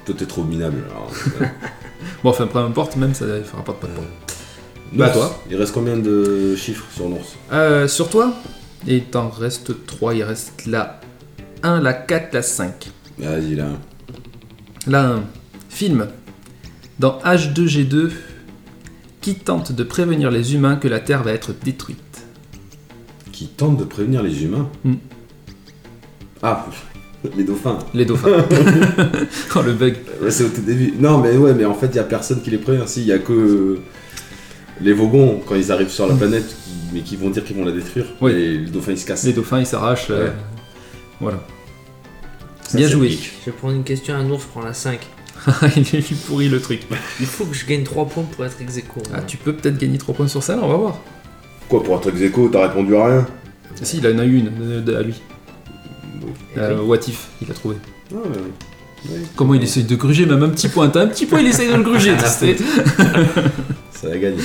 Speaker 2: Toi, t'es trop minable. Alors, ouais.
Speaker 3: Bon, enfin, peu importe, même ça ne fera pas de point.
Speaker 2: Bah,
Speaker 3: Bah,
Speaker 2: toi.
Speaker 3: toi.
Speaker 2: Il reste combien de chiffres sur l'ours
Speaker 3: Euh, sur toi, il t'en reste 3, il reste la 1, la 4, la 5.
Speaker 2: Vas-y, là.
Speaker 3: La 1. Film. Dans H2G2, qui tente de prévenir les humains que la Terre va être détruite
Speaker 2: Qui tente de prévenir les humains
Speaker 3: Hmm.
Speaker 2: Ah, les dauphins.
Speaker 3: Les dauphins. oh, le bug.
Speaker 2: Ouais, c'est au tout début. Non, mais ouais, mais en fait, il y a personne qui les prévient. Si, il y a que euh, les Vogons, quand ils arrivent sur la planète, qui- mais qui vont dire qu'ils vont la détruire.
Speaker 3: Hmm. Oui.
Speaker 2: Et les dauphins, ils se cassent.
Speaker 3: Les dauphins, ils s'arrachent. euh,
Speaker 2: Ouais.
Speaker 3: Voilà.
Speaker 2: Ça,
Speaker 3: Bien
Speaker 2: c'est
Speaker 3: joué.
Speaker 2: geek.
Speaker 4: Je vais prendre une question à un ours, je prends la 5.
Speaker 3: il est pourri le truc.
Speaker 4: Il faut que je gagne 3 points pour être ex aequo,
Speaker 3: Ah,
Speaker 4: moi.
Speaker 3: tu peux peut-être gagner 3 points sur ça, là, on va voir.
Speaker 2: Quoi, pour un truc écho, t'as répondu à rien
Speaker 3: Si, il en a eu une de- de- à lui.
Speaker 4: Eh
Speaker 3: Euh,
Speaker 4: oui.
Speaker 3: Watif, il a trouvé.
Speaker 2: Ah, ouais, ouais.
Speaker 3: Comment il essaye de gruger, même un petit point. T'as un petit point, il essaye de le gruger. tu sais.
Speaker 2: Ça a gagné.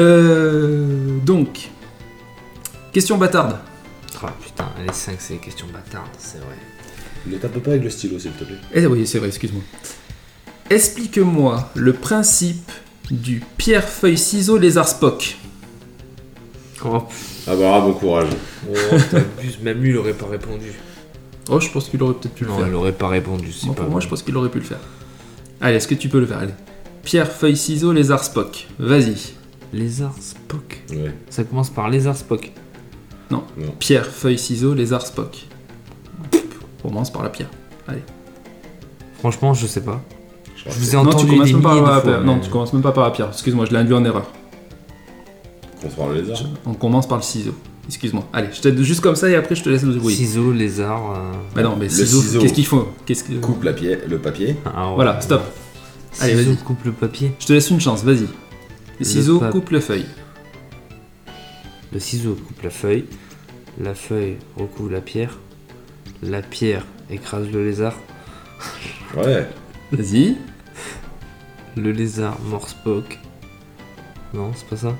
Speaker 3: Euh, donc, question bâtarde.
Speaker 4: Ah putain, les 5 c'est des questions bâtardes, c'est vrai.
Speaker 2: Ne tape pas avec le stylo, s'il te plaît.
Speaker 3: Eh oui, c'est vrai, excuse-moi. Explique-moi le principe du pierre, feuille, ciseaux, lézard, spock.
Speaker 4: Oh,
Speaker 2: Ah, bah, ah, bon courage.
Speaker 4: t'abuses, même lui il aurait pas répondu.
Speaker 3: Oh, je pense qu'il aurait peut-être pu le
Speaker 4: Non,
Speaker 3: faire.
Speaker 4: il aurait pas répondu, c'est
Speaker 3: Moi,
Speaker 4: pas
Speaker 3: pour moi, je pense qu'il aurait pu le faire. Allez, est-ce que tu peux le faire Allez. Pierre, feuille, ciseaux, lézard, spock. Vas-y.
Speaker 4: Lézard Spock.
Speaker 2: Ouais.
Speaker 4: Ça commence par Lézard Spock.
Speaker 3: Pierre, feuille, ciseaux, lézard, spock. On commence par la pierre.
Speaker 4: Franchement, je sais pas.
Speaker 2: Je
Speaker 4: Je
Speaker 2: crois
Speaker 4: vous
Speaker 2: que
Speaker 4: ai
Speaker 3: non, tu
Speaker 4: entendu des euh,
Speaker 3: commences
Speaker 4: milliers
Speaker 3: même par la
Speaker 4: de fois.
Speaker 3: pierre. Non,
Speaker 4: mais-
Speaker 3: tu commences même pas par la pierre. Excuse-moi, je l'ai induit en erreur.
Speaker 2: c'est qu'on se parle le lézard.
Speaker 3: On commence par le ciseau. Excuse-moi. Allez, je t'aide juste comme ça et après je te laisse le bruit.
Speaker 4: Ciseaux, lézard. euh,
Speaker 3: Bah non, mais ciseau,
Speaker 2: ciseau.
Speaker 3: qu'est-ce qu'ils font Qu'est-ce que...
Speaker 2: Coupe la pied, le papier.
Speaker 4: ah ouais.
Speaker 3: Voilà, stop. Allez,
Speaker 4: Ciseaux,
Speaker 3: vas-y.
Speaker 4: coupe le papier.
Speaker 3: Je te laisse une chance, vas-y.
Speaker 4: Le
Speaker 3: Les ciseaux
Speaker 4: pap-
Speaker 3: coupe le feuille.
Speaker 4: Le ciseau coupe la feuille. La feuille recouvre la pierre. La pierre écrase le lézard.
Speaker 2: Ouais.
Speaker 3: Vas-y.
Speaker 4: Le lézard mord Spock. Non, c'est pas ça.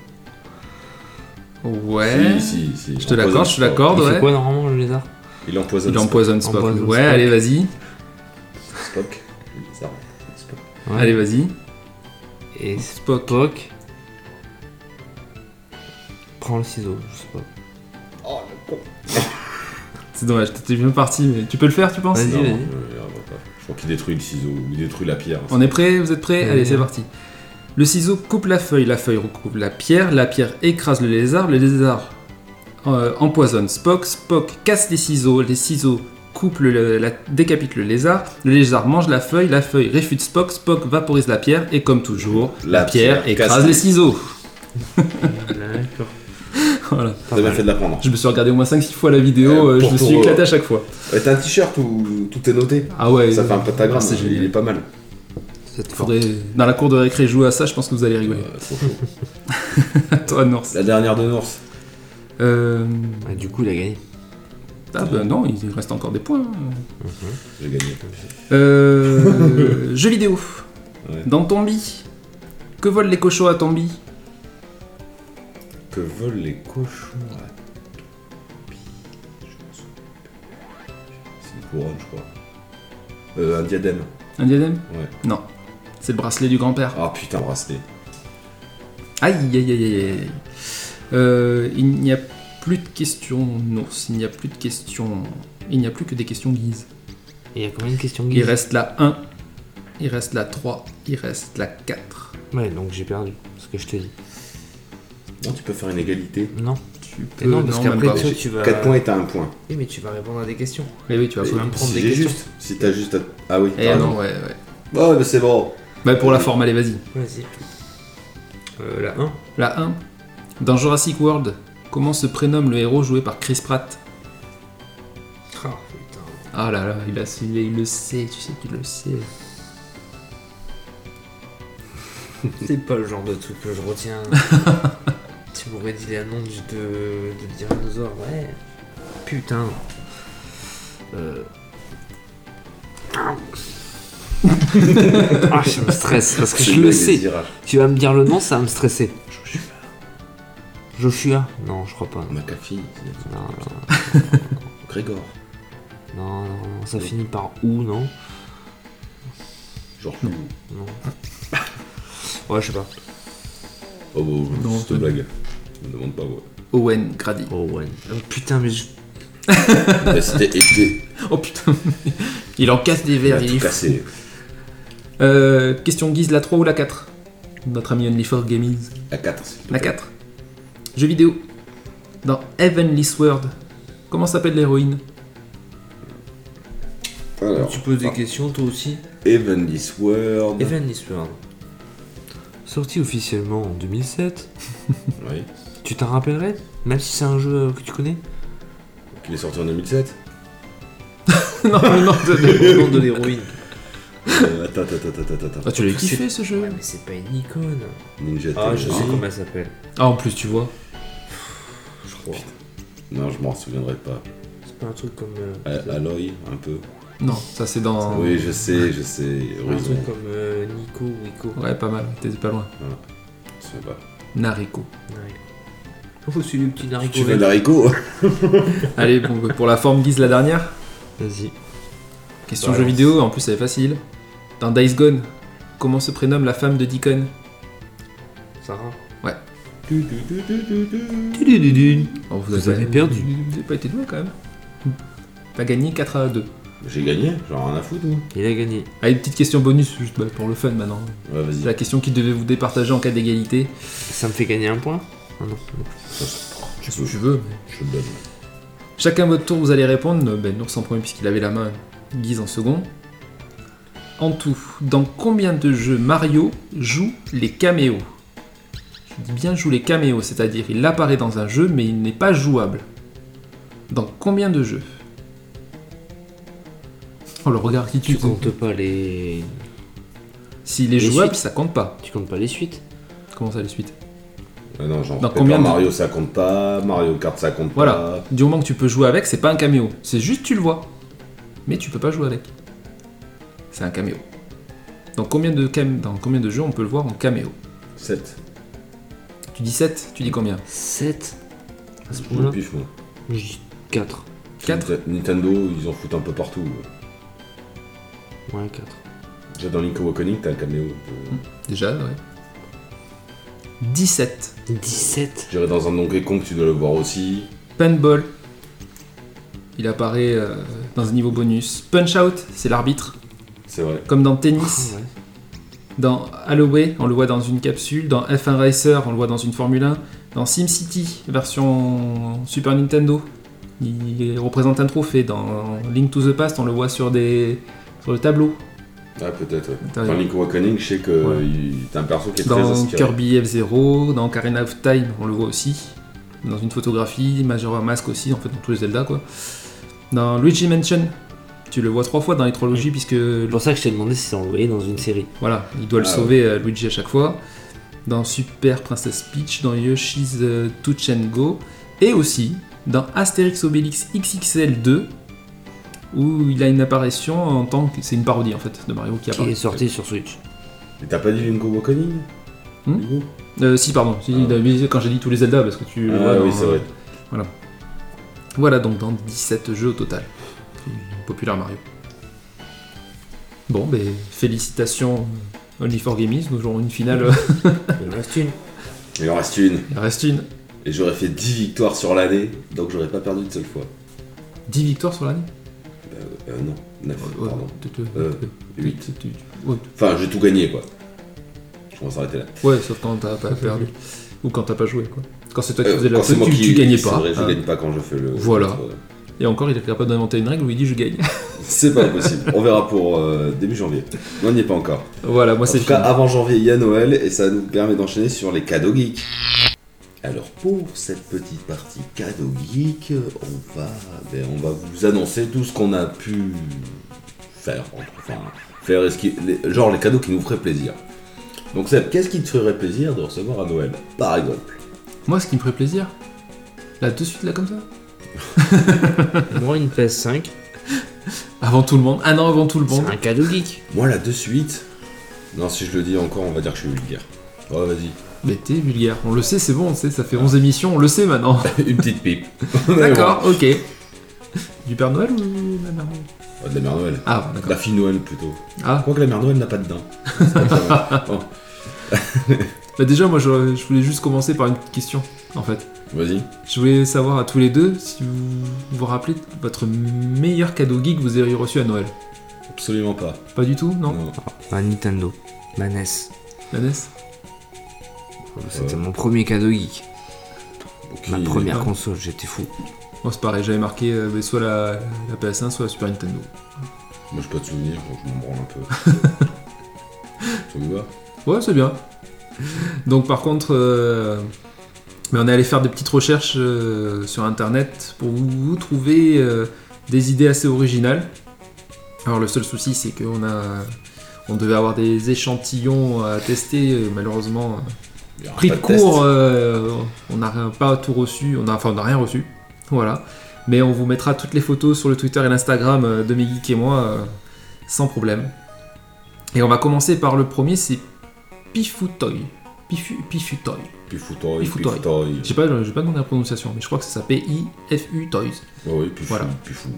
Speaker 3: Ouais.
Speaker 2: Si, si, si.
Speaker 3: Hein Je te l'accorde, je te l'accorde,
Speaker 4: Il fait quoi
Speaker 3: ouais.
Speaker 4: normalement le lézard
Speaker 2: Il empoisonne.
Speaker 3: Il empoisonne Spock.
Speaker 4: Empoisonne
Speaker 3: ouais,
Speaker 4: Spock.
Speaker 3: allez, vas-y.
Speaker 2: Spock. Le lézard. Spock.
Speaker 4: Ouais.
Speaker 3: Allez, vas-y.
Speaker 4: Et
Speaker 3: Spock.
Speaker 4: Spock prend le ciseau, je sais pas.
Speaker 2: Oh, le con.
Speaker 3: C'est dommage, t'étais bien parti, mais tu peux le faire, tu penses
Speaker 4: Vas-y,
Speaker 2: Non,
Speaker 4: vas-y.
Speaker 2: euh, on va pas. Je crois qu'il détruit le ciseau, ou il détruit la pierre.
Speaker 3: On est prêt Vous êtes prêts
Speaker 4: Ouais.
Speaker 3: Allez, c'est parti. Le ciseau coupe la feuille, la feuille recouvre la pierre, la pierre écrase le lézard, le lézard euh, empoisonne Spock, Spock casse les ciseaux, les ciseaux coupent le- la, décapitent le lézard, le lézard mange la feuille, la feuille réfute Spock, Spock vaporise la pierre et comme toujours, la,
Speaker 2: La
Speaker 3: pierre,
Speaker 2: pierre
Speaker 3: écrase
Speaker 2: casse-
Speaker 3: les ciseaux.
Speaker 4: D'accord.
Speaker 3: Voilà.
Speaker 2: T'as bien fait de l'apprendre.
Speaker 3: Je me suis regardé au moins 5-6 fois la vidéo,
Speaker 2: Euh,
Speaker 3: euh, je
Speaker 2: pour
Speaker 3: me suis
Speaker 2: ton-
Speaker 3: éclaté à chaque fois.
Speaker 2: Ouais, T'as un t-shirt où tout est noté
Speaker 3: Ah ouais,
Speaker 2: Ça fait un pentagramme,
Speaker 3: c'est
Speaker 2: il est
Speaker 3: génial.
Speaker 2: pas mal.
Speaker 4: Cette fois.
Speaker 3: Faudrait, dans la cour de récré, jouer à ça, je pense que vous allez rigoler.
Speaker 2: Euh, trop chaud.
Speaker 3: Toi, Norse.
Speaker 2: La dernière de Norse.
Speaker 3: Euh,
Speaker 4: Ah, du coup, il a gagné.
Speaker 3: Ah ben non, il reste encore des points. hein.
Speaker 2: J'ai gagné.
Speaker 3: Euh, jeux vidéo.
Speaker 2: Ouais.
Speaker 3: Dans Tombi. Que volent les cochons à Tombi
Speaker 2: Que volent les cochons à C'est une couronne, je crois. Euh, un diadème.
Speaker 3: Un diadème
Speaker 2: Ouais.
Speaker 3: Non. C'est le bracelet du grand-père.
Speaker 2: Ah putain, un bracelet.
Speaker 3: Aïe, aïe, aïe, aïe, aïe. Euh, il n'y a plus de questions, Nours. Il n'y a plus de questions. Il n'y a plus que des questions guises.
Speaker 4: Et il y a combien de questions
Speaker 3: Il
Speaker 4: Guy
Speaker 3: reste la 1. Il reste la 3. Il reste la 4.
Speaker 4: Ouais, donc j'ai perdu. Ce que je te dis.
Speaker 2: Non, tu peux faire une égalité.
Speaker 4: Non,
Speaker 3: Tu tu peux.
Speaker 4: Et non, parce
Speaker 3: même
Speaker 4: qu'après,
Speaker 3: pas.
Speaker 4: tu, sais, tu vas.
Speaker 2: 4 points et t'as un point.
Speaker 4: Oui, mais tu vas répondre à des questions.
Speaker 3: Mais oui, tu vas
Speaker 2: Et
Speaker 3: pouvoir.
Speaker 4: me prendre
Speaker 2: si
Speaker 4: des
Speaker 2: j'ai
Speaker 4: questions.
Speaker 2: juste, si t'as juste. à- Ah oui,
Speaker 3: Eh
Speaker 2: pardon.
Speaker 3: non, ouais, ouais.
Speaker 2: Ouais, mais c'est bon.
Speaker 3: Bah, pour la forme, allez, vas-y.
Speaker 4: Vas-y. Euh, la 1.
Speaker 3: La 1. Dans Jurassic World, comment se prénomme le héros joué par Chris Pratt
Speaker 4: Ah putain.
Speaker 3: Ah là là, il, a, il, il le sait, tu sais qu'il le sait.
Speaker 4: C'est pas le genre de truc que je retiens. tu m'aurais dit les noms du- de, de dinosaures, ouais. Putain. Euh. ah, ça me stresse parce que
Speaker 2: C'est
Speaker 4: je le
Speaker 2: blague
Speaker 4: sais.
Speaker 2: des virages.
Speaker 4: Tu vas me dire le nom, ça va me stresser. Joshua. Joshua Non, je crois pas.
Speaker 2: McAfee,
Speaker 4: Non, non,
Speaker 2: Grégor,
Speaker 4: non, non, non, ça finit par ou, non
Speaker 2: Georges.
Speaker 4: Non. Ouais, je sais pas.
Speaker 2: Oh, bon,
Speaker 3: Non,
Speaker 2: c'est
Speaker 3: c'est-
Speaker 2: une blague. Je me demande pas, ouais.
Speaker 3: Owen Grady.
Speaker 4: Oh, ouais. Putain, mais je.
Speaker 2: Mais C'était été.
Speaker 3: Oh putain, il en casse des
Speaker 2: Il a
Speaker 3: verres, il
Speaker 2: tout
Speaker 3: est fou.
Speaker 2: cassé.
Speaker 3: Euh, question guise, la 3 ou la 4 Notre ami Only for Gamings.
Speaker 2: La 4. s'il te plaît.
Speaker 3: La 4. Jeux vidéo. Dans Heavenly Sword, comment s'appelle l'héroïne
Speaker 2: Alors, ah,
Speaker 4: Tu poses des questions, toi aussi
Speaker 2: Evenly Sword.
Speaker 4: Evan World. Sorti officiellement en 2007,
Speaker 2: Oui.
Speaker 4: tu t'en rappellerais Même si c'est un jeu que tu connais
Speaker 2: Qui est sorti en 2007.
Speaker 3: Non, le nom
Speaker 4: Le
Speaker 3: de-
Speaker 4: nom de l'héroïne.
Speaker 2: Euh, Attends, attends, attends, attends, attends,
Speaker 3: Ah,
Speaker 2: attends.
Speaker 3: tu l'as kiffé ce jeu
Speaker 4: Ouais, mais c'est pas une icône.
Speaker 2: Ninja
Speaker 4: Ah, je
Speaker 2: Theory.
Speaker 4: sais comment elle s'appelle.
Speaker 3: Ah, en plus, tu vois.
Speaker 4: Je crois.
Speaker 2: Non, je m'en souviendrai pas.
Speaker 4: C'est pas un truc comme. euh,
Speaker 2: A- Aloy, un peu.
Speaker 3: Non, ça c'est dans.
Speaker 2: Oui, je sais, je sais.
Speaker 4: un
Speaker 2: Horizon.
Speaker 4: truc comme euh, Nico ou Ico.
Speaker 3: Ouais, pas mal, t'étais pas loin.
Speaker 2: Je sais pas.
Speaker 3: Nariko.
Speaker 4: Oh, c'est le petit naricot.
Speaker 2: Tu veux de l'haricot
Speaker 3: Allez, bon, pour la forme guise, la dernière.
Speaker 4: Vas-y.
Speaker 3: Question
Speaker 4: Balance.
Speaker 3: jeu vidéo, en plus, elle est facile. Dans Days Gone, comment se prénomme la femme de Deacon
Speaker 4: Sarah.
Speaker 3: Oh,
Speaker 4: Vous avez perdu.
Speaker 3: Vous avez pas été loin quand même. T'as gagné 4 à 2.
Speaker 2: J'ai gagné, j'en ai rien à foutre ou
Speaker 4: Il a gagné.
Speaker 3: Allez, petite question bonus, juste bah, pour le fun maintenant.
Speaker 2: Ouais, vas-y.
Speaker 3: C'est la question qui devait vous départager en cas d'égalité.
Speaker 4: Ça me fait gagner un point Ah non.
Speaker 3: Tu veux. Tu veux.
Speaker 2: Je te le donne.
Speaker 3: Chacun votre tour, vous allez répondre. Ben, Nours en premier, puisqu'il avait la main, Guise en second. En tout, dans combien de jeux Mario joue les caméos Je dis bien joue les caméos, c'est-à-dire il apparaît dans un jeu, mais il n'est pas jouable. Dans combien de jeux Oh, le regard qui tue.
Speaker 4: Tu comptes pas les.
Speaker 3: S'il est
Speaker 4: les
Speaker 3: jouable,
Speaker 4: suites.
Speaker 3: ça compte pas.
Speaker 4: Tu comptes pas les suites
Speaker 3: Comment ça, les suites
Speaker 2: Ah non, genre,
Speaker 3: Dans
Speaker 2: Paper
Speaker 3: combien de-
Speaker 2: Mario ça compte pas, Mario Kart ça compte
Speaker 3: Voilà.
Speaker 2: pas.
Speaker 3: Du moment que tu peux jouer avec, c'est pas un caméo. C'est juste tu le vois. Mais tu peux pas jouer avec. C'est un caméo. Dans combien de cam... dans combien de jeux on peut le voir en caméo
Speaker 2: 7.
Speaker 3: Tu dis 7, tu dis combien
Speaker 4: 7 À ce
Speaker 2: Je le
Speaker 4: point-là
Speaker 2: pif, moi.
Speaker 4: Je dis 4.
Speaker 3: 4
Speaker 2: Nite- Nintendo, ils en foutent un peu partout.
Speaker 4: Ouais, 4.
Speaker 2: Déjà dans Link Awakening, t'as un caméo. Euh,
Speaker 3: Déjà, ouais. 17.
Speaker 4: 17
Speaker 2: Je dirais dans un Donkey Kong, tu dois le voir aussi.
Speaker 3: Punball. Il apparaît euh, dans un niveau bonus. Punch Out, c'est l'arbitre.
Speaker 2: C'est vrai.
Speaker 3: Comme dans
Speaker 4: Ah
Speaker 3: tennis.
Speaker 4: ouais.
Speaker 3: Dans Holloway, on le voit dans une capsule. Dans F1 Racer, on le voit dans une Formule 1. Dans SimCity, version Super Nintendo, il représente un trophée. Dans Link to the Past, on le voit sur, des... sur le tableau.
Speaker 2: Ah, peut-être. ouais.
Speaker 3: Attends,
Speaker 2: Dans
Speaker 3: il-
Speaker 2: Link Awakening, je sais que
Speaker 3: Ouais.
Speaker 2: il- t'as un perso qui est très
Speaker 3: Dans
Speaker 2: inspiré.
Speaker 3: Kirby F0, dans Karina of Time, on le voit aussi. Dans une photographie, Majora Mask aussi, en fait, dans tous les Zelda, quoi. Dans Luigi Mansion, tu le vois trois fois dans les trilogies, puisque
Speaker 4: C'est pour ça que je t'ai demandé si ça envoyé dans une série.
Speaker 3: Voilà, il doit le
Speaker 2: Ah
Speaker 3: sauver euh, Luigi à chaque fois. Dans Super Princess Peach, dans Yoshi's euh, Touch and Go, et aussi dans Astérix Obélix XXL 2, où il a une apparition en tant que. C'est une parodie en fait de Mario qui
Speaker 4: Qui
Speaker 3: apparaît.
Speaker 4: est sorti sur Switch.
Speaker 2: Et t'as pas dit Link Awakening
Speaker 3: Hmm
Speaker 2: Du coup
Speaker 3: Euh, si, pardon, si,
Speaker 2: Ah.
Speaker 3: mais quand j'ai dit tous les Zelda, parce que tu. le vois hein.
Speaker 2: Ah oui,
Speaker 3: dans- euh,
Speaker 2: c'est vrai.
Speaker 3: Voilà donc dans 17 jeux au total. Populaire Mario. Bon, ben félicitations Only for Gamers, nous aurons une finale. euh,
Speaker 4: Il en reste une.
Speaker 2: Il en reste une.
Speaker 3: il reste une.
Speaker 2: Et j'aurais fait 10 victoires sur l'année, donc j'aurais pas perdu une seule fois.
Speaker 3: 10 victoires sur l'année
Speaker 2: Euh, euh, non, 9,
Speaker 3: Ouais,
Speaker 2: pardon.
Speaker 3: te- te-
Speaker 2: Euh,
Speaker 3: te-
Speaker 2: 8.
Speaker 3: te- te- ouais,
Speaker 2: Enfin, j'ai tout gagné, quoi. Je pense s'arrêter là.
Speaker 3: Ouais, sauf quand t'as pas perdu. Ou quand t'as pas joué, quoi. Quand c'est toi qui
Speaker 2: Euh,
Speaker 3: faisais de la
Speaker 2: quand c'est
Speaker 3: pub,
Speaker 2: moi
Speaker 3: tu,
Speaker 2: qui-
Speaker 3: tu gagnais
Speaker 2: c'est
Speaker 3: pas.
Speaker 2: vrai, je
Speaker 3: hein.
Speaker 2: gagne pas quand je fais le.
Speaker 3: Voilà.
Speaker 2: le-
Speaker 3: Et encore, il est capable d'inventer une règle où il dit je gagne.
Speaker 2: C'est pas possible. On verra pour euh, début janvier. On n'y est pas encore.
Speaker 3: voilà, moi
Speaker 2: en
Speaker 3: c'est
Speaker 2: tout cas,
Speaker 3: fini.
Speaker 2: avant janvier, il y a Noël et ça nous permet d'enchaîner sur les cadeaux geeks. Alors pour cette petite partie cadeaux geek, on va, ben, on va vous annoncer tout ce qu'on a pu faire, enfin faire, et ce qui- les- genre les cadeaux qui nous feraient plaisir. Donc Seb, qu'est-ce qui te ferait plaisir de recevoir à Noël, par exemple
Speaker 3: Moi, ce qui me ferait plaisir, là tout de suite, là comme ça,
Speaker 4: Moi, une PS5,
Speaker 3: avant tout le monde. Ah non, avant tout le
Speaker 4: c'est
Speaker 3: monde.
Speaker 4: un cadeau geek.
Speaker 2: Moi là de suite, non si je le dis encore, on va dire que je suis vulgaire. Ouais vas-y,
Speaker 3: Mais t'es vulgaire. On le sait, c'est bon, on le sait, ça fait 11 émissions, on le sait maintenant.
Speaker 2: une petite pipe.
Speaker 3: D'accord, ok. Du Père Noël ou la Mère Noël
Speaker 2: Ouais, de la mère Noël.
Speaker 3: Ah, bon,
Speaker 2: La
Speaker 3: d'accord.
Speaker 2: fille Noël plutôt.
Speaker 3: Ah,
Speaker 2: Quoique la mère Noël n'a pas de dents. Oh,
Speaker 3: bah déjà, moi je, je voulais juste commencer par une petite question, en fait.
Speaker 2: Vas-y.
Speaker 3: Je voulais savoir à tous les deux si vous vous rappelez votre meilleur cadeau geek que vous ayez reçu à Noël.
Speaker 2: Absolument pas.
Speaker 3: Pas du tout, non
Speaker 4: Un Nintendo, ma NES.
Speaker 3: La E NES
Speaker 4: C'était bah,
Speaker 2: Ouais.
Speaker 4: mon premier cadeau geek.
Speaker 2: Ok.
Speaker 4: Ma première console, j'étais fou.
Speaker 3: Moi c'est pareil, j'avais marqué euh, bah, soit la, la PS1, soit la Super Nintendo.
Speaker 2: Moi, j'ai pas de souvenirs, donc je m'en branle un peu. Ça vous va
Speaker 3: Ouais, c'est bien. Donc par contre, euh, mais on est allé faire des petites recherches euh, sur internet pour vous, vous trouver euh, des idées assez originales. Alors le seul souci c'est qu'on a, on devait avoir des échantillons à tester. euh, Malheureusement,
Speaker 2: Il y aura
Speaker 3: pris
Speaker 2: pas
Speaker 3: de court, euh, on n'a rien- pas tout reçu. On a, enfin, on n'a rien reçu. Voilà. Mais on vous mettra toutes les photos sur le Twitter et l'Instagram euh, de Megeek et moi euh, sans problème. Et on va commencer par le premier, c'est Pifutoy. Pifu, Pifutoy.
Speaker 2: Puis foutoy,
Speaker 3: Puis
Speaker 2: puis
Speaker 3: foutoy.
Speaker 2: foutoy.
Speaker 3: Je sais pas, je vais pas demander la prononciation, mais je crois que ça s'appelle I-F-U Toys.
Speaker 2: Ouais, ouais, puis fou,
Speaker 3: Voilà.
Speaker 2: puis fou.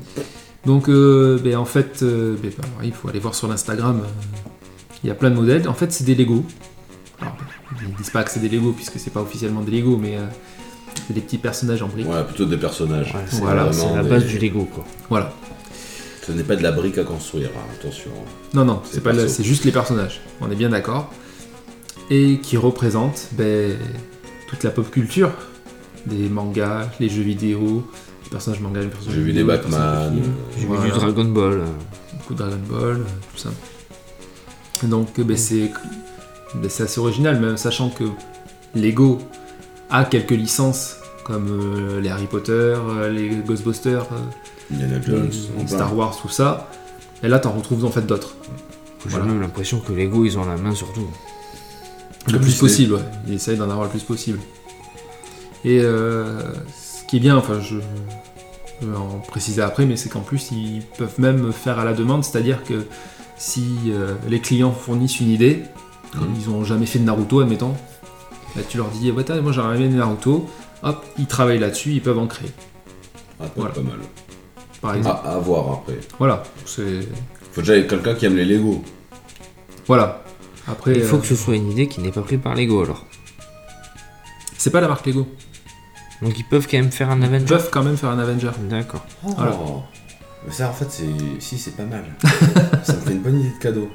Speaker 3: Donc, euh, ben, en fait, euh, ben, ben, il faut aller voir sur l'Instagram. euh, Il y a plein de modèles. En fait, c'est des Lego. Alors, ben, ils disent pas que c'est des Lego puisque c'est pas officiellement des Lego, mais euh, c'est des petits personnages en briques.
Speaker 2: Ouais, plutôt des personnages.
Speaker 4: Ouais, c'est
Speaker 3: Voilà,
Speaker 4: c'est
Speaker 2: vraiment
Speaker 4: la
Speaker 2: des-
Speaker 4: base du Lego, quoi.
Speaker 3: Voilà.
Speaker 2: Ce n'est pas de la brique à construire, hein, attention.
Speaker 3: Non, non,
Speaker 2: C'est
Speaker 3: c'est pas le-
Speaker 2: perso.
Speaker 3: c'est juste les personnages. On est bien d'accord. Et qui représentent ben, toute la pop culture, des mangas, les jeux vidéo, les personnages mangas, les personnages
Speaker 2: J'ai vu des
Speaker 3: vidéo, les personnages
Speaker 2: Batman.
Speaker 3: de films.
Speaker 2: euh,
Speaker 4: J'ai mis
Speaker 3: Voilà.
Speaker 4: du Dragon Ball. euh,
Speaker 3: beaucoup de Dragon Ball, euh, tout ça. Et Donc euh, ben, c'est ben, c'est assez original, même sachant que Lego a quelques licences comme euh, les Harry Potter, euh, les Ghostbusters, euh,
Speaker 2: Indiana Jones.
Speaker 3: les
Speaker 2: en plein.
Speaker 3: Star Wars, tout ça. Et là, t'en retrouves en fait d'autres,
Speaker 4: J'ai
Speaker 3: Voilà.
Speaker 4: même l'impression que Lego, ils ont la main sur tout.
Speaker 3: le
Speaker 2: Comme
Speaker 3: plus
Speaker 2: Disney.
Speaker 3: possible. ouais. Ils essayent d'en avoir le plus possible. Et euh, ce qui est bien, enfin, je je vais en préciser après, mais c'est qu'en plus, ils peuvent même faire à la demande, c'est-à-dire que si euh, les clients fournissent une idée,
Speaker 4: Mmh.
Speaker 3: comme ils ont jamais fait de Naruto, admettons, bah, tu leur dis, eh, ouais, t'as- moi j'aimerais bien Naruto, hop, ils travaillent là-dessus, ils peuvent en créer,
Speaker 2: Ah, pas,
Speaker 3: Voilà.
Speaker 2: pas mal.
Speaker 3: par exemple.
Speaker 2: Ah, à voir après.
Speaker 3: Voilà, c'est...
Speaker 2: Faut déjà être quelqu'un qui aime les Lego.
Speaker 3: Voilà. Après,
Speaker 4: Il faut
Speaker 3: euh,
Speaker 4: que ce soit une idée qui n'est pas prise par Lego, alors.
Speaker 3: c'est pas la marque Lego.
Speaker 4: Donc ils peuvent quand même faire un
Speaker 3: Ils
Speaker 4: Avenger.
Speaker 3: peuvent quand même faire un Avenger.
Speaker 4: D'accord.
Speaker 2: Oh.
Speaker 3: Voilà.
Speaker 2: Mais ça, en fait, c'est. Si, c'est pas mal. ça me fait une bonne idée de cadeau.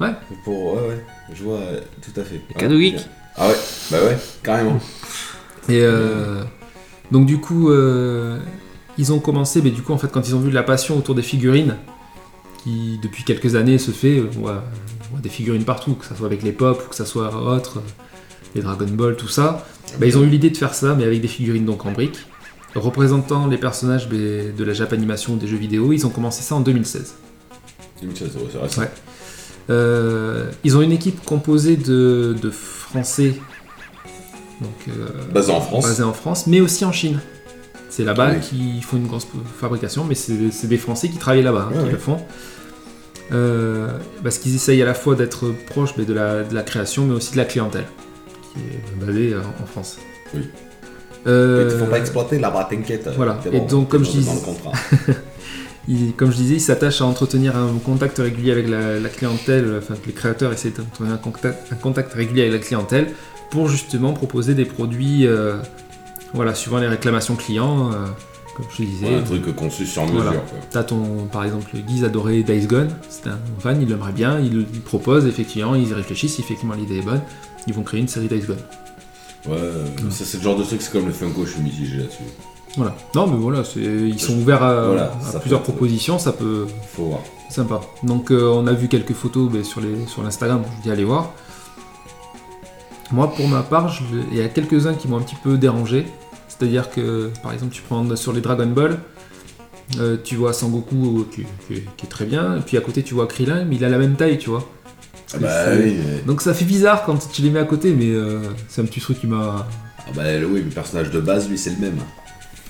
Speaker 3: Ouais.
Speaker 2: Pour. Ouais, ouais. Je vois euh, tout à fait. Ouais,
Speaker 4: cadeaux geeks.
Speaker 2: bien. Ah ouais, bah ouais, carrément.
Speaker 3: Et euh, donc du coup, euh, ils ont commencé, mais du coup en fait quand ils ont vu de la passion autour des figurines, qui depuis quelques années se fait, euh, on voit, on voit des figurines partout, que ça soit avec les pop ou que ça soit autre, euh, les Dragon Ball, tout ça, bah, ils ont eu l'idée de faire ça, mais avec des figurines donc en briques, représentant les personnages des- de la Japanimation ou des jeux vidéo. Ils ont commencé ça en 2016.
Speaker 2: 2016, ouais, c'est vrai.
Speaker 3: Ouais. Euh, ils ont une équipe composée de, de Français, donc euh,
Speaker 2: Basé en France. Ah
Speaker 3: basé en France, mais aussi en Chine. C'est là-bas
Speaker 2: Oui.
Speaker 3: qu'ils font une grosse fabrication, mais c'est c'est des Français qui travaillent là-bas, hein,
Speaker 2: Ouais,
Speaker 3: qui
Speaker 2: ouais.
Speaker 3: le font. Euh, parce qu'ils essayent à la fois d'être proches mais de, la, de la création, mais aussi de la clientèle, qui est basée euh, en France.
Speaker 2: Oui.
Speaker 3: Euh,
Speaker 2: Ils te font pas exploiter là-bas, t'inquiète.
Speaker 3: voilà.
Speaker 2: t'es
Speaker 3: Et donc, comme
Speaker 2: t'es
Speaker 3: je
Speaker 2: dans le
Speaker 3: dis-
Speaker 2: contrat.
Speaker 3: il- comme je disais, ils s'attachent à entretenir un contact régulier avec la, la clientèle, enfin que les créateurs essaient d'entretenir un contact, un contact régulier avec la clientèle pour justement proposer des produits euh, voilà, suivant les réclamations clients, euh, comme je disais.
Speaker 2: Ouais, un truc conçu sur mesure.
Speaker 3: Voilà.
Speaker 2: quoi.
Speaker 3: T'as ton, par exemple, Guise adoré Days Gone, c'est un fan, il l'aimerait bien, il, il propose, effectivement, ils y réfléchissent, si effectivement l'idée est bonne, ils vont créer une série Days Gone.
Speaker 2: Ouais, euh, ça c'est le genre de truc, c'est comme le Funko, je suis mitigé là-dessus.
Speaker 3: Voilà. Non, mais voilà, c'est- ils sont ouverts à,
Speaker 2: Voilà,
Speaker 3: à
Speaker 2: ça peut
Speaker 3: plusieurs
Speaker 2: être-
Speaker 3: propositions, ça peut.
Speaker 2: Faut voir.
Speaker 3: Sympa. Donc euh, on a vu quelques photos ben, sur, les, sur l'Instagram, je vous dis allez voir. Moi pour ma part, je- il y a quelques-uns qui m'ont un petit peu dérangé. C'est-à-dire que par exemple tu prends sur les Dragon Ball, euh, tu vois Sangoku euh, qui, qui- qui est très bien, et puis à côté tu vois Krillin, mais il a la même taille, tu vois.
Speaker 2: Ah bah
Speaker 3: faut-
Speaker 2: oui, mais...
Speaker 3: Donc ça fait bizarre quand tu les mets à côté, mais euh, c'est un petit truc qui m'a...
Speaker 2: Ah bah oui, le personnage de base, lui, c'est le même.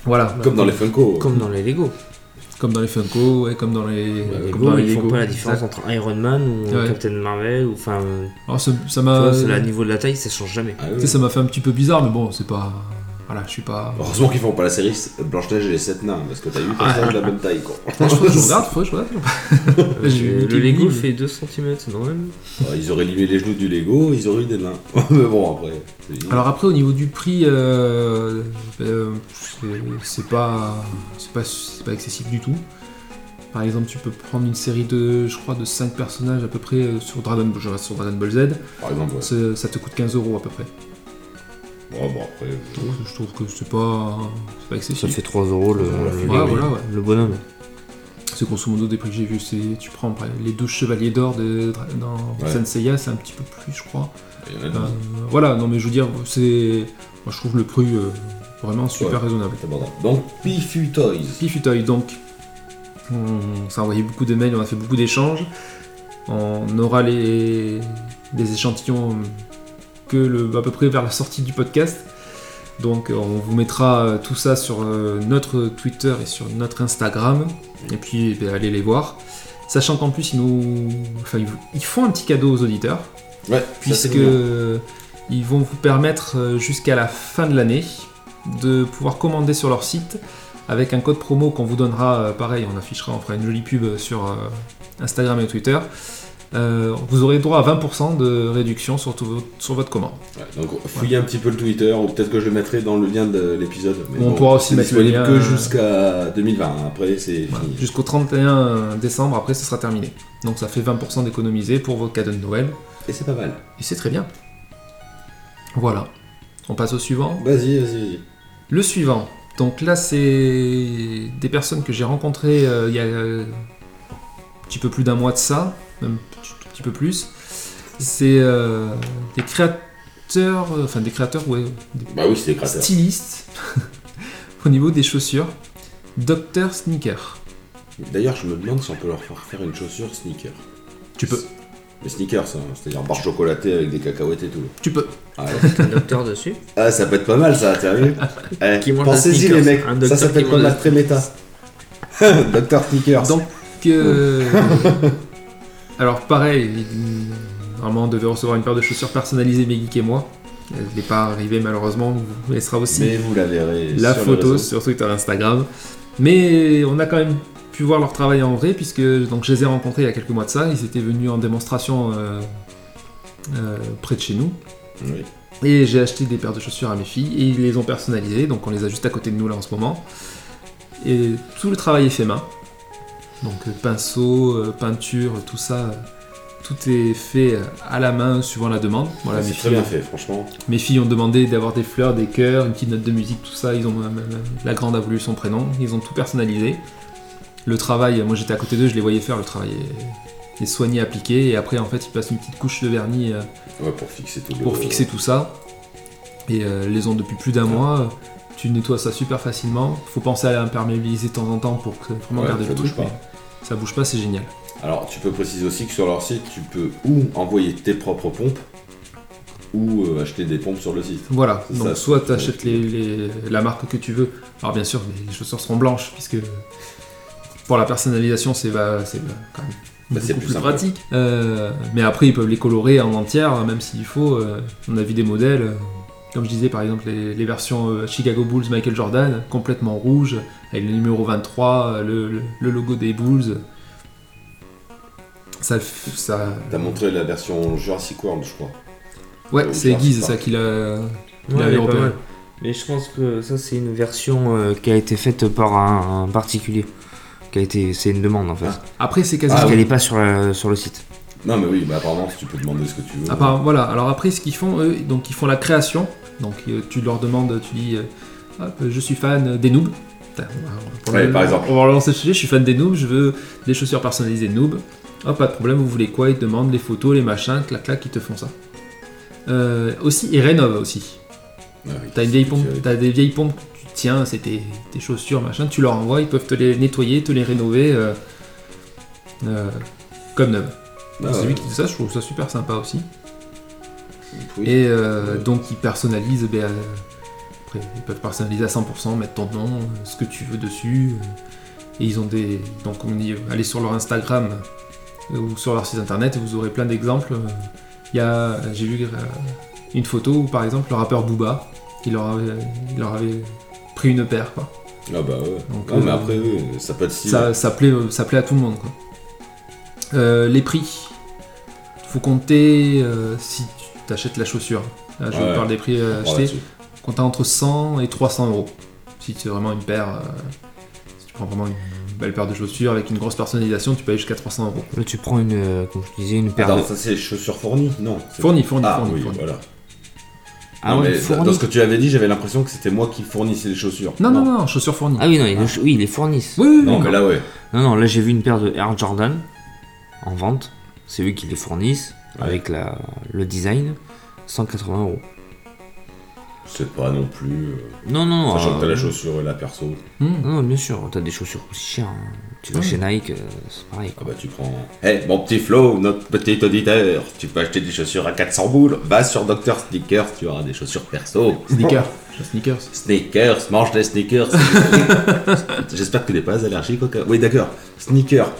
Speaker 3: Voilà,
Speaker 2: Comme dans les Funko.
Speaker 4: Comme dans les Lego.
Speaker 3: comme dans les Funko, ouais, comme dans les...
Speaker 4: les
Speaker 3: comme
Speaker 4: Bah, Lego,
Speaker 3: dans les
Speaker 4: ils font
Speaker 3: Funko.
Speaker 4: pas la différence entre Iron Man ou
Speaker 3: Ouais. Euh,
Speaker 4: Captain Marvel. Ou, enfin,
Speaker 3: Alors, ça, ça
Speaker 4: tu
Speaker 3: m'a...
Speaker 4: vois, c'est là, au niveau de la taille, ça change jamais.
Speaker 2: Ah
Speaker 3: Tu
Speaker 2: oui.
Speaker 3: sais, ça m'a fait un petit peu bizarre, mais bon, c'est pas... Voilà, je suis pas...
Speaker 2: Heureusement qu'ils font pas la série Blanche-Neige et les 7 nains, parce que t'as eu le personnage de la même taille, quoi.
Speaker 3: Ah. Moi, je, trouve que je regarde, faudrait que je regarde. J'ai
Speaker 4: Euh,
Speaker 3: niqué
Speaker 4: le Lego
Speaker 3: mille.
Speaker 4: fait 2 cm, c'est normal.
Speaker 2: Ouais, ils auraient limé les genoux du Lego, ils auraient eu des nains. Mais bon, après. c'est-
Speaker 3: Alors après, au niveau du prix, euh, euh, c'est- c'est pas, c'est pas, c'est pas excessif du tout. Par exemple, tu peux prendre une série de, je crois, de 5 personnages à peu près euh, sur Dragon, Ball- je reste sur Dragon Ball Z.
Speaker 2: Par exemple, ouais.
Speaker 3: C'est- Ça te coûte 15 euros à peu près.
Speaker 2: Bon, bon, après. euh,
Speaker 3: Donc, je trouve que c'est pas, c'est pas excessif.
Speaker 4: Ça fait 3 euros le,
Speaker 2: Ouais,
Speaker 4: le-
Speaker 3: voilà,
Speaker 4: le-
Speaker 3: ouais.
Speaker 4: le bonhomme.
Speaker 3: C'est grosso modo des prix que j'ai vus. C'est, tu prends par exemple, les 12 Chevaliers d'Or de, Dra- dans
Speaker 2: Ouais.
Speaker 3: Saint Seiya, c'est un petit peu plus, je crois.
Speaker 2: Il y en a
Speaker 3: Euh,
Speaker 2: deux.
Speaker 3: voilà, non mais je veux dire, c'est. Moi je trouve le prix euh, vraiment super
Speaker 2: Ouais.
Speaker 3: raisonnable.
Speaker 2: C'est abordable. Donc, Pifu Toys.
Speaker 3: Pifutoy donc, on s'est envoyé beaucoup de mails, on a fait beaucoup d'échanges. On aura les, les échantillons euh, que le, à peu près vers la sortie du podcast. Donc on vous mettra euh, tout ça sur euh, notre Twitter et sur notre Instagram. Et puis eh bien, allez les voir. Sachant qu'en plus ils nous. Enfin ils vous- ils font un petit cadeau aux auditeurs
Speaker 2: Ouais, ça, c'est
Speaker 3: puisque
Speaker 2: mignon.
Speaker 3: ils vont vous permettre euh, jusqu'à la fin de l'année de pouvoir commander sur leur site avec un code promo qu'on vous donnera, euh, pareil, on affichera, on fera une jolie pub sur euh, Instagram et Twitter. Euh, vous aurez droit à 20% de réduction sur, tout vo- sur votre commande.
Speaker 2: Ouais, donc, fouillez un petit peu le Twitter, ou peut-être que je le mettrai dans le lien de l'épisode. mais
Speaker 3: Ou on pourra aussi
Speaker 2: c'est
Speaker 3: mettre le
Speaker 2: disponible
Speaker 3: lien. euh,
Speaker 2: que jusqu'à 2020. hein. Après, c'est
Speaker 3: Voilà.
Speaker 2: fini.
Speaker 3: Jusqu'au 31 décembre, après, ce sera terminé. Donc ça fait 20% d'économiser pour vos cadeaux de Noël.
Speaker 2: Et c'est pas mal.
Speaker 3: Et c'est très bien. Voilà. On passe au suivant.
Speaker 2: Vas-y, vas-y, vas-y.
Speaker 3: Le suivant. Donc là, c'est des personnes que j'ai rencontrées euh, il y a euh, un petit peu plus d'un mois de ça, même un petit, tout petit peu plus. C'est euh, des créateurs, euh, enfin des créateurs, ouais, des
Speaker 2: Bah oui, c'est des cratères.
Speaker 3: stylistes au niveau des chaussures. Dr Sneaker.
Speaker 2: D'ailleurs, je me demande si on peut leur faire faire une chaussure sneaker.
Speaker 3: Tu peux,
Speaker 2: Les sneakers, hein, c'est-à-dire barre chocolatée avec des cacahuètes et tout.
Speaker 3: tu peux.
Speaker 2: Ah,
Speaker 4: Un docteur dessus.
Speaker 2: ah, ça peut être pas mal ça, t'as vu Eh,
Speaker 4: Qui mange
Speaker 2: Pensez-y
Speaker 4: un
Speaker 2: les
Speaker 4: sneakers,
Speaker 2: mecs,
Speaker 4: un
Speaker 2: ça
Speaker 4: docteur
Speaker 2: ça peut
Speaker 4: qui
Speaker 2: être comme
Speaker 4: mange
Speaker 2: la
Speaker 4: un
Speaker 2: très méta. Docteur Sneakers.
Speaker 3: Donc, euh, alors pareil, il- normalement on devait recevoir une paire de chaussures personnalisées, mais Geek et moi. Elle n'est pas arrivée malheureusement, on laissera aussi
Speaker 2: Mais vous la verrez.
Speaker 3: la
Speaker 2: sur les
Speaker 3: photo
Speaker 2: réseaux.
Speaker 3: sur Twitter, Instagram. Mais on a quand même pu voir leur travail en vrai, puisque donc, je les ai rencontrés il y a quelques mois de ça. Ils étaient venus en démonstration euh, euh, près de chez nous.
Speaker 2: Oui.
Speaker 3: Et j'ai acheté des paires de chaussures à mes filles et ils les ont personnalisées, donc on les a juste à côté de nous là en ce moment. Et tout le travail est fait main. Donc euh, pinceau, euh, peinture, tout ça, euh, tout est fait euh, à la main suivant la demande. Voilà, mes
Speaker 2: Ah, c'est très
Speaker 3: filles,
Speaker 2: bien fait, franchement.
Speaker 3: mes filles ont demandé d'avoir des fleurs, des cœurs, une petite note de musique, tout ça. Ils ont même- même- la grande a voulu son prénom. Ils ont tout personnalisé. Le travail, moi j'étais à côté d'eux, je les voyais faire le travail. est- est soigné, appliqué, et après en fait ils passent une petite couche de vernis euh,
Speaker 2: Ouais, pour fixer tout. le-
Speaker 3: pour fixer tout ça. Et euh, les ont depuis plus d'un mois. euh, Tu nettoies ça super facilement. Faut penser à l'imperméabiliser de temps en temps pour que vraiment
Speaker 2: Ouais,
Speaker 3: garder
Speaker 2: ça
Speaker 3: le
Speaker 2: bouge
Speaker 3: truc.
Speaker 2: pas.
Speaker 3: mais Ça bouge pas, c'est génial.
Speaker 2: Alors, tu peux préciser aussi que sur leur site, tu peux ou envoyer tes propres pompes ou euh, acheter des pompes sur le site.
Speaker 3: Voilà,
Speaker 2: C'est
Speaker 3: donc
Speaker 2: ça,
Speaker 3: soit
Speaker 2: c'est-
Speaker 3: tu achètes les, les- la marque que tu veux. Alors bien sûr, les, les chaussures seront blanches, puisque pour la personnalisation, c'est va- c'est va- quand même
Speaker 2: Bah, c'est plus
Speaker 3: beaucoup plus
Speaker 2: simple.
Speaker 3: pratique. Euh, mais après, ils peuvent les colorer en entière, hein, même s'il faut. euh, on a vu des modèles, euh, comme je disais par exemple, les, les versions euh, Chicago Bulls Michael Jordan, complètement rouges, avec le numéro 23, euh, le, le- le logo des Bulls. Ça, le f- ça...
Speaker 2: T'as montré la version Jurassic World, je crois.
Speaker 3: Ouais,
Speaker 2: euh,
Speaker 3: c'est
Speaker 2: Jurassic
Speaker 3: Guise,
Speaker 2: Park.
Speaker 3: ça qu'il a... Il
Speaker 4: Ouais,
Speaker 3: a
Speaker 4: elle est pas
Speaker 3: européen.
Speaker 4: mal. Mais je pense que ça, c'est une version euh, qui a été faite par un, un particulier. Qui a été, c'est une demande en fait.
Speaker 2: Ah,
Speaker 3: Après, c'est
Speaker 4: Parce
Speaker 3: quasiment...
Speaker 2: Ah oui.
Speaker 4: qu'elle n'est pas sur, la- sur le site.
Speaker 2: Non, mais oui, mais apparemment, si tu peux demander ce que tu veux.
Speaker 3: À part- voilà. Alors après, ce qu'ils font, eux, donc ils font la création. Donc euh, tu leur demandes, tu dis, euh, Hop, je suis fan des noobs. Putain, on va-
Speaker 2: Ouais, par exemple.
Speaker 3: On va relancer le sujet. Je suis fan des noobs. Je veux des chaussures personnalisées noob. Hop, pas de problème. Vous voulez quoi Ils te demandent les photos, les machins, clac clac, ils te font ça. Euh, aussi, ils rénovent aussi.
Speaker 2: Ah oui,
Speaker 3: T'as une vieille
Speaker 2: c'est
Speaker 3: pompe,
Speaker 2: sûr.
Speaker 3: t'as des vieilles pompes que tu tiens, c'est tes, tes chaussures, machin, tu leur envoies, ils peuvent te les nettoyer, te les rénover euh, euh, comme neuves.
Speaker 2: Ah,
Speaker 3: c'est
Speaker 2: ouais.
Speaker 3: lui qui dit ça, je trouve ça super sympa aussi.
Speaker 2: Oui.
Speaker 3: Et euh,
Speaker 2: Ouais.
Speaker 3: donc ils personnalisent, ben, euh, après, ils peuvent personnaliser à 100%, mettre ton nom, euh, ce que tu veux dessus. euh, et ils ont des. Donc on dit, euh, allez sur leur Instagram euh, ou sur leur site internet, et vous aurez plein d'exemples. Euh, Il y a, j'ai vu euh, une photo où par exemple le rappeur Booba, il leur avait, il leur avait pris une paire quoi.
Speaker 2: Ah bah ouais.
Speaker 3: Donc,
Speaker 2: Ah,
Speaker 3: euh,
Speaker 2: mais après, oui, ça peut être si.
Speaker 3: ça, ça plaît, ça plaît à tout le monde. Quoi. Euh, les prix. faut compter euh, si tu achètes la chaussure. Là, je
Speaker 2: Ouais.
Speaker 3: parle des prix euh,
Speaker 2: on prend
Speaker 3: achetés.
Speaker 2: là-dessus.
Speaker 3: Compter entre 100 et 300 euros. Si c'est vraiment une paire, euh, si tu prends vraiment une belle paire de chaussures avec une grosse personnalisation, tu peux aller jusqu'à 300 euros.
Speaker 4: Là, tu prends une, euh, comme je disais, une paire
Speaker 2: Attends,
Speaker 4: de.
Speaker 2: Ah, ça c'est chaussures fournies Non. c'est-
Speaker 3: Fourni, fourni,
Speaker 2: Ah
Speaker 3: fourni.
Speaker 2: oui,
Speaker 3: fourni.
Speaker 2: voilà.
Speaker 4: Ah
Speaker 2: non,
Speaker 4: ouais,
Speaker 2: mais
Speaker 4: fourni.
Speaker 2: dans ce que tu avais dit, j'avais l'impression que c'était moi qui fournissais les chaussures.
Speaker 3: Non, non, non, chaussures fournies.
Speaker 4: Ah oui, non, ils, le- oui, ils les fournissent.
Speaker 3: oui, oui,
Speaker 2: Non,
Speaker 3: oui.
Speaker 2: mais là, ouais.
Speaker 4: Non, non, là j'ai vu une paire de Air Jordan en vente. C'est eux qui les fournissent
Speaker 2: Ouais.
Speaker 4: avec la, le design. 180 euros.
Speaker 2: C'est pas non plus. euh,
Speaker 4: Non, non,
Speaker 3: Ah,
Speaker 4: non.
Speaker 2: Sachant que t'as
Speaker 4: euh,
Speaker 2: la chaussure et la perso.
Speaker 3: Hmm.
Speaker 4: Non, non, bien sûr, t'as des chaussures aussi chères. hein. Tu vas
Speaker 3: Ouais.
Speaker 4: chez Nike, euh, c'est pareil.
Speaker 2: Ah
Speaker 4: quoi.
Speaker 2: bah tu prends. Eh mon petit Flo, notre petit auditeur, tu peux acheter des chaussures à 400 boules. Va sur Dr Sneakers, tu auras des chaussures perso.
Speaker 3: Sneakers. Sneakers.
Speaker 2: Sneakers, mange des sneakers. J'espère que tu n'es pas allergique au cas. Oui d'accord. Sneaker.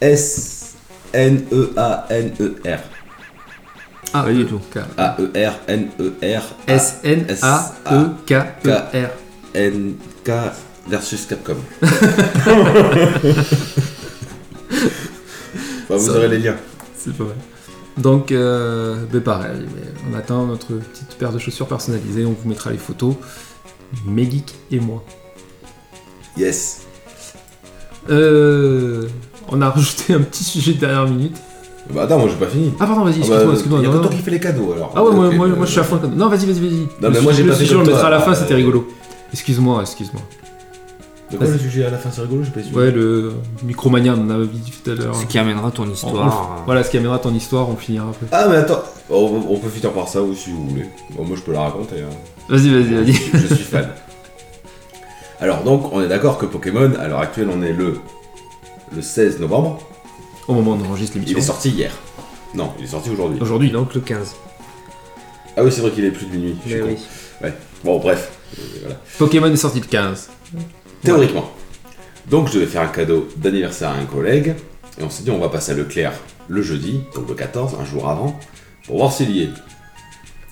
Speaker 2: S N E A N E R
Speaker 3: Ah,
Speaker 4: Pas du tout.
Speaker 2: A E R N E R
Speaker 3: E S-N-A-E-K-E-R.
Speaker 2: N K versus Capcom. Bah, vous
Speaker 3: Ça-
Speaker 2: aurez les liens.
Speaker 3: C'est pas mal. Donc, euh, ben pareil, mais on attend notre petite paire de chaussures personnalisées, on vous mettra les photos. Mes geeks et moi.
Speaker 2: Yes.
Speaker 3: Euh, on a rajouté un petit sujet de dernière minute.
Speaker 2: Bah attends, moi j'ai pas fini.
Speaker 3: Ah pardon,
Speaker 2: Ah
Speaker 3: vas-y,
Speaker 2: bah,
Speaker 3: excuse-moi, excuse-moi.
Speaker 2: y a
Speaker 3: non,
Speaker 2: que
Speaker 3: non.
Speaker 2: toi qui fais les cadeaux alors.
Speaker 3: Ah ouais, moi,
Speaker 2: Ok,
Speaker 3: moi,
Speaker 2: bah,
Speaker 3: moi, je suis à fond comme... Non, vas-y, vas-y, vas-y.
Speaker 2: Non, mais moi, j'ai
Speaker 3: le
Speaker 2: pas fait
Speaker 3: sujet,
Speaker 2: comme
Speaker 3: on le
Speaker 2: toi.
Speaker 3: mettra à la fin,
Speaker 2: Ah,
Speaker 3: c'était
Speaker 2: euh,
Speaker 3: rigolo. Excuse-moi, excuse-moi.
Speaker 2: De quoi le sujet à la fin c'est rigolo, j'ai pas su.
Speaker 3: Ouais, le Micromania, on en avait dit tout à l'heure.
Speaker 4: Ce qui amènera ton
Speaker 3: On- on-
Speaker 4: histoire. euh,
Speaker 3: Voilà, ce qui amènera ton histoire, on finira après.
Speaker 2: Ah mais attends, on, on peut finir par ça aussi si vous voulez. Bon, moi je peux la raconter. hein.
Speaker 3: Vas-y, vas-y,
Speaker 2: Je,
Speaker 3: vas-y.
Speaker 2: suis- je suis fan. Alors donc on est d'accord que Pokémon, à l'heure actuelle on est le le 16 novembre.
Speaker 3: Au moment où on enregistre
Speaker 2: Il est
Speaker 3: l'émission.
Speaker 2: sorti hier. Non, il est sorti aujourd'hui.
Speaker 3: Aujourd'hui, non.
Speaker 4: Donc le 15.
Speaker 2: Ah oui c'est vrai qu'il est plus de minuit. je suis
Speaker 4: Mais
Speaker 2: con.
Speaker 4: oui.
Speaker 2: Bon bref. Euh, voilà.
Speaker 3: Pokémon est sorti le 15.
Speaker 2: Théoriquement. Donc je devais faire un cadeau d'anniversaire à un collègue. Et on s'est dit on va passer à Leclerc le jeudi, donc le 14, un jour avant, pour voir s'il y est.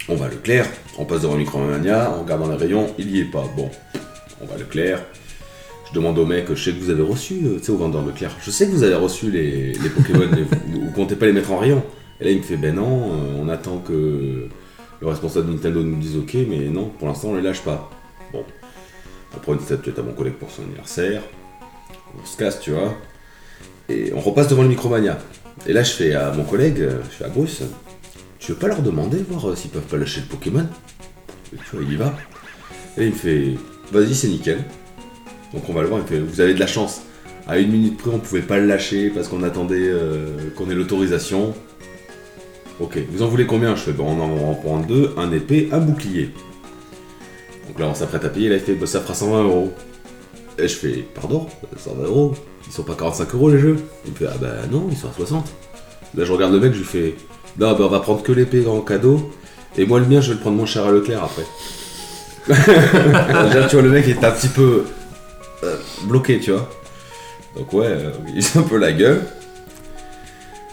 Speaker 2: On va à Leclerc, on passe devant Micromania, on regarde dans les rayons, il y est pas. Bon, on va à Leclerc. Je demande au mec, je sais que vous avez reçu, euh, tu sais, au vendeur Leclerc, je sais que vous avez reçu les, les Pokémon, mais vous, vous comptez pas les mettre en rayon. Et là il me fait, ben non, euh, on attend que le responsable de Nintendo nous dise ok, mais non, pour l'instant on les lâche pas. Bon, on prend une statuette à mon collègue pour son anniversaire. On se casse, tu vois. Et on repasse devant le Micromania. Et là, je fais à mon collègue, euh, je fais à Bruce, tu veux pas leur demander, voir euh, s'ils peuvent pas lâcher le Pokémon Et tu vois, il y va. Et il me fait, vas-y, c'est nickel. Donc on va le voir, il me fait, vous avez de la chance. À une minute près, on pouvait pas le lâcher parce qu'on attendait euh, qu'on ait l'autorisation. Ok, vous en voulez combien Je fais, bon, on en on en prend deux, un épée, un bouclier. Donc là, on s'apprête à payer, là, il fait, bah, ça fera 120 euros. Et je fais, pardon, 120 euros Ils sont pas 45 euros les jeux Il me fait, ah bah non, ils sont à 60. Là, je regarde le mec, je lui fais, non, bah on va prendre que l'épée en cadeau, et moi le mien, je vais le prendre mon cher à Leclerc après. Déjà, tu vois, le mec il était un petit peu euh, bloqué, tu vois. Donc ouais, euh, il s'est un peu la gueule.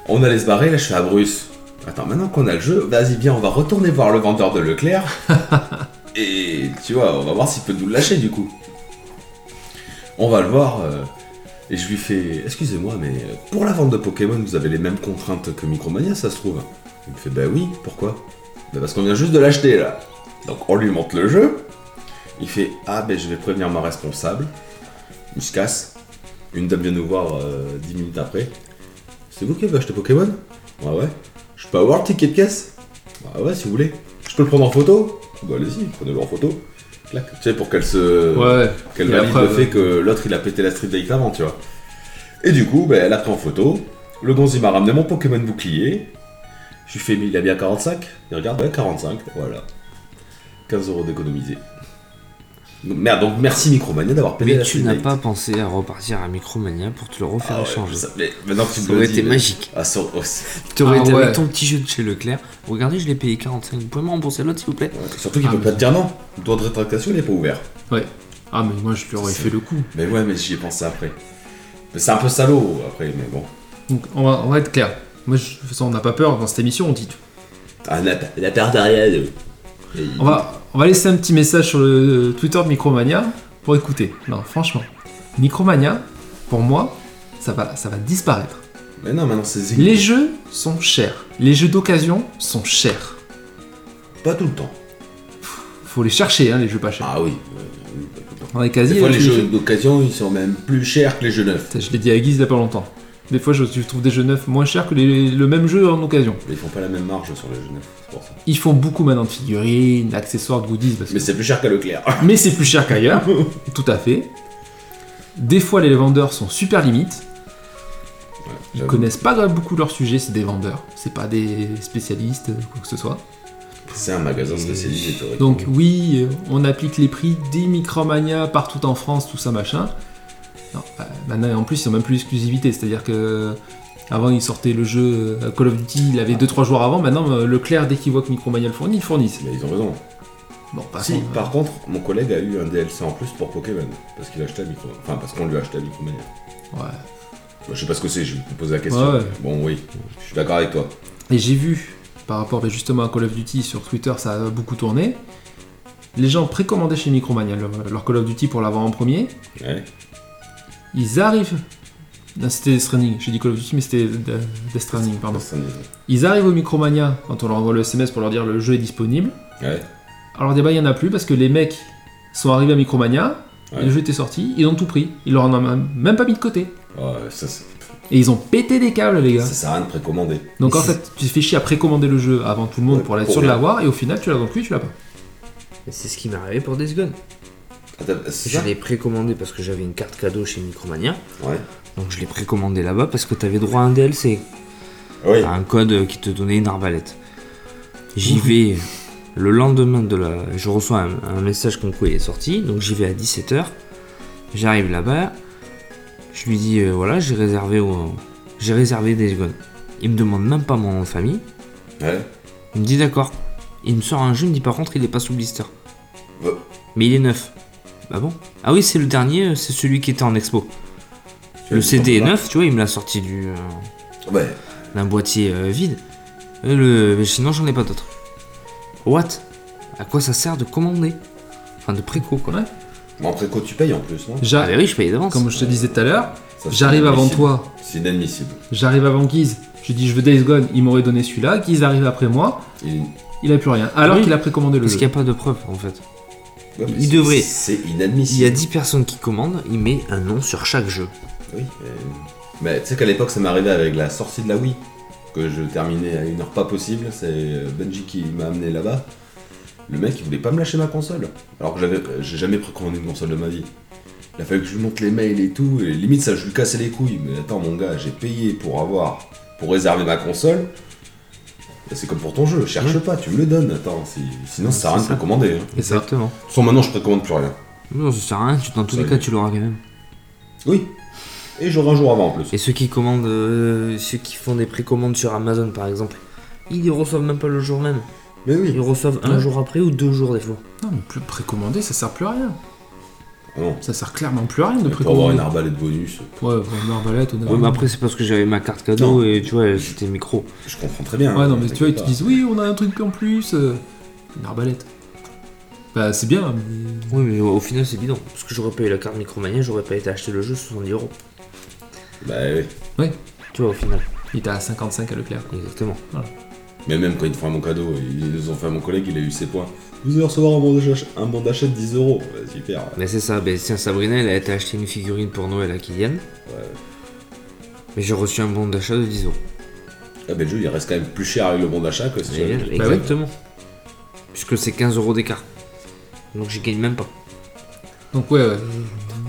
Speaker 2: On allait se barrer, là, je fais à Bruce. Attends, maintenant qu'on a le jeu, vas-y, viens, on va retourner voir le vendeur de Leclerc. Et tu vois, on va voir s'il peut nous le lâcher du coup. On va le voir. euh, et je lui fais Excusez-moi, mais euh, pour la vente de Pokémon, vous avez les mêmes contraintes que Micromania, ça se trouve Il me fait Bah oui, pourquoi Bah parce qu'on vient juste de l'acheter là. Donc on lui montre le jeu. Il fait Ah, ben je vais prévenir ma responsable. Il se casse. Une dame vient nous voir euh, 10 minutes après. C'est vous qui avez acheté Pokémon Ah ouais Je peux avoir le ticket de caisse Bah ouais, si vous voulez. Je peux le prendre en photo Bah allez-y, prenez-le en photo. Clac. Tu sais, pour qu'elle se.
Speaker 3: Ouais,
Speaker 2: Qu'elle
Speaker 3: Et la
Speaker 2: valide le
Speaker 3: preuve.
Speaker 2: fait que l'autre il a pété la street date avant, tu vois. Et du coup, ben, elle a pris en photo. Le gonzi m'a ramené mon Pokémon bouclier. Je lui fais, mais il a bien 45 Il regarde, ouais, 45, voilà. 15 euros d'économiser. Donc, Merde, donc merci Micromania d'avoir pété
Speaker 4: Mais
Speaker 2: la
Speaker 4: tu
Speaker 2: street
Speaker 4: n'as
Speaker 2: date.
Speaker 4: pas pensé à repartir à Micromania pour te le
Speaker 2: Ah
Speaker 4: refaire
Speaker 2: ouais,
Speaker 4: échanger.
Speaker 2: ça- mais maintenant que tu
Speaker 4: Ça
Speaker 2: me le
Speaker 4: aurait
Speaker 2: dis,
Speaker 4: été
Speaker 2: mais-
Speaker 4: magique.
Speaker 2: Ah, ça- oh, c'est-
Speaker 4: Tu aurais
Speaker 3: Ah
Speaker 4: été
Speaker 3: ouais.
Speaker 4: avec ton petit jeu de chez Leclerc. Regardez, je l'ai payé 45. Vous pouvez me rembourser l'autre, s'il vous plaît
Speaker 2: Surtout qu'il
Speaker 3: Ah,
Speaker 2: peut
Speaker 3: mais-
Speaker 2: pas te dire non. Le doigt de rétractation il est pas ouvert.
Speaker 3: ouais. Ah, mais moi, je lui aurais fait le coup.
Speaker 2: Mais ouais, mais j'y ai pensé après. Mais c'est un peu salaud après, mais bon.
Speaker 3: Donc, on va, on va être clair. Moi, je, de toute façon, on n'a pas peur dans cette émission, on dit tout.
Speaker 2: Ah, la, la tartariade. Et-
Speaker 3: On va, on va laisser un petit message sur le Twitter de Micromania pour écouter. Non, franchement, Micromania, pour moi, ça va, ça va disparaître.
Speaker 2: Mais non, maintenant c'est Zing.
Speaker 3: Les jeux sont chers. Les jeux d'occasion sont chers.
Speaker 2: Pas tout le temps.
Speaker 3: Faut les chercher, hein, les jeux pas chers.
Speaker 2: Ah oui. euh, oui, pas tout le temps.
Speaker 3: On est
Speaker 2: Des
Speaker 3: quasi.
Speaker 2: fois,
Speaker 3: à
Speaker 2: les
Speaker 3: tous
Speaker 2: jeux d'occasion, ils sont même plus chers que les jeux neufs.
Speaker 3: Putain, Je l'ai dit à Guise il y a pas longtemps. Des fois, je, je trouve des jeux neufs moins chers que les- le même jeu en occasion.
Speaker 2: Mais ils font pas la même marge sur les jeux neufs, c'est pour ça.
Speaker 3: Ils font beaucoup maintenant de figurines, d'accessoires, de goodies. Parce que...
Speaker 2: Mais c'est plus cher qu'à Leclerc.
Speaker 3: Mais c'est plus cher qu'ailleurs, tout à fait. Des fois, les vendeurs sont super limites. Ils
Speaker 2: J'avoue.
Speaker 3: connaissent pas beaucoup leur sujet, c'est des vendeurs. C'est pas des spécialistes, euh, quoi que ce soit.
Speaker 2: C'est un magasin spécialisé, théoriquement.
Speaker 3: Donc oui, euh, on applique les prix des Micromania partout en France, tout ça machin. Non, euh, maintenant en plus ils ont même plus d'exclusivité, c'est-à-dire que avant ils sortaient le jeu euh, Call of Duty, il avait
Speaker 2: Ah.
Speaker 3: 2-3 jours avant, maintenant euh, Leclerc dès qu'il voit que Micromania le fournit, ils fournissent.
Speaker 2: Mais ils ont raison.
Speaker 3: Bon, par
Speaker 2: si,
Speaker 3: contre, hein.
Speaker 2: par contre, mon collègue a eu un DLC en plus pour Pokémon. Parce qu'il a acheté à Micro. Enfin, parce qu'on lui a acheté à Micromania.
Speaker 3: euh, ouais.
Speaker 2: Moi, Je sais pas ce que c'est, je vais vous poser la question.
Speaker 3: Ouais.
Speaker 2: Bon, oui, je suis d'accord avec toi.
Speaker 3: Et j'ai vu, par rapport ben, justement à Call of Duty sur Twitter, ça a beaucoup tourné. Les gens précommandaient chez Micromania leur, leur Call of Duty pour l'avoir en premier.
Speaker 2: Ouais.
Speaker 3: Ils arrivent. Non, c'était Death Stranding. J'ai dit Call of Duty, mais c'était euh, Death Stranding, pardon.
Speaker 2: Ça me-
Speaker 3: Ils arrivent au Micromania quand on leur envoie le SMS pour leur dire le jeu est disponible.
Speaker 2: Ouais.
Speaker 3: Alors des il n'y en a plus parce que les mecs sont arrivés à Micromania, et
Speaker 2: Ouais.
Speaker 3: le jeu était sorti, ils ont tout pris. Ils leur en ont même- même pas mis de côté.
Speaker 2: Ouais, Oh, ça, c'est-
Speaker 3: Et ils ont pété des câbles, les gars.
Speaker 2: ça sert à rien de précommander.
Speaker 3: Donc en
Speaker 4: c'est-
Speaker 3: fait, tu te fais chier à précommander le jeu avant tout le monde
Speaker 2: Ouais,
Speaker 3: pour être
Speaker 2: pour
Speaker 3: sûr de
Speaker 2: rien.
Speaker 3: l'avoir, et au final, tu l'as dans le cul, tu l'as pas.
Speaker 4: Mais C'est ce qui m'est arrivé pour Days Gone.
Speaker 2: Attends, c'est
Speaker 4: Je
Speaker 2: ça
Speaker 4: l'ai précommandé parce que j'avais une carte cadeau chez Micromania.
Speaker 2: Ouais.
Speaker 4: Donc je l'ai précommandé là-bas parce que t'avais droit à un DLC.
Speaker 2: Oui.
Speaker 4: à un code qui te donnait une arbalète. J'y vais le lendemain de la. Je reçois un, un message comme quoi il est sorti, donc j'y vais à 17h. J'arrive là-bas, je lui dis euh, voilà, j'ai réservé au... j'ai réservé des Gone. Il me demande même pas mon nom de famille,
Speaker 2: Ouais.
Speaker 4: il me dit d'accord. Il me sort un jeu, il me dit par contre il est pas sous blister.
Speaker 2: Ouais.
Speaker 4: Mais il est neuf. Bah bon. Ah oui, c'est le dernier, euh, c'est celui qui était en expo.
Speaker 2: Tu
Speaker 4: Le
Speaker 2: as dit
Speaker 4: CD est
Speaker 2: comme ça.
Speaker 4: neuf, tu vois, il me l'a sorti du. euh,
Speaker 2: Ouais.
Speaker 4: d'un boîtier euh, vide. Et le... mais Sinon, j'en ai pas d'autres. What À quoi ça sert de commander Enfin, de préco, quoi.
Speaker 3: Ouais.
Speaker 2: Mais en préco, tu payes en plus, non
Speaker 3: J'a-
Speaker 4: Ah, bah oui, je paye d'avance.
Speaker 3: Comme je te disais tout à l'heure,
Speaker 2: Ça, c'est
Speaker 3: j'arrive avant
Speaker 2: inadmissible.
Speaker 3: toi,
Speaker 2: C'est inadmissible.
Speaker 3: j'arrive avant Guise. Je dis je veux Days Gone, il m'aurait donné celui-là, Guise arrive après moi,
Speaker 2: Il...
Speaker 3: il a plus rien. Alors
Speaker 4: Oui.
Speaker 3: qu'il a précommandé le
Speaker 4: Parce
Speaker 3: jeu.
Speaker 4: qu'il n'y a pas de preuve, en fait.
Speaker 2: Ouais, mais
Speaker 4: Il
Speaker 2: c'est-
Speaker 4: devrait.
Speaker 2: C'est
Speaker 4: Il y a
Speaker 2: inadmissible.
Speaker 4: 10 personnes qui commandent, il met un nom sur chaque jeu.
Speaker 2: Oui. euh, Mais tu sais qu'à l'époque, ça m'est arrivé avec la sortie de la Wii, que je terminais à une heure pas possible. C'est euh, Benji qui m'a amené là-bas. Le mec, il voulait pas me lâcher ma console. Alors que j'avais, euh, j'ai jamais précommandé une console de ma vie. Il a fallu que je lui montre les mails et tout. Et limite, ça, je lui cassais les couilles. Mais attends, mon gars, j'ai payé pour avoir, pour réserver ma console. Et C'est comme pour ton jeu, cherche pas, tu me le donnes. Attends, si- sinon ça sert à rien de
Speaker 4: C'est ça.
Speaker 2: précommander. hein.
Speaker 3: Et ça.
Speaker 4: Exactement.
Speaker 2: Sans maintenant, je précommande plus rien.
Speaker 4: Non, ça sert à rien, tu- dans tous
Speaker 2: Ça
Speaker 4: les
Speaker 2: y
Speaker 4: cas,
Speaker 2: est.
Speaker 4: tu l'auras quand même.
Speaker 2: Oui. Et j'aurai un jour avant en plus.
Speaker 4: Et ceux qui commandent, euh, ceux qui font des précommandes sur Amazon, par exemple, ils les reçoivent même pas le jour même.
Speaker 2: Mais oui.
Speaker 4: Ils reçoivent un
Speaker 3: Ouais.
Speaker 4: jour après ou deux jours, des fois.
Speaker 3: Non, mais plus précommander, ça sert plus à rien.
Speaker 2: Ah Non.
Speaker 3: Ça sert clairement plus à rien de
Speaker 2: Mais Pour avoir
Speaker 3: précommander.
Speaker 2: une arbalète bonus,
Speaker 3: Ouais, pour une arbalète ou une
Speaker 4: Ouais, mais après, c'est parce que j'avais ma carte cadeau et tu vois, c'était micro.
Speaker 2: je comprends très bien.
Speaker 3: Ouais,
Speaker 2: hein,
Speaker 3: non, mais tu vois, ils te
Speaker 2: t'inquiète
Speaker 3: disent oui, on a un truc en plus. euh, une arbalète. Bah, c'est bien, mais.
Speaker 4: Oui, mais au au final, c'est bidon. Parce que j'aurais payé la carte Micromania, j'aurais pas été acheter le jeu 70 euros.
Speaker 2: pas. Bah oui.
Speaker 4: Tu vois, au final.
Speaker 3: Il était à 55 à Leclerc.
Speaker 4: Exactement.
Speaker 2: Mais même quand ils te font un bon cadeau, ils nous ont fait à mon collègue, il a eu ses points. Vous allez recevoir un bon d'achat, un bon d'achat de 10 euros. Ouais, super.
Speaker 4: Mais c'est ça, ben, tiens, Sabrina, elle a été acheter une figurine pour Noël à Kylian.
Speaker 2: Ouais.
Speaker 4: Mais j'ai reçu un bon d'achat de 10 euros.
Speaker 2: Ah, ben, le jeu, il reste quand même plus cher avec le bon d'achat que si tu
Speaker 4: Et-
Speaker 2: avais-
Speaker 4: Exactement. Bah Puisque c'est 15 euros d'écart. Donc j'y gagne même pas.
Speaker 3: Donc ouais, ouais,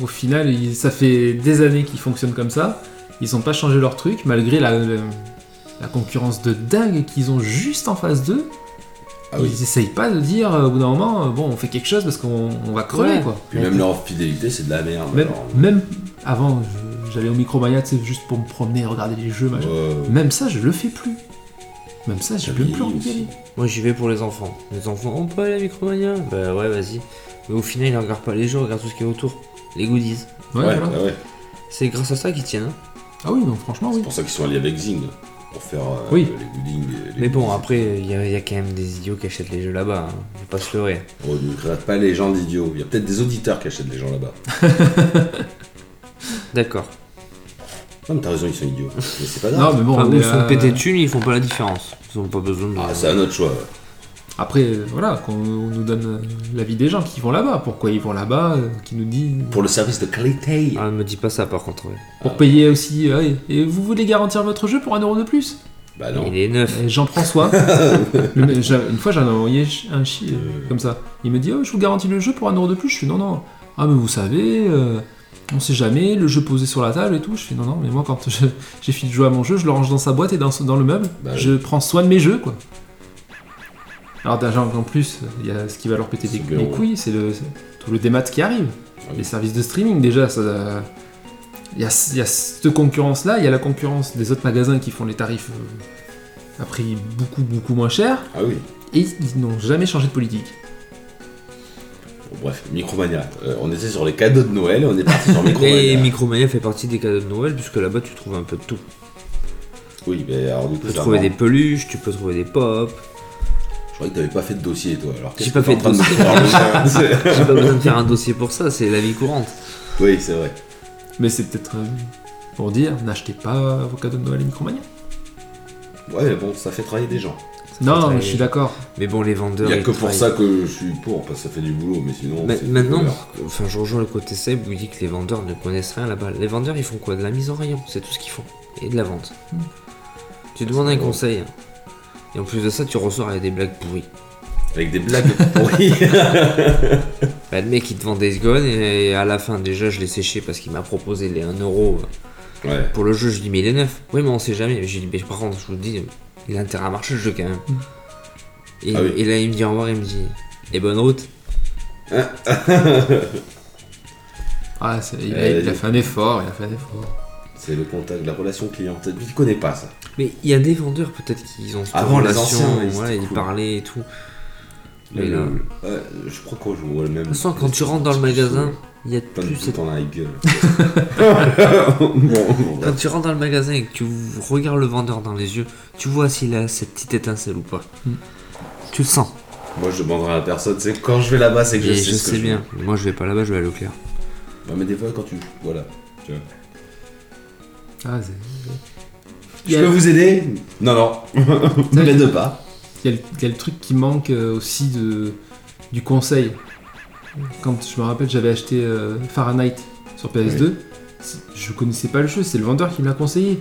Speaker 3: au final, il- ça fait des années qu'ils fonctionnent comme ça. Ils n'ont pas changé leur truc, malgré la, le- la concurrence de dingue qu'ils ont juste en face d'eux.
Speaker 2: Ah oui.
Speaker 3: Ils essayent pas de dire, euh, au bout d'un moment, euh, bon, on fait quelque chose parce qu'on on va crever,
Speaker 4: Ouais.
Speaker 3: quoi.
Speaker 2: Puis même leur fidélité, c'est de la merde.
Speaker 3: Même,
Speaker 2: alors. euh,
Speaker 3: même avant, je- j'allais au Micromania, c'est juste pour me promener, regarder les jeux, machin.
Speaker 2: Ouais.
Speaker 3: Même ça, je le fais plus. Même ça,
Speaker 2: Ah
Speaker 3: j'ai même plus envie d'y aller.
Speaker 4: Moi j'y vais pour les enfants. Les enfants, on peut aller à Micromania Bah ouais, vas-y. Mais au final, ils regardent pas les jeux, ils regardent tout ce qui est autour. Les goodies.
Speaker 3: Ouais,
Speaker 2: Ouais,
Speaker 3: voilà.
Speaker 2: bah ouais.
Speaker 4: C'est grâce à ça qu'ils tiennent. hein.
Speaker 3: Ah oui, donc franchement,
Speaker 2: C'est
Speaker 3: oui.
Speaker 2: pour ça qu'ils sont alliés avec Zing. Pour faire euh,
Speaker 3: Oui.
Speaker 2: les goodings.
Speaker 4: Mais bon, hein. après, il y, a- il y a quand même des idiots qui achètent les jeux là-bas. hein. Faut pas se leurrer.
Speaker 2: On Oh, ne regarde pas les gens d'idiots. Il y a peut-être des auditeurs qui achètent les gens là-bas.
Speaker 4: D'accord.
Speaker 2: Non, mais t'as raison, ils sont idiots. Mais c'est pas
Speaker 3: Non,
Speaker 2: grave.
Speaker 3: mais euh, bon,
Speaker 4: Enfin,
Speaker 3: on
Speaker 4: ou
Speaker 3: est
Speaker 4: ils se font
Speaker 3: là-
Speaker 4: péter de thunes, ils font pas la différence. Ils ont pas besoin de.
Speaker 2: Ah, c'est un autre choix.
Speaker 3: Après, euh, voilà, qu'on on nous donne euh, l'avis des gens qui vont là-bas. Pourquoi ils vont là-bas euh, Qui nous dit
Speaker 2: Pour le service de qualité.
Speaker 4: Ah, me dis pas ça par contre. ouais.
Speaker 3: pour payer aussi. euh, et et vous voulez garantir votre jeu pour un euro de plus
Speaker 2: Bah non.
Speaker 4: Il est neuf.
Speaker 3: Et J'en prends soin. Le mec, j'a- une fois, j'en ai envoyé ch- un chi euh, comme ça. Il me dit oh, Je vous garantis le jeu pour un euro de plus. Je fais Non, non. Ah, mais vous savez, euh, on sait jamais, le jeu posé sur la table et tout. Je fais Non, non, mais moi, quand je- j'ai fini de jouer à mon jeu, je le range dans sa boîte et dans, dans le meuble.
Speaker 2: Bah oui.
Speaker 3: je prends soin de mes jeux, quoi. Alors, déjà, en plus, il y a ce qui va leur péter
Speaker 2: C'est
Speaker 3: des,
Speaker 2: bien,
Speaker 3: les
Speaker 2: ouais.
Speaker 3: couilles c'est le, c'est tout le démat qui arrive.
Speaker 2: oui.
Speaker 3: Les services de streaming, déjà, ça. euh, Il y, a, il y a cette concurrence-là, il y a la concurrence des autres magasins qui font les tarifs euh, a pris beaucoup beaucoup moins cher
Speaker 2: Ah oui.
Speaker 3: et ils n'ont jamais changé de politique.
Speaker 2: Bon, bref, Micromania. Euh, on était sur les cadeaux de Noël et on est parti sur
Speaker 4: Et
Speaker 2: Micromania.
Speaker 4: Micromania fait partie des cadeaux de Noël, puisque là-bas tu trouves un peu de tout.
Speaker 2: Oui, mais euh, alors du
Speaker 4: Tu
Speaker 2: coup,
Speaker 4: peux
Speaker 2: ça
Speaker 4: trouver
Speaker 2: rend-
Speaker 4: des peluches, tu peux trouver des pop.
Speaker 2: Je croyais que t'avais pas fait de dossier, toi. Alors,
Speaker 4: J'ai
Speaker 2: qu'est-ce
Speaker 4: pas
Speaker 2: que t'es
Speaker 4: fait
Speaker 2: en
Speaker 4: de
Speaker 2: train faire, là
Speaker 4: J'ai pas besoin de faire un dossier pour ça, c'est la vie courante.
Speaker 2: Oui, c'est vrai.
Speaker 3: Mais c'est peut-être euh, pour dire n'achetez pas vos cadeaux de Noël et Micromania.
Speaker 2: Ouais, mais bon, ça fait travailler des gens.
Speaker 3: Non,
Speaker 4: très-
Speaker 3: mais je suis d'accord.
Speaker 4: Mais bon, les
Speaker 2: Il
Speaker 4: vendeurs.
Speaker 2: n'y a
Speaker 4: ils
Speaker 2: que pour
Speaker 4: travaillent.
Speaker 2: ça que je suis pour, parce que ça fait du boulot, mais sinon.
Speaker 4: Ma-
Speaker 2: c'est une
Speaker 4: maintenant,
Speaker 2: douleur.
Speaker 4: enfin, je rejoins le côté Seb où il dit que les vendeurs ne connaissent rien là-bas. Les vendeurs, ils font quoi De la mise en rayon, c'est tout ce qu'ils font. Et de la vente.
Speaker 3: Hmm.
Speaker 4: Tu demandes un
Speaker 2: bon.
Speaker 4: conseil. Et en plus de ça, tu ressors avec des blagues pourries.
Speaker 2: Avec des blagues pourries.
Speaker 4: Bah, le mec, il te vend des gones et à la fin, déjà, je l'ai séché parce qu'il m'a proposé les 1€ euro
Speaker 2: ouais.
Speaker 4: pour le jeu. Je lui dis, mais il est neuf. Oui, mais on sait jamais. J'ai dit, mais par contre, je vous le dis, il a intérêt à marcher le jeu quand même. Et,
Speaker 2: Mm. Ah oui.
Speaker 4: et là, il me dit au revoir, il me dit, eh ben, et bonne route.
Speaker 3: Ah, c'est- il, a,
Speaker 2: Euh,
Speaker 3: il a fait un effort, il a fait un effort.
Speaker 2: C'est le contact, la relation client. Tu ne connais pas ça.
Speaker 4: Mais il y a des vendeurs peut-être qui ont cette
Speaker 2: Avant, les
Speaker 4: relation,
Speaker 2: anciens, ils
Speaker 4: voilà,
Speaker 2: étaient
Speaker 4: ils
Speaker 2: cool.
Speaker 4: parlaient et tout. Mais
Speaker 2: Le-
Speaker 4: là, de
Speaker 2: le- ouais, je crois qu'on joue le même.
Speaker 4: toute façon, quand tu rentres dans le magasin, il y a de
Speaker 2: Putain,
Speaker 4: plus.
Speaker 2: de
Speaker 4: cette-
Speaker 2: t'en as la gueule. bon, bon,
Speaker 4: Quand
Speaker 2: bref.
Speaker 4: tu rentres dans le magasin et que tu regardes le vendeur dans les yeux, tu vois s'il a cette petite étincelle ou pas.
Speaker 2: Mm.
Speaker 4: Tu le sens.
Speaker 2: Moi, je demanderai à la personne, c'est quand je vais là-bas, c'est que je
Speaker 4: Et
Speaker 2: sais
Speaker 4: je
Speaker 2: ce que
Speaker 4: sais
Speaker 2: je
Speaker 4: bien. Moi, je vais pas là-bas, je vais à Leclerc.
Speaker 2: veux. Ouais, mais des fois, quand tu. Voilà. tu vois.
Speaker 3: Ah, c'est- il,
Speaker 2: Je
Speaker 3: y a,
Speaker 2: peux vous aider Non, non. Ne m'aide pas.
Speaker 3: il y a le- il y a le truc qui manque euh, aussi de, du conseil. Quand je me rappelle, j'avais acheté euh, Fahrenheit sur PS2. C'est- Je connaissais pas le jeu, c'est le vendeur qui me l'a conseillé.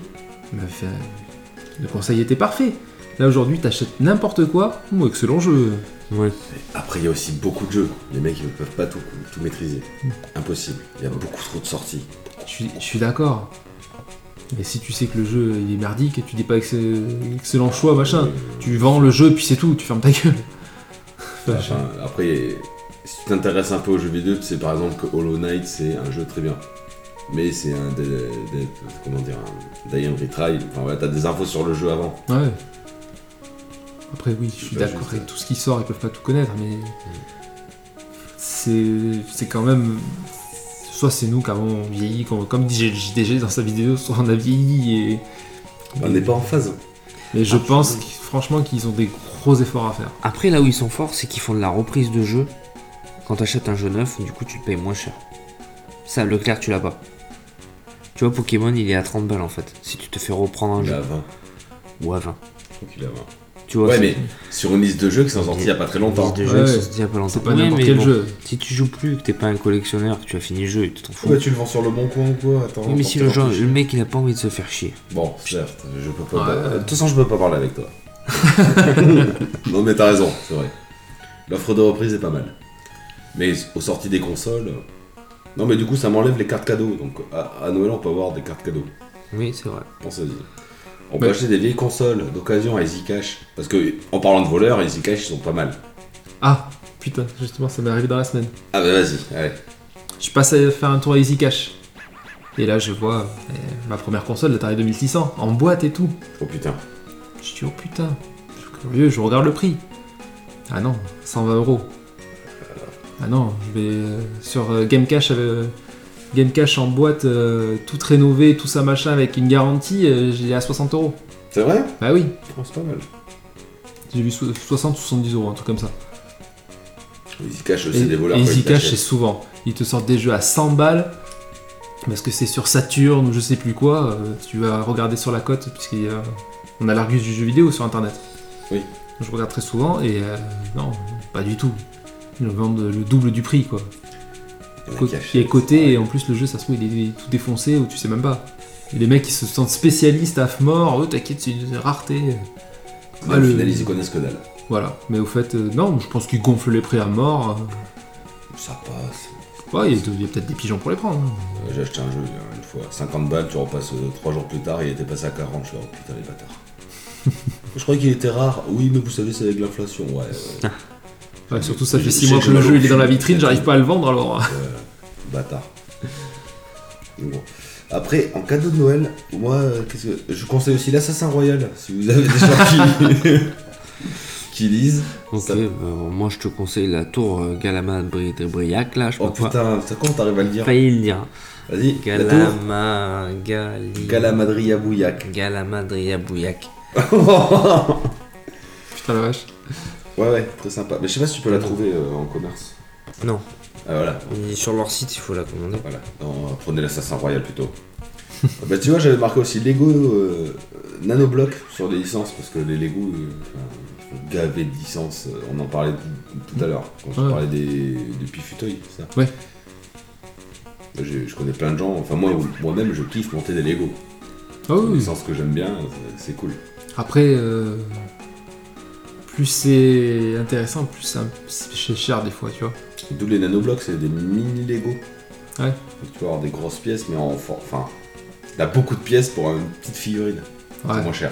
Speaker 3: Il m'avait fait un- Le conseil était parfait. Là aujourd'hui, t'achètes n'importe quoi. Ouh, excellent jeu.
Speaker 4: Ouais.
Speaker 2: Après, il y a aussi beaucoup de jeux. Les mecs, ils peuvent pas tout, tout maîtriser. Impossible. Il y a beaucoup trop de sorties.
Speaker 3: Je suis, je suis d'accord. Mais si tu sais que le jeu il est merdique et tu dis pas ex- excellent choix,
Speaker 4: Ah.
Speaker 3: machin, tu vends le jeu puis c'est tout, tu fermes ta gueule. Enfin, je-
Speaker 2: Euh, Enfin, après, si tu t'intéresses un peu aux jeux vidéo, tu sais par exemple que Hollow Knight c'est un jeu très bien. Mais c'est un. des- des- comment dire un Die and Retry. Enfin voilà, t'as des infos sur le jeu avant.
Speaker 3: ouais. Après oui, je suis
Speaker 2: Bah,
Speaker 3: d'accord
Speaker 2: juste,
Speaker 3: avec
Speaker 2: euh,
Speaker 3: tout ce qui sort, ils peuvent pas tout connaître, mais Mm. c'est c'est quand même soit c'est nous qui avons vieilli, comme, comme dit JDG dans sa vidéo, soit on a vieilli et
Speaker 2: On n'est pas en phase.
Speaker 3: mais je pense que- franchement qu'ils ont des gros efforts à faire.
Speaker 4: Après, là où ils sont forts, c'est qu'ils font de la reprise de jeu. Quand t'achètes un jeu neuf, du coup, tu le payes moins cher. Ça, Leclerc, tu l'as pas. Tu vois, Pokémon, il est à 30 balles en fait. Si tu te fais reprendre un
Speaker 2: Il est à
Speaker 4: jeu.
Speaker 2: 20.
Speaker 4: Ou à 20.
Speaker 2: Je crois qu'il est à 20.
Speaker 4: Tu vois,
Speaker 2: Bah, Ouais,
Speaker 4: c'est-
Speaker 2: mais sur une liste de jeux qui sont sortis il y a pas très longtemps.
Speaker 4: des
Speaker 3: Ouais,
Speaker 4: jeux qui sont
Speaker 3: ouais.
Speaker 4: sortis il y a pas longtemps.
Speaker 3: C'est pas
Speaker 4: Ouais,
Speaker 3: n'importe
Speaker 4: mais
Speaker 3: quel
Speaker 4: bon,
Speaker 3: jeu.
Speaker 4: Si tu joues plus, que t'es pas un collectionneur, que tu as fini le jeu et tu t'en fous.
Speaker 2: Pourquoi tu le vends sur le bon coin ou quoi Attends.
Speaker 4: Oui, mais si le,
Speaker 2: attends,
Speaker 4: genre,
Speaker 2: attends.
Speaker 4: le mec il a pas envie de se faire chier.
Speaker 2: Bon, certes, je peux pas.
Speaker 3: Ouais.
Speaker 2: euh, De toute façon, je peux pas parler avec toi. non, mais t'as raison, c'est vrai. L'offre de reprise est pas mal. Mais aux sorties des consoles. euh, Non, mais du coup, ça m'enlève les cartes cadeaux. Donc à, à Noël, on peut avoir des cartes cadeaux.
Speaker 4: Oui, c'est vrai.
Speaker 2: Pensez-y. On peut
Speaker 3: Ouais.
Speaker 2: acheter des vieilles consoles d'occasion à Easy Cash. Parce que, en parlant de voleurs, Easy Cash, ils sont pas mal.
Speaker 3: Ah, putain, justement, ça m'est arrivé dans la semaine.
Speaker 2: Ah, bah vas-y, allez.
Speaker 3: Je passe à faire un tour à Easy Cash. Et là, je vois euh, ma première console, l'Atari 2600, en boîte et tout.
Speaker 2: Oh putain.
Speaker 3: Je dis, oh putain, je suis curieux, je regarde le prix. Ah non, 120 euros. Ah non, je vais euh, sur euh, Gamecash, euh, Gamecash en boîte, euh, toute rénovée, tout ça machin, avec une garantie, euh, j'ai à 60 euros.
Speaker 2: C'est vrai
Speaker 3: Bah oui,
Speaker 2: Oh, C'est pas mal.
Speaker 3: j'ai vu so- 60 ou 70 euros, un truc comme ça.
Speaker 2: Easy Cash,
Speaker 3: Et,
Speaker 2: c'est des voleurs.
Speaker 3: et
Speaker 2: quoi, ils
Speaker 3: Easy Cash, c'est
Speaker 2: t'achètent.
Speaker 3: souvent. Ils te sortent des jeux à 100 balles. Parce que c'est sur Saturn ou je sais plus quoi. euh, tu vas regarder sur la cote, puisqu'on a, on a l'argus du jeu vidéo sur internet.
Speaker 2: Oui.
Speaker 3: Je regarde très souvent et euh, non, pas du tout. Ils vendent le double du prix quoi.
Speaker 2: Il y en a
Speaker 3: Co-
Speaker 2: qui achètent.
Speaker 3: Qui est coté et en plus le jeu ça se trouve il est, il est tout défoncé ou tu sais même pas. Et les mecs ils se sentent spécialistes à mort, eux t'inquiète c'est une rareté.
Speaker 2: Mais
Speaker 3: Ah,
Speaker 2: au
Speaker 3: le-
Speaker 2: final, ils y connaissent que dalle.
Speaker 3: Voilà. Mais au fait, euh, non, je pense qu'ils gonflent les prix à mort. hein.
Speaker 2: Ça passe.
Speaker 3: Ouais, il y a- il y a peut-être des pigeons pour les prendre. hein.
Speaker 2: Euh, J'ai acheté un jeu hein, une fois, 50 balles, tu repasses 3 jours plus tard, il était passé à 40, je suis là, oh putain les bâtards. je croyais qu'il était rare, oui mais vous savez c'est avec l'inflation, ouais. ouais.
Speaker 3: Ouais, surtout ça
Speaker 2: J'ai-
Speaker 3: fait 6
Speaker 2: j'ai-
Speaker 3: mois que le
Speaker 2: j'ai-
Speaker 3: jeu il est dans la vitrine,
Speaker 2: j'ai-
Speaker 3: j'arrive pas à le vendre alors.
Speaker 2: Euh, bâtard. Bon. Après, en cadeau de Noël, moi, euh, qu'est-ce que... je conseille aussi l'Assassin Royal, si vous avez des gens qui... qui lisent.
Speaker 4: Ok,
Speaker 2: Ça-
Speaker 4: bah, moi je te conseille la tour euh, Galamad Bri- de Briac là, je sais
Speaker 2: Oh
Speaker 4: pas quoi.
Speaker 2: putain, ça quand t'arrives à le dire
Speaker 4: failli le dire.
Speaker 2: Vas-y, la tour.
Speaker 4: Galama, Gali...
Speaker 2: Galamadria Bouillac.
Speaker 4: Galamadria Bouillac.
Speaker 2: ouais,
Speaker 3: Putain la vache.
Speaker 2: ouais, très sympa. Mais je sais pas si tu peux la trouver euh, en commerce.
Speaker 4: Non,
Speaker 2: Ah voilà,
Speaker 4: on est sur leur site, il faut la commander.
Speaker 2: Voilà, Non, prenez l'assassin royal plutôt. bah tu vois, j'avais marqué aussi Lego euh, euh, Nanoblock sur les licences, parce que les Lego, euh, enfin, ils sont gavés de licences, euh, on en parlait tout, tout à l'heure, quand je
Speaker 3: Ouais.
Speaker 2: parlais des, du Pifuteuil, ça.
Speaker 3: Ouais.
Speaker 2: Bah, j'ai- Je connais plein de gens, enfin moi, moi-même je kiffe monter des Lego.
Speaker 3: Ah
Speaker 2: C'est une
Speaker 3: oui.
Speaker 2: licence que j'aime bien, euh, c'est- c'est cool.
Speaker 3: Après, euh, plus c'est intéressant, plus ça- c'est cher des fois, tu vois.
Speaker 2: D'où les nanoblocs, c'est des mini Lego.
Speaker 3: Ouais.
Speaker 2: Donc tu vas avoir des grosses pièces, mais en for- Enfin, t'as beaucoup de pièces pour une petite figurine. C'est
Speaker 3: Ouais.
Speaker 2: moins cher.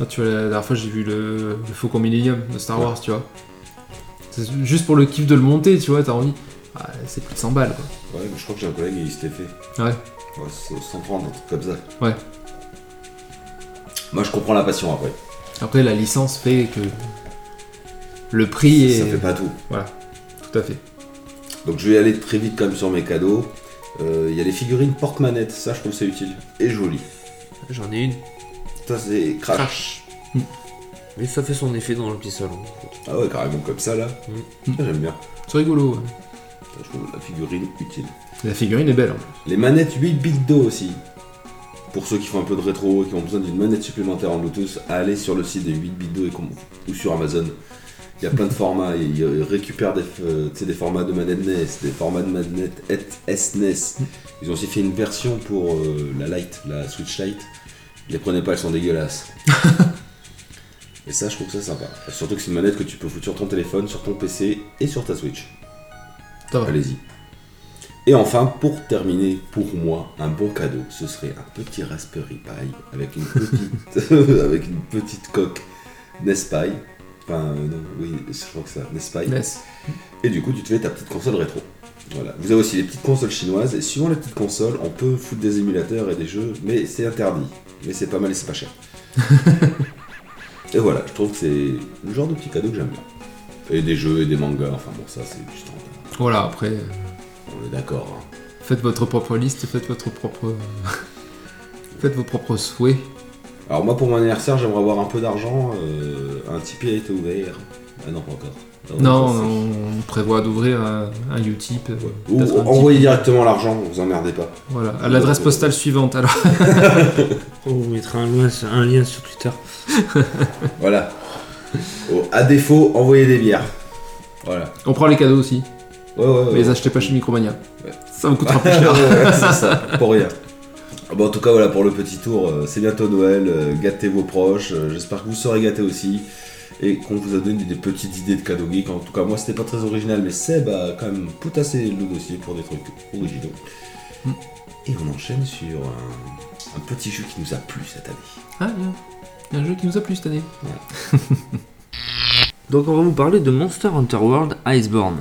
Speaker 3: Ah, tu vois, la dernière fois j'ai vu le, le Faucon Millennium de Star Wars, tu vois. C'est juste pour le kiff de le monter, tu vois, t'as envie. Ah, c'est plus de 100 balles, quoi.
Speaker 2: Ouais, mais je crois que j'ai un collègue, il s'était fait.
Speaker 3: Ouais.
Speaker 2: Ouais, c'est 130, un truc comme ça.
Speaker 3: Ouais.
Speaker 2: Moi, je comprends la passion après.
Speaker 3: Après, la licence fait que le prix est.
Speaker 2: Ça fait pas tout.
Speaker 3: Voilà, tout à fait.
Speaker 2: Donc, je vais aller très vite quand même sur mes cadeaux. Euh, Il y a les figurines porte-manette, ça je trouve c'est utile et joli.
Speaker 4: J'en ai une.
Speaker 2: Ça c'est crash.
Speaker 4: Mais ça fait son effet dans le petit salon. en fait.
Speaker 2: Ah ouais, carrément comme ça là.
Speaker 3: Mm.
Speaker 2: Ça, J'aime bien.
Speaker 3: C'est rigolo, ouais.
Speaker 2: Ça, je trouve la figurine utile.
Speaker 3: La figurine est belle, en plus.
Speaker 2: Les manettes 8 bits d'eau aussi. Pour ceux qui font un peu de rétro et qui ont besoin d'une manette supplémentaire en Bluetooth, allez sur le site des 8 bits d'eau et com- ou sur Amazon. Il y a plein de formats, ils ils récupèrent des, f- euh, tu sais, des formats de manettes NES, des formats de manettes et- SNES. Ils ont aussi fait une version pour euh, la Lite, la Switch Lite. Les prenez pas, elles sont dégueulasses. et ça, je trouve ça sympa. Surtout que c'est une manette que tu peux foutre sur ton téléphone, sur ton PC et sur ta Switch.
Speaker 3: Ça va.
Speaker 2: Allez-y. Et enfin, pour terminer, pour moi, un bon cadeau, ce serait un petit Raspberry Pi avec une petite, avec une petite coque NES Pi. Enfin, euh, non, oui, je crois que c'est ça, NES Pi.
Speaker 3: Yes.
Speaker 2: Et du coup, tu te fais ta petite console rétro. Voilà. Vous avez aussi les petites consoles chinoises, et suivant les petites consoles, on peut foutre des émulateurs et des jeux, mais c'est interdit. Mais c'est pas mal et c'est pas cher. et voilà, je trouve que c'est le genre de petit cadeau que j'aime bien. Et des jeux et des mangas, enfin bon, ça c'est du standard.
Speaker 3: Voilà, après. euh,
Speaker 2: On est d'accord. hein.
Speaker 3: Faites votre propre liste, faites votre propre. faites vos propres souhaits.
Speaker 2: Alors moi pour mon anniversaire j'aimerais avoir un peu d'argent. euh, un Tipeee a été ouvert. Ah non pas encore. Ah ouais,
Speaker 3: Non,
Speaker 2: ça, c'est-
Speaker 3: on prévoit d'ouvrir un, un Utip. euh,
Speaker 2: Ou
Speaker 3: peut-être un petit-
Speaker 2: envoyez directement l'argent, vous emmerdez pas.
Speaker 3: Voilà, à l'adresse postale suivante. Alors,
Speaker 4: On vous mettra un lien, sur- un lien sur Twitter.
Speaker 2: Voilà. Oh, à défaut, envoyez des bières. Voilà.
Speaker 3: On prend les cadeaux aussi.
Speaker 2: Ouais, ouais, ouais.
Speaker 3: Mais les achetez pas chez Micromania.
Speaker 2: Ouais.
Speaker 3: Ça vous coûtera plus
Speaker 2: Ouais,
Speaker 3: cher.
Speaker 2: ouais, c'est ça, pour rien. Bon, en tout cas, voilà pour le petit tour. euh, C'est bientôt Noël. euh, Gâtez vos proches. euh, J'espère que vous serez gâtés aussi. Et qu'on vous a donné des petites idées de cadeaux geeks. En tout cas, moi, c'était pas très original, mais Seb a quand même poutassé le dossier pour des trucs originaux. Hmm.
Speaker 3: Mm.
Speaker 2: Et on enchaîne sur un, un petit jeu qui nous a plu cette année.
Speaker 3: Ah, il y a- il y a un jeu qui nous a plu cette année.
Speaker 4: Donc on va vous parler de Monster Hunter World Iceborne.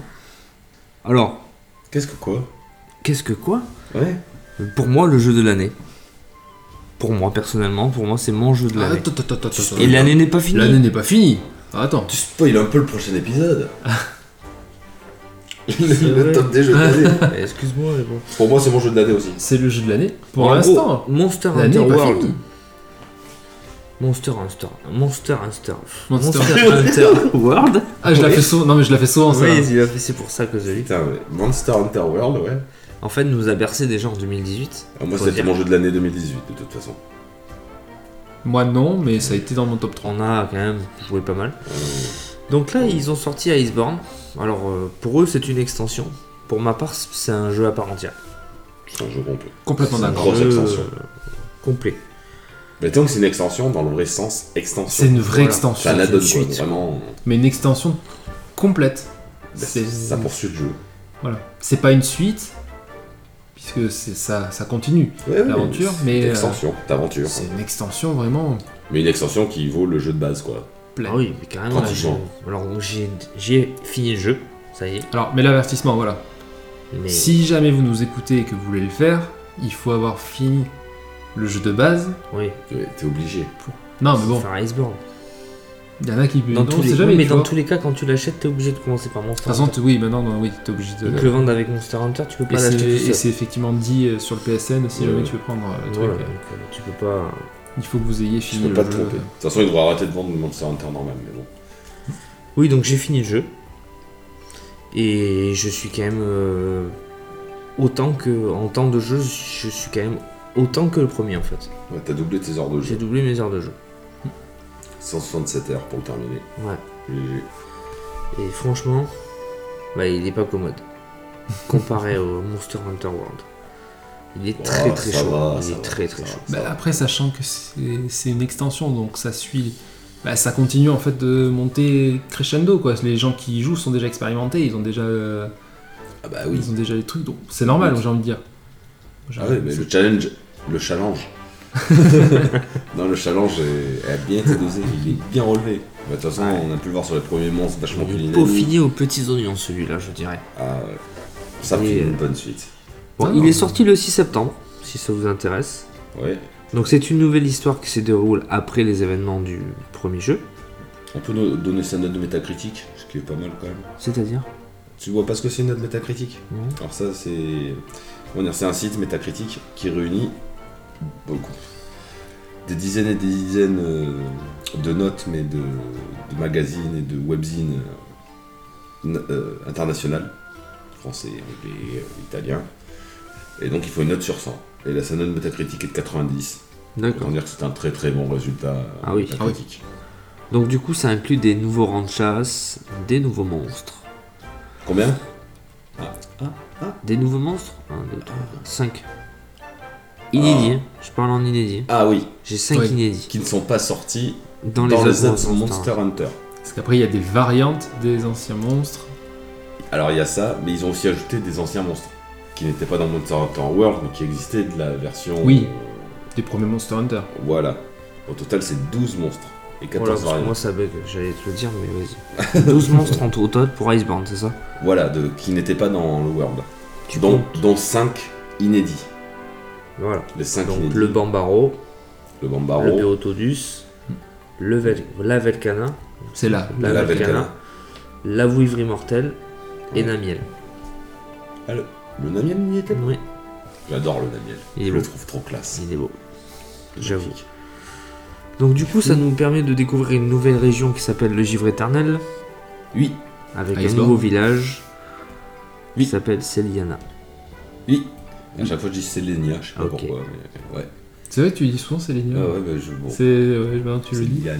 Speaker 4: Alors,
Speaker 2: Qu'est-ce que quoi
Speaker 4: qu'est-ce que quoi
Speaker 2: Ouais.
Speaker 4: Pour moi, le jeu de l'année. Pour moi, personnellement, pour moi, c'est mon jeu de l'année.
Speaker 3: Ah, Attends, attends, attends, attends, attends.
Speaker 4: Et l'année n'est pas
Speaker 3: L'année
Speaker 4: finie.
Speaker 3: n'est pas finie. Ah, Attends.
Speaker 2: Tu spoil un peu le prochain épisode.
Speaker 4: C'est
Speaker 2: le
Speaker 4: vrai.
Speaker 2: top des jeux de l'année.
Speaker 4: Eh, Excuse-moi, mais bon.
Speaker 2: Pour moi, c'est mon jeu de l'année aussi.
Speaker 3: C'est le jeu de l'année pour
Speaker 4: En gros,
Speaker 3: l'instant.
Speaker 4: Monster
Speaker 3: L'année
Speaker 4: Hunter
Speaker 3: n'est pas
Speaker 4: World.
Speaker 3: finie.
Speaker 4: Monster Hunter. Monster Hunter.
Speaker 3: Monster
Speaker 4: Hunter World.
Speaker 3: Ah, je la fais souvent. Non, mais je la fais souvent, Oh, ça.
Speaker 4: Oui, il a fait- c'est pour ça que je l'ai.
Speaker 2: Putain, mais Monster Hunter World, ouais.
Speaker 4: En fait, nous a bercé déjà en 2018.
Speaker 2: Ah, moi,
Speaker 4: Faut
Speaker 2: c'était
Speaker 4: dire.
Speaker 2: mon jeu de l'année 2018, de toute façon.
Speaker 3: Moi, non, mais ça a été dans mon top 3.
Speaker 4: On a quand même joué pas mal. Donc là, ils ont sorti Iceborne. Alors, euh, pour eux, c'est une extension. Pour ma part, c'est un jeu à part entière.
Speaker 2: C'est un jeu complet.
Speaker 3: Complètement
Speaker 2: C'est une
Speaker 3: d'accord.
Speaker 2: grosse
Speaker 4: Jeu,
Speaker 2: extension.
Speaker 4: euh, complet.
Speaker 2: Mais tant que c'est une extension, dans le vrai sens, extension.
Speaker 3: C'est une vraie
Speaker 4: Voilà.
Speaker 2: Ça
Speaker 3: extension.
Speaker 2: la donne, quoi.
Speaker 4: suite.
Speaker 2: Vraiment,
Speaker 3: Mais une extension complète. C'est-
Speaker 2: Bah, ça poursuit le jeu.
Speaker 3: Voilà. C'est pas une suite, puisque c'est ça, ça continue.
Speaker 2: Ouais, ouais,
Speaker 3: L'aventure,
Speaker 2: c'est
Speaker 3: mais,
Speaker 2: une
Speaker 3: euh,
Speaker 2: Extension, d'aventure.
Speaker 3: C'est une extension vraiment
Speaker 2: Mais une extension qui vaut le jeu de base, quoi.
Speaker 3: pleine.
Speaker 4: Ah oui, mais carrément. là, j'ai-
Speaker 2: Pratiquement.
Speaker 4: Alors, donc, j'ai j'ai fini le jeu. Ça y est.
Speaker 3: Alors, mais l'avertissement, voilà.
Speaker 4: Mais
Speaker 3: Si jamais vous nous écoutez et que vous voulez le faire, il faut avoir fini le jeu de base.
Speaker 4: oui,
Speaker 2: Ouais, T'es obligé.
Speaker 3: Non, mais Ah bon,
Speaker 4: faire Iceborne.
Speaker 3: il y en a qui.
Speaker 4: Dans
Speaker 3: non,
Speaker 4: tous
Speaker 3: on sait
Speaker 4: les...
Speaker 3: jamais,
Speaker 4: oui, mais
Speaker 3: tu
Speaker 4: dans
Speaker 3: vois.
Speaker 4: tous les cas, quand tu l'achètes, t'es obligé de commencer par Monster
Speaker 3: De toute façon,
Speaker 4: Hunter.
Speaker 3: tu- oui, maintenant, non, oui, t'es obligé de.
Speaker 4: Ils te le vendent avec Monster Hunter, tu peux
Speaker 3: Et
Speaker 4: pas
Speaker 3: c'est-
Speaker 4: l'acheter
Speaker 3: et
Speaker 4: tout seul.
Speaker 3: c'est effectivement dit euh, sur le PSN si
Speaker 2: Ouais,
Speaker 3: jamais
Speaker 2: ouais.
Speaker 3: tu veux prendre euh, le truc.
Speaker 4: Voilà, donc, euh, tu peux pas.
Speaker 3: Il faut que vous ayez
Speaker 2: Tu
Speaker 3: fini
Speaker 2: peux
Speaker 3: le
Speaker 2: pas te
Speaker 3: jeu.
Speaker 2: tromper. De toute façon, ils devraient arrêter de vendre le Monster Hunter normal, mais bon.
Speaker 4: Oui, donc j'ai fini le jeu. Et je suis quand même. euh, autant que. En temps de jeu, je suis quand même autant que le premier en fait.
Speaker 2: Ouais, T'as doublé tes heures de
Speaker 4: J'ai
Speaker 2: jeu.
Speaker 4: doublé mes heures de jeu.
Speaker 2: 167 heures pour le terminer.
Speaker 4: Ouais.
Speaker 2: GG.
Speaker 4: Et franchement, bah, il est pas commode. Comparé au Monster Hunter World. Il est
Speaker 2: Ouais,
Speaker 4: très très
Speaker 2: Ah, ça
Speaker 4: chaud.
Speaker 2: va,
Speaker 4: il
Speaker 2: ça
Speaker 4: est
Speaker 2: va,
Speaker 4: très
Speaker 2: ça
Speaker 4: très
Speaker 2: va.
Speaker 4: chaud.
Speaker 3: Bah, après, sachant que c'est c'est une extension, donc ça suit. bah, ça continue en fait de monter crescendo quoi. Les gens qui y jouent sont déjà expérimentés, ils ont déjà, euh,
Speaker 2: Ah bah oui.
Speaker 3: ils ont déjà les trucs, donc c'est normal,
Speaker 2: Oui.
Speaker 3: j'ai envie de dire. J'ai-
Speaker 2: Ah ouais, mais le challenge, le challenge. non, le challenge est, a bien été dosé, il est bien relevé. Bah, De toute façon,
Speaker 4: Ouais.
Speaker 2: on a pu le voir sur les premiers monstres, vachement plus
Speaker 4: Il est
Speaker 2: dynamique.
Speaker 4: peaufiné aux petits oignons celui-là, je dirais.
Speaker 2: Ah, ouais. ça
Speaker 4: Oui,
Speaker 2: fait
Speaker 4: euh.
Speaker 2: une bonne suite.
Speaker 4: Bon,
Speaker 3: Ah,
Speaker 4: il
Speaker 3: non.
Speaker 4: est sorti le 6 septembre, si ça vous intéresse.
Speaker 2: Ouais.
Speaker 4: Donc c'est une nouvelle histoire qui se déroule après les événements du premier jeu.
Speaker 2: On peut nous donner sa note de métacritique, ce qui est pas mal quand même.
Speaker 4: C'est-à-dire
Speaker 2: Tu vois pas ce que c'est une note métacritique
Speaker 4: Non.
Speaker 2: Alors ça, c'est... comment dire, C'est un site métacritique qui réunit beaucoup. Des dizaines et des dizaines euh, de notes, mais de, de magazines et de webzines euh, n- euh, internationales. Français, anglais, euh, italien. Et donc il faut une note sur 100. Et là, sa note métacritique est de 90. Autant
Speaker 4: D'accord.
Speaker 2: dire que c'est un très très bon résultat euh,
Speaker 4: Ah oui.
Speaker 2: métacritique.
Speaker 4: Donc du coup ça inclut des nouveaux rangs de chasse, des nouveaux monstres.
Speaker 2: Combien Ah.
Speaker 4: Des nouveaux monstres 1, 2, 3, 5. Inédits, hein. je parle en inédit.
Speaker 2: Ah oui,
Speaker 4: J'ai 5
Speaker 3: Ouais.
Speaker 4: inédits.
Speaker 2: qui ne sont pas sortis
Speaker 4: Dans,
Speaker 2: dans
Speaker 4: les,
Speaker 2: les
Speaker 4: autres hein.
Speaker 2: autres Monster Hunter.
Speaker 3: Parce qu'après, il y a des variantes des anciens monstres.
Speaker 2: Alors il y a ça, mais ils ont aussi ajouté des anciens monstres qui n'étaient pas dans Monster Hunter World, mais qui existaient de la version. euh,
Speaker 3: Oui. Des premiers Monster Hunter.
Speaker 2: Voilà. Au total, c'est 12 monstres et
Speaker 4: Voilà,
Speaker 2: 14
Speaker 4: parce que
Speaker 2: variantes.
Speaker 4: moi ça bug, j'allais te le dire, mais vas-y. 12 monstres en total pour Iceborne, c'est ça
Speaker 2: Voilà, de, qui n'étaient pas dans le World.
Speaker 4: Tu
Speaker 2: dont,
Speaker 4: comptes
Speaker 2: dont 5 inédits.
Speaker 4: Voilà.
Speaker 2: Les 5
Speaker 4: Donc
Speaker 2: inédits.
Speaker 4: le Bambaro,
Speaker 2: le
Speaker 4: le
Speaker 2: Bambaro,
Speaker 4: Beotodus, le Vel- la Velcana,
Speaker 3: C'est là.
Speaker 4: la,
Speaker 2: la
Speaker 4: Velcana,
Speaker 2: Velcana,
Speaker 4: la Vouivre Immortelle et
Speaker 2: Ouais.
Speaker 4: Namiel.
Speaker 2: Ah, le, le Namiel n'y était pas.
Speaker 4: Oui,
Speaker 2: J'adore le Namiel.
Speaker 4: Il est
Speaker 2: Je le
Speaker 4: beau.
Speaker 2: trouve trop classe.
Speaker 4: il est beau. J'avoue. Donc du coup, ça nous permet de découvrir une nouvelle région qui s'appelle le Givre Éternel,
Speaker 2: Oui,
Speaker 4: avec un
Speaker 3: Iceborne.
Speaker 4: nouveau village
Speaker 2: Ah, Oui.
Speaker 4: qui s'appelle Celiana.
Speaker 2: oui. À chaque fois, je dis Selenia, je sais pas
Speaker 4: Ok. Mm.
Speaker 2: pourquoi. Mais, ouais.
Speaker 3: C'est vrai, que tu dis souvent, c'est les
Speaker 2: Ah ouais, bah, je, bon,
Speaker 3: C'est. Ouais, ben, tu le dis.
Speaker 2: Selena.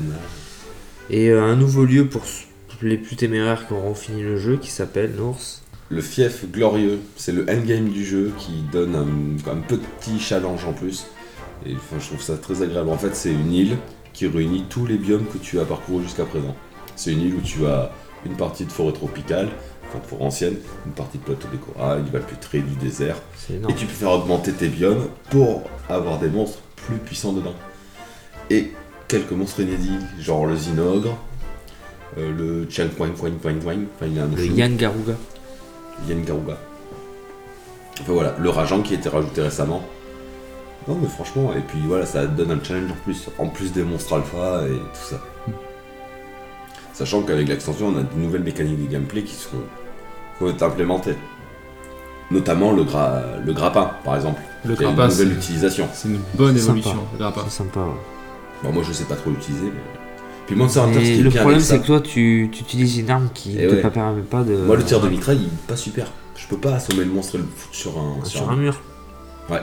Speaker 4: Et euh, un nouveau lieu pour s- les plus téméraires qui auront fini le jeu qui s'appelle North.
Speaker 2: Le fief glorieux, c'est le endgame du jeu qui donne un, un petit challenge en plus. Et enfin, je trouve ça très agréable. En fait, c'est une île qui réunit tous les biomes que tu as parcourus jusqu'à présent. C'est une île où tu as une partie de forêt tropicale, enfin de forêt ancienne, une partie de plateau des corails, il va plus très du désert.
Speaker 4: C'est
Speaker 2: Et
Speaker 4: énorme.
Speaker 2: tu peux faire augmenter tes biomes pour avoir des monstres plus puissants dedans. Et quelques monstres inédits, genre le Zinogre, euh, le Chang Quang Quang Quang Quang, enfin il y a un
Speaker 4: Le
Speaker 2: chou-
Speaker 4: Yann Garuga.
Speaker 2: Yann Garuga. Enfin voilà, le Rajan qui a été rajouté récemment. Non mais franchement, et puis voilà, ça donne un challenge en plus, en plus des monstres alpha et tout ça. Sachant qu'avec l'extension, on a de nouvelles mécaniques de gameplay qui seront qui vont être implémentées. Notamment le, gra... le grappin, par exemple.
Speaker 3: Le
Speaker 2: qui a
Speaker 3: grappin,
Speaker 2: une nouvelle
Speaker 3: c'est
Speaker 2: utilisation.
Speaker 3: c'est une bonne
Speaker 4: C'est sympa.
Speaker 3: évolution. Le grappin.
Speaker 4: C'est sympa. ouais.
Speaker 2: Bon, moi je sais pas trop l'utiliser, mais... Puis Monster Hunter, ce qui
Speaker 4: Et
Speaker 2: est
Speaker 4: le
Speaker 2: bien
Speaker 4: problème,
Speaker 2: avec ça-
Speaker 4: c'est que euh, toi, tu, tu utilises une arme qui
Speaker 2: Eh
Speaker 4: ne
Speaker 2: ouais.
Speaker 4: te permet pas de.
Speaker 2: Moi le tir de mitraille, il est pas super. Je peux pas assommer le monstre et le foutre sur un...
Speaker 4: euh, Bah, sur un mur.
Speaker 2: Ouais.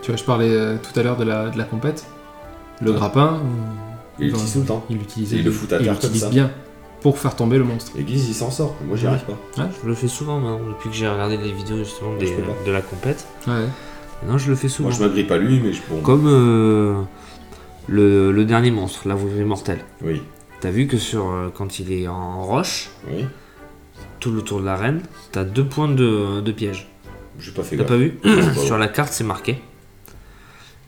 Speaker 3: Tu vois, je parlais euh, tout à l'heure de la, de la compète. Le
Speaker 2: Ouais.
Speaker 3: grappin,
Speaker 2: Il
Speaker 3: Dans-
Speaker 2: l'utilise tout le temps.
Speaker 3: il l'utilise
Speaker 2: Et il le fout à terre comme
Speaker 3: l'utilise
Speaker 2: ça.
Speaker 3: bien pour faire tomber le monstre.
Speaker 2: Et Guise, il s'en sort. Moi, j'y
Speaker 3: Ouais.
Speaker 2: arrive pas.
Speaker 4: Je le fais souvent maintenant, depuis que j'ai regardé les vidéos justement
Speaker 2: je
Speaker 4: des-
Speaker 2: peux pas.
Speaker 4: de la compète.
Speaker 3: Ouais.
Speaker 4: Non, je le fais souvent.
Speaker 2: Moi, je m'agrippe à lui, mais je bon.
Speaker 4: Comme euh, le, le dernier monstre, la vouve mortelle.
Speaker 2: Oui,
Speaker 4: T'as vu que sur euh, quand il est en roche,
Speaker 2: oui.
Speaker 4: tout le tour de l'arène, t'as deux points de, de piège.
Speaker 2: J'ai pas fait
Speaker 4: T'as
Speaker 2: gaffe.
Speaker 4: pas vu
Speaker 2: Non, pas
Speaker 4: Sur
Speaker 2: vrai.
Speaker 4: la carte, c'est marqué.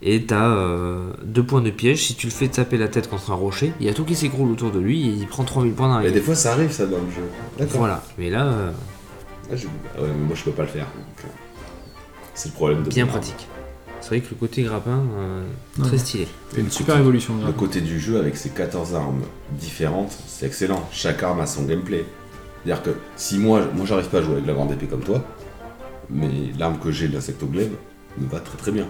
Speaker 4: Et t'as euh, deux points de piège. Si tu le fais taper la tête contre un rocher, il y a tout qui s'écroule autour de lui et il prend 3000 points
Speaker 2: Mais
Speaker 4: d'arrivée.
Speaker 2: des fois, ça arrive, ça, dans le jeu. D'accord.
Speaker 4: Voilà. Mais là, euh,
Speaker 2: Ah, j'ai- ah ouais, mais moi, je peux pas le faire. donc, euh, C'est le problème de.
Speaker 4: bien
Speaker 2: mon arme.
Speaker 4: pratique. C'est vrai que le côté grappin, euh,
Speaker 3: Non,
Speaker 4: très
Speaker 3: non.
Speaker 4: stylé.
Speaker 3: C'est une super évolution. le
Speaker 2: Le
Speaker 3: grappin.
Speaker 2: côté du jeu, avec ses 14 armes différentes, c'est excellent. Chaque arme a son gameplay. C'est-à-dire que si moi, moi j'arrive pas à jouer avec la grande épée comme toi, mais l'arme que j'ai, l'insectoglaive, me va très très bien.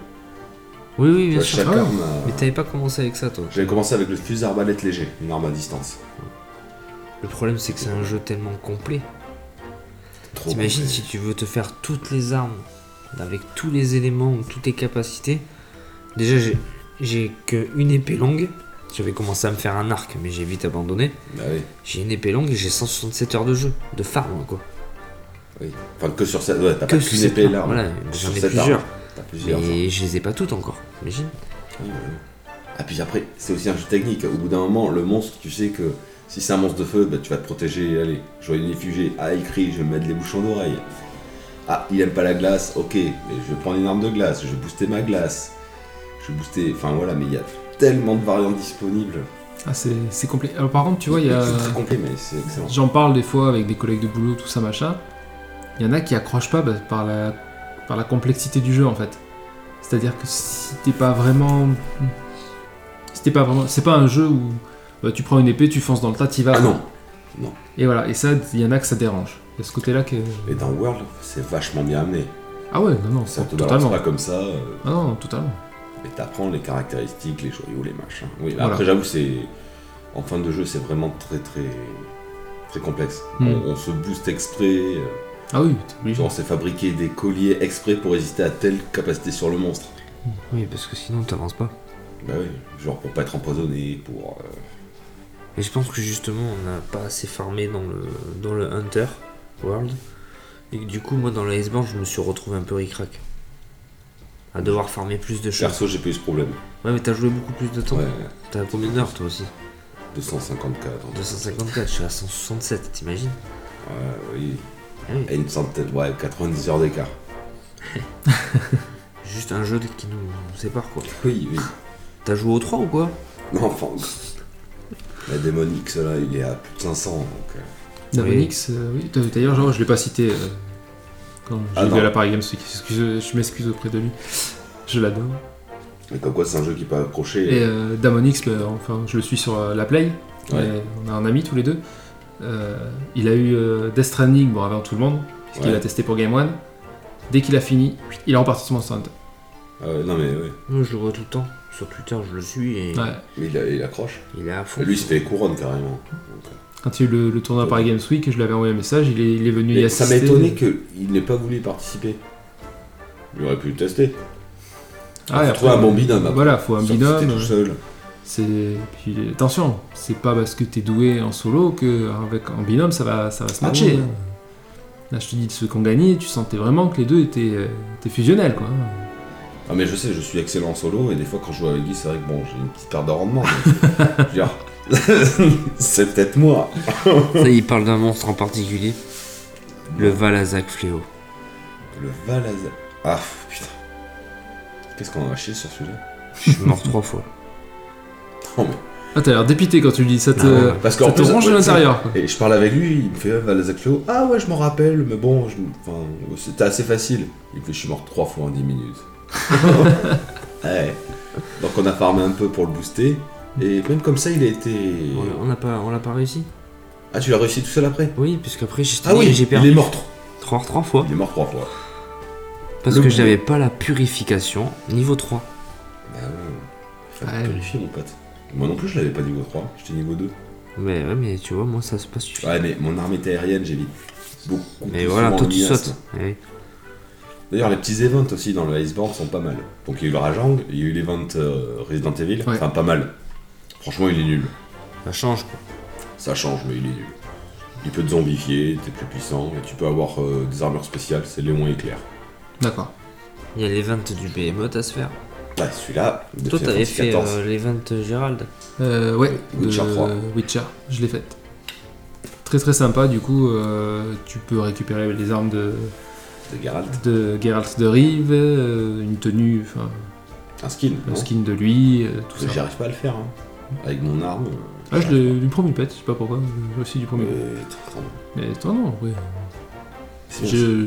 Speaker 4: Oui, oui,
Speaker 2: Tu
Speaker 4: bien
Speaker 2: vois,
Speaker 4: sûr.
Speaker 2: chaque
Speaker 3: Ah ouais.
Speaker 2: arme
Speaker 4: Mais
Speaker 2: a...
Speaker 4: t'avais pas commencé avec ça, toi.
Speaker 2: J'avais commencé avec le fusil arbalète léger, une arme à distance.
Speaker 4: Le problème, c'est que c'est un jeu tellement complet.
Speaker 2: Trop
Speaker 4: T'imagines
Speaker 2: bon.
Speaker 4: si tu veux te faire toutes les armes, avec tous les éléments, toutes tes capacités. Déjà, j'ai- j'ai qu'une épée longue. J'avais commencé à me faire un arc, mais j'ai vite abandonné.
Speaker 2: Bah oui.
Speaker 4: J'ai une épée longue et j'ai 167 heures de jeu, de farm quoi.
Speaker 2: Oui. Enfin, que sur cette. Ouais, t'as
Speaker 4: Que
Speaker 2: pas
Speaker 4: sur
Speaker 2: qu'une
Speaker 4: cette
Speaker 2: épée
Speaker 4: arme,
Speaker 2: là. hein,
Speaker 4: voilà,
Speaker 2: sur
Speaker 4: j'en ai
Speaker 2: cette
Speaker 4: plusieurs.
Speaker 2: arme. T'as plusieurs. ça.
Speaker 4: Mais je les ai pas toutes encore, imagine.
Speaker 2: Oui, voilà. Ah, puis après, c'est aussi un jeu technique. Au bout d'un moment, le monstre, tu sais que si c'est un monstre de feu, bah, tu vas te protéger. Allez, je vois une effugée. Ah, il crie, je vais me mettre les bouchons d'oreille. Ah, il aime pas la glace. Ok, mais je vais prendre une arme de glace. Je vais booster ma glace. Je vais booster. Enfin voilà, mais il y a tellement de variantes disponibles.
Speaker 3: Ah, c'est c'est complet. Alors, par contre, tu vois, il y a.
Speaker 2: C'est très complet, mais c'est excellent.
Speaker 3: J'en parle des fois avec des collègues de boulot, tout ça, machin. Il y en a qui accrochent pas bah, par, la, par la complexité du jeu, en fait. C'est-à-dire que si t'es pas vraiment. Si t'es pas vraiment. C'est pas un jeu où bah, tu prends une épée, tu fonces dans le tas, t'y vas.
Speaker 2: Ah non,
Speaker 3: Et voilà, et ça, il y en a que ça dérange. Il y a ce côté-là que.
Speaker 2: mais dans World, c'est vachement bien amené.
Speaker 3: Ah ouais, non, non,
Speaker 2: Ça te balance
Speaker 3: totalement.
Speaker 2: pas comme ça. euh,
Speaker 3: Ah non, non, totalement.
Speaker 2: Et t'apprends les caractéristiques, les joyaux, les machins. Oui, bah
Speaker 3: Voilà.
Speaker 2: après j'avoue, c'est. En fin de jeu, c'est vraiment très très. très complexe.
Speaker 3: Hmm.
Speaker 2: On, on se booste exprès. euh,
Speaker 3: Ah oui, t'es
Speaker 2: tu
Speaker 3: obligé.
Speaker 2: vois, on s'est fabriqué des colliers exprès pour résister à telle capacité sur le monstre.
Speaker 4: Oui, parce que sinon t'avances pas.
Speaker 2: Bah oui, genre pour pas être empoisonné, pour. euh,
Speaker 4: Et je pense que justement on n'a pas assez farmé dans le, dans le Hunter World. Et que du coup, moi dans le Iceborne, je me suis retrouvé un peu ricrac. À devoir farmer plus de choses.
Speaker 2: Perso, j'ai pas eu ce problème.
Speaker 4: Ouais, mais t'as joué beaucoup plus de temps.
Speaker 2: Ouais,
Speaker 4: T'as combien d'heures toi aussi
Speaker 2: 254. en tout.
Speaker 4: 254, je suis à 167, t'imagines
Speaker 2: Ouais, oui.
Speaker 4: Ah oui.
Speaker 2: Et une centaine, ouais, 90 heures d'écart.
Speaker 4: Juste un jeu qui nous nous sépare quoi.
Speaker 2: Oui, oui.
Speaker 4: T'as joué au 3 ou quoi
Speaker 2: Non, enfin. La Demon X là, il est à plus de 500. Donc, euh,
Speaker 3: Damonix, euh, oui, t'as- d'ailleurs, genre, je l'ai pas cité euh, quand j'ai
Speaker 2: Ah
Speaker 3: vu
Speaker 2: non.
Speaker 3: à la Paris Games Week. Excuse- je m'excuse auprès de lui. Je l'adore.
Speaker 2: mais comme quoi, c'est un jeu qui peut accrocher.
Speaker 3: Et euh, Damonix, ben, enfin, je le suis sur euh, la Play.
Speaker 2: Ouais.
Speaker 3: Et On a un ami tous les deux. Euh, il a eu euh, Death Stranding, bon, avant tout le monde, puisqu'il
Speaker 2: Ouais.
Speaker 3: l'a testé pour Game One. Dès qu'il a fini, il est reparti sur Monster Hunter.
Speaker 2: Ah ouais, non, mais ouais.
Speaker 4: Moi je le vois tout le temps. Sur Twitter je le suis et
Speaker 3: Ouais.
Speaker 2: Mais il, a- il accroche.
Speaker 4: il est à fond.
Speaker 2: Lui, il se fait les couronnes carrément. Donc, euh,
Speaker 3: Quand il y a eu le, le tournoi Paris Games Week, je lui avais envoyé un message, il est, il est venu y
Speaker 2: mais
Speaker 3: assister.
Speaker 2: ça m'a étonné qu'il n'ait pas voulu y participer. Il aurait pu le tester.
Speaker 3: Ah, et
Speaker 2: Faut
Speaker 3: après, Ah,
Speaker 2: trouver un bon binôme. après.
Speaker 3: Voilà, faut un
Speaker 2: Surtout si t'es
Speaker 3: binôme.
Speaker 2: tout seul.
Speaker 3: C'est puis, attention, c'est pas parce que t'es doué en solo que avec en binôme ça va ça va se
Speaker 2: Ah
Speaker 3: matcher.
Speaker 2: ouais.
Speaker 3: Là, je te dis de ceux qui ont gagné, tu sentais vraiment que les deux étaient, euh, étaient fusionnels quoi.
Speaker 2: Ah mais je sais, je suis excellent en solo et des fois quand je joue avec Guy, c'est vrai que bon, j'ai une petite perte de rendement. mais- je veux dire, c'est peut-être moi.
Speaker 4: Ça, il parle d'un monstre en particulier. Le Valazak Fléau.
Speaker 2: Le Valazar. Ah putain. Qu'est-ce qu'on a chier sur celui-là
Speaker 4: Je suis mort trois fois.
Speaker 2: Non, mais
Speaker 3: Ah t'as l'air dépité quand tu le dis, ça te,
Speaker 4: Ah ouais,
Speaker 2: parce
Speaker 3: ça
Speaker 2: qu'en
Speaker 3: te
Speaker 2: plus,
Speaker 3: ronge de
Speaker 2: ouais,
Speaker 3: l'intérieur. quoi.
Speaker 2: Et je parle avec lui, il me fait euh, Valazar Cléo. Ah ouais, je m'en rappelle, mais bon, je... enfin, c'était assez facile. Il me fait, je suis mort trois fois en 10 minutes. ouais. Donc on a farmé un peu pour le booster. Et même comme ça, il a été.
Speaker 4: On on n'a pas, on l'a pas réussi.
Speaker 2: Ah, tu l'as réussi tout seul après
Speaker 4: Oui, puisqu'après j'ai
Speaker 2: Ah oui,
Speaker 4: j'ai
Speaker 2: il est
Speaker 4: perdu
Speaker 2: mort trois.
Speaker 4: trois trois fois
Speaker 2: Il est mort trois fois.
Speaker 4: parce
Speaker 2: Le
Speaker 4: que
Speaker 2: bout.
Speaker 4: j'avais pas la purification niveau 3.
Speaker 2: Bah ouais. Fallait
Speaker 3: Ouais.
Speaker 2: vérifier, mon pote. Moi non plus, je l'avais pas niveau 3, j'étais niveau 2.
Speaker 4: Mais ouais, mais tu vois, moi ça c'est pas suffisant.
Speaker 2: Ouais, mais mon armée aérienne, j'évite beaucoup.
Speaker 4: mais
Speaker 2: plus
Speaker 4: voilà,
Speaker 2: souvent
Speaker 4: toi
Speaker 2: le
Speaker 4: tu
Speaker 2: miasme.
Speaker 4: sautes. Eh Ouais.
Speaker 2: D'ailleurs, les petits events aussi dans le Iceborne sont pas mal. Donc il y a eu le Rajang, il y a eu l'event euh, Resident Evil,
Speaker 3: Ouais.
Speaker 2: enfin pas mal. Franchement, il est nul.
Speaker 4: Ça change quoi.
Speaker 2: Ça change, mais il est nul. Il peut te zombifier, t'es plus puissant, et tu peux avoir euh, des armures spéciales, c'est Léon Éclair.
Speaker 3: D'accord.
Speaker 4: Il y a les 20 du Behemoth à se faire.
Speaker 2: Bah celui-là, de
Speaker 4: Toi
Speaker 2: fait
Speaker 4: t'avais fait
Speaker 2: 14.
Speaker 4: euh, les 20 Gérald.
Speaker 3: Euh, ouais,
Speaker 2: Witcher
Speaker 3: de-
Speaker 2: 3.
Speaker 3: Witcher, je l'ai faite. Très très sympa, du coup, euh, tu peux récupérer les armes de, euh,
Speaker 2: de Geralt.
Speaker 3: de Geralt de Rive, euh, une tenue, enfin,
Speaker 2: Un skin,
Speaker 3: le
Speaker 2: non
Speaker 3: skin de lui, euh, tout
Speaker 2: Parce que
Speaker 3: ça.
Speaker 2: J'arrive pas à le faire, hein. Avec mon arme. euh,
Speaker 3: Ah, je
Speaker 2: j'arrive
Speaker 3: l'ai du premier pet, je sais pas pourquoi, j'ai aussi du
Speaker 2: pas.
Speaker 3: premier.
Speaker 2: Euh, très, très bon.
Speaker 3: Mais toi non, oui.
Speaker 2: C'est bon,
Speaker 3: Je,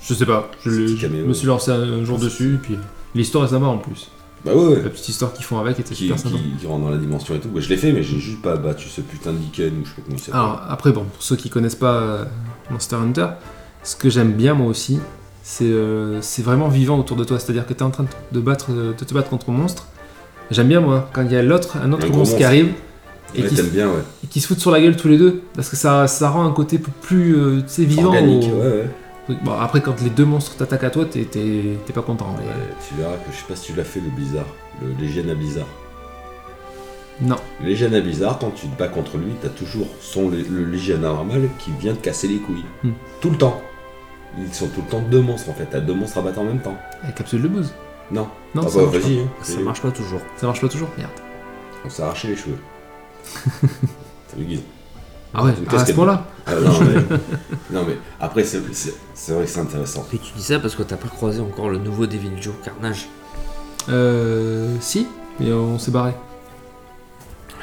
Speaker 3: je sais pas, je,
Speaker 2: C'est
Speaker 3: l'ai-
Speaker 2: petit
Speaker 3: je
Speaker 2: caméo.
Speaker 3: me suis lancé un jour dessus, et puis l'histoire est sympa en plus.
Speaker 2: Bah ouais, ouais.
Speaker 3: La petite histoire qu'ils font avec était
Speaker 2: Qui,
Speaker 3: super sympa.
Speaker 2: qui- qui rentre dans la dimension et tout. Ouais, je l'ai fait, mais j'ai juste pas battu ce putain de Liken ou je sais pas comment il s'appelle.
Speaker 3: Alors après bon, pour ceux qui connaissent pas euh, Monster Hunter, ce que j'aime bien moi aussi, c'est euh, c'est vraiment vivant autour de toi. C'est-à-dire que tu es en train de, battre, euh, de te battre contre un monstre. J'aime bien moi quand il y a l'autre, un autre
Speaker 2: Un
Speaker 3: monstre,
Speaker 2: gros
Speaker 3: qui
Speaker 2: monstre.
Speaker 3: arrive et
Speaker 2: ouais,
Speaker 3: qui-
Speaker 2: t'aimes bien, ouais.
Speaker 3: et qui se fout sur la gueule tous les deux, parce que ça, ça rend un côté plus euh, tu sais, vivant.
Speaker 2: Organique,
Speaker 3: au-
Speaker 2: ouais, ouais.
Speaker 3: Bon, après quand les deux monstres t'attaquent à toi, t'es- t'es t'es pas content. mais- euh,
Speaker 2: Ouais, Tu verras que je sais pas si tu l'as fait le Blizzard, le Légion à Blizzard.
Speaker 3: Non.
Speaker 2: Le Légion à Blizzard, quand tu te bats contre lui, t'as toujours son, lé- le Légion normal qui vient te casser les couilles.
Speaker 3: Hmm.
Speaker 2: Tout le temps. Ils sont tout le temps deux monstres en fait, t'as deux monstres à battre en même temps.
Speaker 3: La capsule de bouse.
Speaker 2: Non,
Speaker 3: Non,
Speaker 2: Ah
Speaker 3: ça,
Speaker 2: bah,
Speaker 3: marche
Speaker 2: vas-y, hein.
Speaker 4: Ça marche pas toujours.
Speaker 3: pas. ça marche pas toujours. Merde.
Speaker 2: On s'est arraché les cheveux. Salut Guy.
Speaker 3: Ah ouais,
Speaker 2: Une
Speaker 3: à ce
Speaker 2: casquette.
Speaker 3: point-là.
Speaker 2: Ah, non, mais, non, mais après, c'est c'est- c'est vrai que c'est intéressant.
Speaker 4: Et tu dis ça parce que t'as pas croisé encore le nouveau Devil Joe Carnage.
Speaker 3: Euh. Si, mais on s'est barré.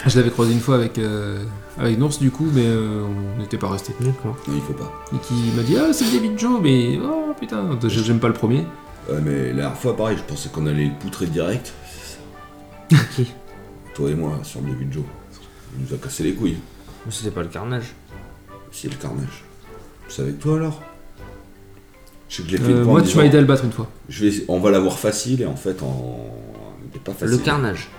Speaker 3: Je l'avais croisé une fois avec, euh, avec Nours du coup, mais euh, on n'était pas resté.
Speaker 4: D'accord.
Speaker 2: Non, il faut pas.
Speaker 3: Et qui m'a dit Ah, c'est David Joe, mais oh putain, j'ai- j'aime pas le premier.
Speaker 2: Ouais, mais la dernière fois, pareil, je pensais qu'on allait le poutrer direct.
Speaker 4: Qui
Speaker 2: Toi et moi, sur le début de Joe. Il nous a cassé les couilles.
Speaker 4: Mais c'était pas le Carnage.
Speaker 2: C'est le carnage. C'est avec toi alors Je sais que je l'ai fait une
Speaker 3: Euh,
Speaker 2: fois en
Speaker 3: moi, tu
Speaker 2: disant,
Speaker 3: m'as aidé à le battre une fois.
Speaker 2: je vais- On va l'avoir facile et en fait, on. Il est pas facile.
Speaker 4: Le Carnage.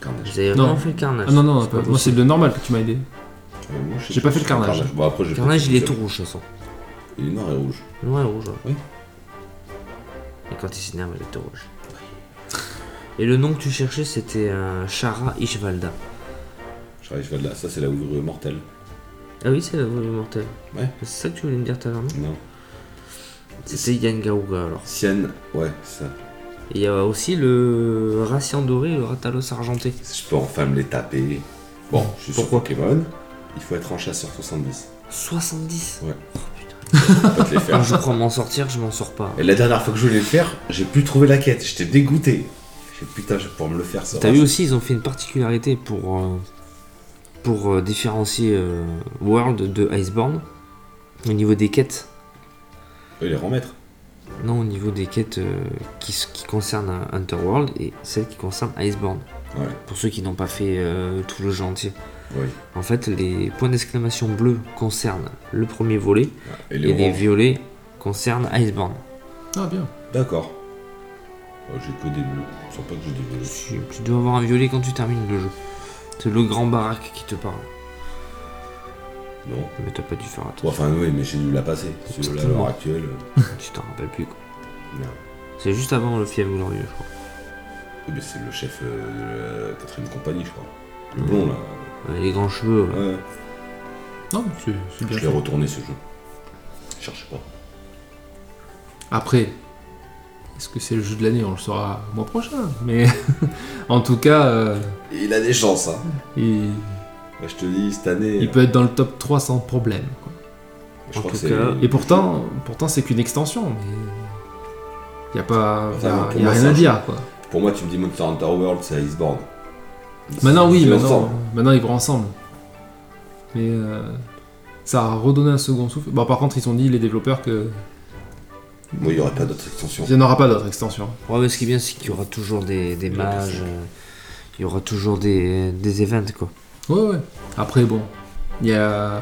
Speaker 2: Le carnage.
Speaker 4: Vous avez
Speaker 3: Ah, Non.
Speaker 4: vraiment fait le Carnage.
Speaker 3: Ah non, non,
Speaker 4: C'est pas
Speaker 3: pas- moi c'est
Speaker 4: possible.
Speaker 3: le normal que tu m'as aidé.
Speaker 2: Euh, moi, je sais
Speaker 3: J'ai pas fait le
Speaker 2: si c'est
Speaker 3: carnage.
Speaker 2: Bon, après, j'ai
Speaker 4: Le
Speaker 2: pas
Speaker 4: Carnage,
Speaker 2: fait
Speaker 4: il est
Speaker 2: seul.
Speaker 4: tout rouge, de toute façon.
Speaker 2: Il est noir et rouge.
Speaker 4: Noir et rouge. ouais.
Speaker 2: Oui.
Speaker 4: Et quand il s'énerve, il est tout rouge. Et le nom que tu cherchais, c'était euh, Shara Ishvalda.
Speaker 2: Je arrive, je vais de là. Ça, c'est la ouvrière mortelle.
Speaker 4: Ah oui, c'est la voix du mortel.
Speaker 2: Ouais.
Speaker 4: C'est ça que tu voulais me dire tout à l'heure, non
Speaker 2: Non.
Speaker 4: C'était Yann Gaouga alors.
Speaker 2: Sienne, ouais, ça.
Speaker 4: Et il y a aussi le Racian Doré et le Ratalos Argenté.
Speaker 2: Je peux enfin me les taper. Bon, je suis
Speaker 4: Pourquoi
Speaker 2: sur Pokémon. Il faut être en chasseur 70.
Speaker 4: 70
Speaker 2: Ouais.
Speaker 4: Oh putain.
Speaker 2: Je peux pas te les faire.
Speaker 4: Quand Ah, je crois m'en sortir, je m'en sors pas.
Speaker 2: Et la dernière fois que je voulais le faire, j'ai plus trouvé la quête. J'étais dégoûté. J'ai dit, putain, je vais pouvoir me le faire ça.
Speaker 4: T'as vu aussi, ils ont fait une particularité pour, euh, pour euh, différencier euh, World de Iceborne au niveau des quêtes.
Speaker 2: Et les remettre.
Speaker 4: Non, au niveau des quêtes euh, qui, s- qui concernent euh, Hunterworld et celles qui concernent Iceborne.
Speaker 2: Ouais,
Speaker 4: Pour ceux qui n'ont pas fait euh, tout le jeu entier.
Speaker 2: oui.
Speaker 4: En fait, les points d'exclamation bleus concernent le premier volet
Speaker 2: Et
Speaker 4: et
Speaker 2: les
Speaker 4: les
Speaker 2: oranges.
Speaker 4: violets concernent Iceborne.
Speaker 3: Ah bien.
Speaker 2: D'accord. Ouais, j'ai que des bleus. Je sens pas que j'ai des bleus.
Speaker 4: Tu, tu dois avoir un violet quand tu termines le jeu. C'est le grand baraque qui te parle.
Speaker 2: Non.
Speaker 4: Mais t'as pas dû faire attention.
Speaker 2: Bon, enfin, oui, mais j'ai dû la passer.
Speaker 4: Oh,
Speaker 2: Celui-là, à l'heure actuelle. euh,
Speaker 4: Tu t'en rappelles plus quoi.
Speaker 2: merde.
Speaker 4: C'est juste avant le fièvre glorieux, je crois.
Speaker 2: Oui, mais c'est le chef euh, de la quatrième compagnie, je crois. Le blond, là.
Speaker 4: Euh, Les grands cheveux. là.
Speaker 2: Ouais.
Speaker 3: Non, mais c'est c'est bien.
Speaker 2: Je l'ai
Speaker 3: fait.
Speaker 2: retourné, ce jeu. Je cherche pas.
Speaker 3: Après, est-ce que c'est le jeu de l'année On le saura le mois prochain. Mais en tout cas, euh,
Speaker 2: Et il a des chances, hein.
Speaker 3: il,
Speaker 2: Bah, je te dis, cette année.
Speaker 3: il
Speaker 2: euh,
Speaker 3: peut être dans le top 3 sans problème. quoi.
Speaker 2: je
Speaker 4: en
Speaker 2: crois
Speaker 4: tout
Speaker 2: que c'est-
Speaker 4: cas-
Speaker 3: Et pourtant, pourtant c'est qu'une extension. Mais il n'y a, pas,
Speaker 2: Enfin,
Speaker 3: y a-
Speaker 2: Ah, pour
Speaker 3: y a
Speaker 2: moi,
Speaker 3: rien
Speaker 2: ça-
Speaker 3: à dire. Quoi.
Speaker 2: Pour moi, tu me dis Monster Hunter World, c'est Iceborne.
Speaker 3: Maintenant, oui,
Speaker 2: C'est
Speaker 3: maintenant,
Speaker 2: ensemble.
Speaker 3: maintenant ils vont ensemble. Mais euh, ça a redonné un second souffle. Bon, par contre, ils ont dit, les développeurs, qu'il
Speaker 2: Moi, il n'y aurait pas d'autres extensions.
Speaker 3: n'y en aura pas d'autres extensions.
Speaker 4: Ouais, mais ce qui est bien, c'est qu'il y aura toujours des, des
Speaker 3: Ouais,
Speaker 4: mages, euh, il y aura toujours des, des events, quoi.
Speaker 3: Ouais, ouais. Après, bon, il y a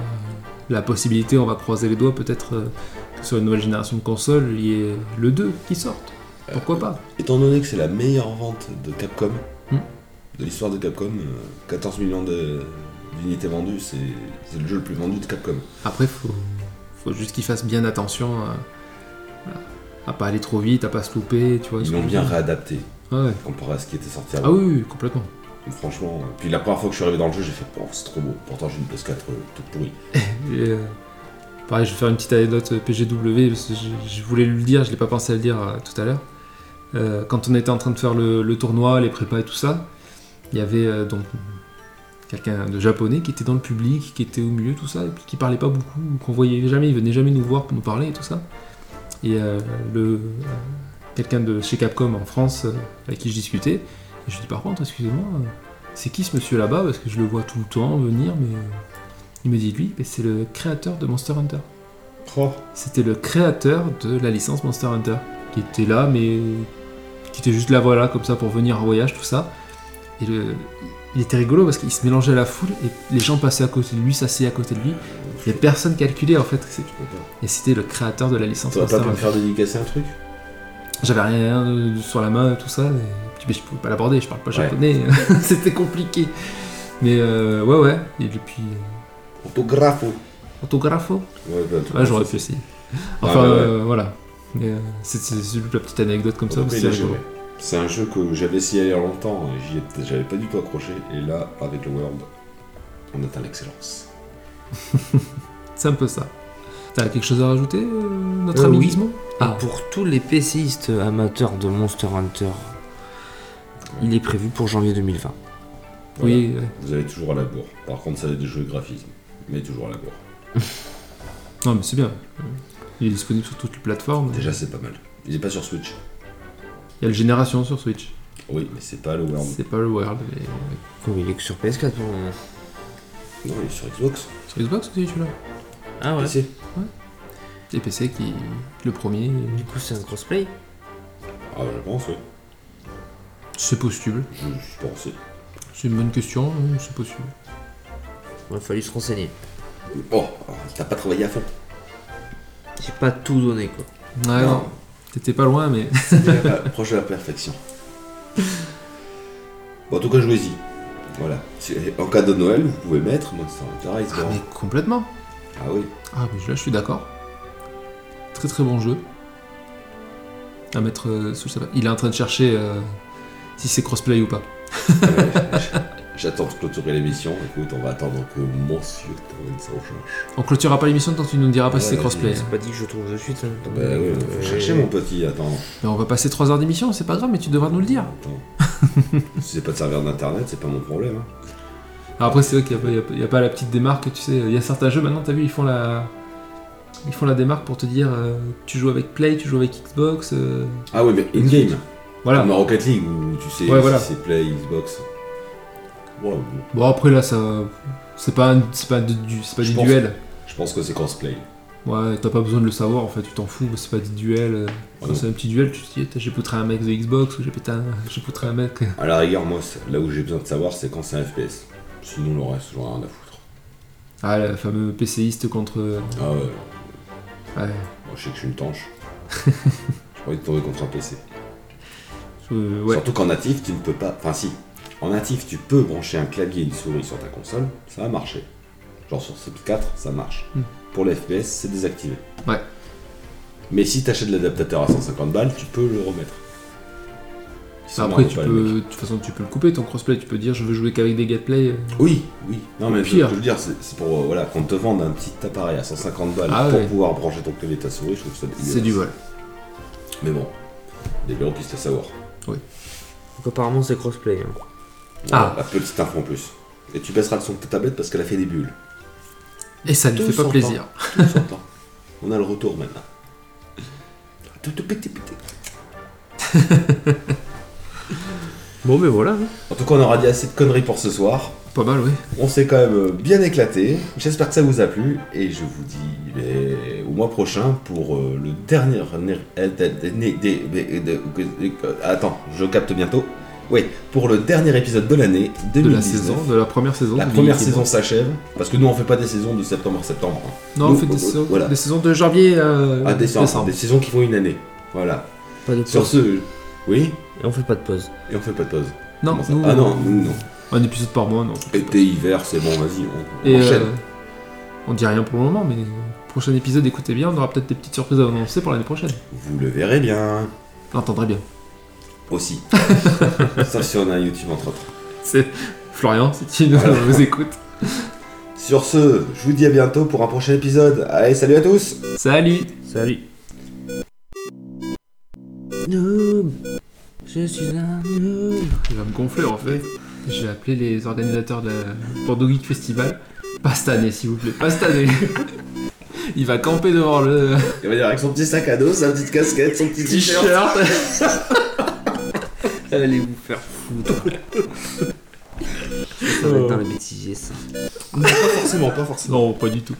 Speaker 3: la possibilité, on va croiser les doigts peut-être euh, que sur une nouvelle génération de consoles, il y ait le 2 qui sorte. Pourquoi pas
Speaker 2: Étant donné que c'est la meilleure vente de Capcom,
Speaker 3: Hmm.
Speaker 2: de l'histoire de Capcom, euh, 14 millions de- d'unités vendues, c'est c'est le jeu le plus vendu de Capcom.
Speaker 3: Après, faut, faut juste qu'ils fassent bien attention à, à pas aller trop vite, à pas se louper, tu vois.
Speaker 2: Ils
Speaker 3: ce
Speaker 2: l'ont
Speaker 3: que je
Speaker 2: bien
Speaker 3: veux dire.
Speaker 2: réadapté
Speaker 3: Ouais.
Speaker 2: comparé à ce qui était sorti
Speaker 3: Ah
Speaker 2: avant.
Speaker 3: oui, oui, complètement.
Speaker 2: Donc, Franchement, euh, puis la première fois que je suis arrivé dans le jeu, j'ai fait oh, c'est trop beau. Pourtant, j'ai une PS4 euh, toute pourrie.
Speaker 3: Et, euh, pareil, je vais faire une petite anecdote euh, PGW, parce que je, je voulais le dire, je l'ai pas pensé à le dire euh, tout à l'heure. Euh, quand on était en train de faire le, le tournoi, les prépas et tout ça, il y avait euh, donc quelqu'un de japonais qui était dans le public, qui était au milieu, tout ça, et puis qui parlait pas beaucoup, qu'on voyait jamais, il venait jamais nous voir pour nous parler et tout ça. Et euh, le euh, quelqu'un de chez Capcom en France euh, avec qui je discutais, et je lui dis par contre, excusez-moi, euh, c'est qui ce monsieur là-bas Parce que je le vois tout le temps venir, mais euh, il me dit lui, mais c'est le créateur de Monster Hunter. C'était le créateur de la licence Monster Hunter, qui était là, mais qui était juste là, voilà, comme ça, pour venir en voyage, tout ça. Et le- il était rigolo parce qu'il se mélangeait à la foule et les gens passaient à côté de lui, s'asseyaient à côté de lui. Il n'y a personne calculé en fait.
Speaker 2: Je peux pas.
Speaker 3: Et c'était le créateur de la licence
Speaker 2: T'aurais
Speaker 3: Monster
Speaker 2: pas pu me
Speaker 3: Hunter.
Speaker 2: faire dédicacer un truc
Speaker 3: J'avais rien euh, sur la main, tout ça. et puis, mais je pouvais pas l'aborder, je parle pas
Speaker 2: Ouais.
Speaker 3: japonais. hein. c'était compliqué. Mais euh, ouais, ouais. Et puis, euh,
Speaker 2: Autographe Ouais,
Speaker 3: autographo
Speaker 2: bah, autographe.
Speaker 3: Ouais, j'aurais pu aussi. Enfin,
Speaker 2: Ah, ouais, ouais.
Speaker 3: euh, voilà. Mais, euh, c'est c'est juste la petite anecdote comme ça.
Speaker 2: Autographe,
Speaker 3: parce que
Speaker 2: il a
Speaker 3: c'est
Speaker 2: joué.
Speaker 3: rigolo.
Speaker 2: C'est un jeu que j'avais essayé il y a longtemps et j'y étais- j'avais pas du tout accroché. Et là, avec le World, on atteint l'excellence.
Speaker 3: C'est un peu ça. T'as quelque chose à rajouter, euh, notre
Speaker 4: Euh,
Speaker 3: ami
Speaker 4: oui.
Speaker 3: Gizmo Ah.
Speaker 4: Et Pour tous les PCistes euh, amateurs de Monster Hunter, il est prévu pour janvier 2020.
Speaker 2: Voilà.
Speaker 3: Oui, ouais.
Speaker 2: Vous allez toujours à la bourre. Par contre, ça va être des jeux de graphisme, mais toujours à la bourre.
Speaker 3: non, mais c'est bien. Il est disponible sur toutes les plateformes.
Speaker 2: Déjà, c'est pas mal. Il est pas sur Switch.
Speaker 3: Il y a le Génération sur Switch.
Speaker 2: Oui, mais c'est pas le World.
Speaker 3: C'est pas le World. mais-
Speaker 4: Comme il est que sur PS4 pour le moment.
Speaker 2: Non, il est sur Xbox.
Speaker 3: Sur Xbox aussi, celui-là.
Speaker 4: Ah
Speaker 2: PC.
Speaker 3: Et PC qui. Le premier.
Speaker 4: Du coup, c'est un crossplay
Speaker 2: Ah, bah, je pense, oui.
Speaker 3: C'est possible.
Speaker 2: Je suis pensé.
Speaker 3: C'est une bonne question, mais c'est possible.
Speaker 4: Il a fallu se renseigner.
Speaker 2: Bon, Oh, t'as pas travaillé à fond.
Speaker 4: J'ai pas tout donné, quoi.
Speaker 3: Ouais, non. T'étais pas loin, mais.
Speaker 2: c'est déjà pas- proche de la perfection. Bon, en tout cas, jouez-y. Voilà. C'est- En cas de Noël, vous pouvez mettre Monster Hunter
Speaker 3: Ah,
Speaker 2: Iceborne.
Speaker 3: mais complètement
Speaker 2: Ah oui.
Speaker 3: Ah, mais là, je suis d'accord. Très très bon jeu. À mettre euh, sous le sapin. Il est en train de chercher euh, si c'est crossplay ou pas.
Speaker 2: Ouais, Euh, J'attends de clôturer l'émission. Écoute, on va attendre que monsieur Torrent s'en cherche.
Speaker 3: On clôturera pas l'émission tant que tu nous diras pas
Speaker 2: Ouais,
Speaker 3: si c'est
Speaker 2: vas-y,
Speaker 3: crossplay.
Speaker 4: C'est pas dit que je trouve de suite. Hein.
Speaker 2: Bah oui, faut
Speaker 4: Euh,
Speaker 2: chercher mon petit, attends.
Speaker 3: Mais on va passer 3 heures d'émission, c'est pas grave, mais tu devras nous le dire.
Speaker 2: Attends. si c'est pas de serveur d'internet, c'est pas mon problème. hein.
Speaker 3: Alors après, c'est vrai qu'il n'y a, pas- il y a pas la petite démarque, tu sais. Il y a certains jeux maintenant, t'as vu, ils font la. Ils font la démarque pour te dire euh, tu joues avec Play, tu joues avec Xbox. euh,
Speaker 2: Ah oui, mais in-game.
Speaker 3: Voilà.
Speaker 2: Comme dans Rocket League où tu sais
Speaker 3: Ouais,
Speaker 2: si
Speaker 3: voilà.
Speaker 2: c'est Play, Xbox. Ouais, bon,
Speaker 3: Bon, après là, ça. C'est pas, un- c'est pas, du, c'est pas
Speaker 2: Je
Speaker 3: du
Speaker 2: pense.
Speaker 3: duel.
Speaker 2: je pense que c'est crossplay.
Speaker 3: Ouais, t'as pas besoin de le savoir en fait, tu t'en fous, c'est pas des duels. euh, Quand
Speaker 2: Ouais.
Speaker 3: c'est un petit duel, tu te dis, Tiens, j'ai poutré un mec de Xbox ou j'ai pété un- j'ai poutré un mec.
Speaker 2: À la rigueur, moi, c'est- là où j'ai besoin de savoir, c'est quand c'est un FPS. Sinon, le reste, j'en ai rien à foutre.
Speaker 3: Ah, le fameux PCiste contre. euh,
Speaker 2: Ah ouais,
Speaker 3: Ouais,
Speaker 2: moi, je sais que je suis une tanche. j'ai pas envie de tomber contre un PC.
Speaker 3: euh, ouais.
Speaker 2: Surtout qu'en natif, tu ne peux pas. Enfin, si. En natif, tu peux brancher un clavier et une souris sur ta console, ça va marcher. Genre sur CP4, ça marche.
Speaker 3: Hmm.
Speaker 2: Pour les FPS, c'est désactivé.
Speaker 3: Ouais.
Speaker 2: Mais si t'achètes l'adaptateur à 150 balles, tu peux le remettre. Ils sont
Speaker 3: Après,
Speaker 2: marrants,
Speaker 3: tu
Speaker 2: pas, les
Speaker 3: peux,
Speaker 2: mecs.
Speaker 3: de toute façon, tu peux le couper ton crossplay. Tu peux dire je veux jouer qu'avec des gameplays. euh,
Speaker 2: Oui, oui. Non, mais
Speaker 3: Pire.
Speaker 2: je veux dire, c'est c'est pour euh, voilà, qu'on te vende un petit appareil à 150 balles
Speaker 3: Ah
Speaker 2: pour
Speaker 3: ouais.
Speaker 2: pouvoir brancher ton clavier et ta souris, je trouve ça dégueulasse.
Speaker 3: C'est du vol.
Speaker 2: Mais bon, les bureaux puissent le savoir.
Speaker 4: Donc apparemment c'est crossplay. hein.
Speaker 3: Ah.
Speaker 2: La petite info en plus. Et tu passeras le son de ta tablette parce qu'elle a fait des bulles.
Speaker 3: Et ça ne
Speaker 2: Tout
Speaker 3: fait pas
Speaker 2: s'entend.
Speaker 3: plaisir.
Speaker 2: Tout s'entend. On a le retour maintenant. Tout, tout pété, pété.
Speaker 4: Bon mais voilà. hein.
Speaker 2: En tout cas, on aura dit assez de conneries pour ce soir.
Speaker 3: Pas mal, oui.
Speaker 2: On s'est quand même euh, bien éclaté. J'espère que ça vous a plu. Et je vous dis les- au mois prochain pour euh, le dernier. euh, des- des- des- des- des- des- euh, Attends, je capte bientôt. Oui, pour le dernier épisode de l'année
Speaker 3: De
Speaker 2: 2019.
Speaker 3: la saison, de la première saison.
Speaker 2: La
Speaker 3: du
Speaker 2: première
Speaker 3: Mickey
Speaker 2: saison
Speaker 3: Mouse.
Speaker 2: s'achève. Parce que nous, on fait pas des saisons de septembre à septembre. hein.
Speaker 3: Non, on
Speaker 2: Nous,
Speaker 3: fait des saisons,
Speaker 2: voilà.
Speaker 3: des saisons de janvier euh, à
Speaker 2: à décembre. Des saisons qui font une année. Voilà.
Speaker 4: Pas de
Speaker 2: Sur
Speaker 4: pause.
Speaker 2: ce. Oui
Speaker 4: Et on fait pas de pause.
Speaker 2: Et on fait pas de pause.
Speaker 3: Non,
Speaker 2: Comment ça
Speaker 3: nous,
Speaker 2: Ah non, nous non.
Speaker 3: un épisode par mois, non.
Speaker 2: Été, hiver, c'est bon, vas-y, on, on
Speaker 3: Et
Speaker 2: enchaîne.
Speaker 3: euh, on dit rien pour le moment, mais prochain épisode, écoutez bien, on aura peut-être des petites surprises à vous annoncer pour l'année prochaine.
Speaker 2: Vous le verrez bien.
Speaker 3: Vous entendrez bien.
Speaker 2: Aussi. Sauf si on a un YouTube entre autres.
Speaker 3: C'est Florian, si tu nous nous écoutes.
Speaker 2: Sur ce, je vous dis à bientôt pour un prochain épisode. Allez, salut à tous
Speaker 3: Salut
Speaker 4: Salut. Noob. Je suis un noob.
Speaker 3: Il va me gonfler en fait. Je vais appeler les organisateurs de la Bordeaux Geek Festival. Pas cette année, s'il vous plaît, pas cette année. Il va camper devant le
Speaker 2: Il va dire avec son petit sac à dos, sa petite casquette, son petit t-shirt.
Speaker 3: t-shirt.
Speaker 4: Allez vous faire foutre. ça va être dans la bêtise.
Speaker 2: Forcément, pas forcément.
Speaker 3: Non, pas du tout.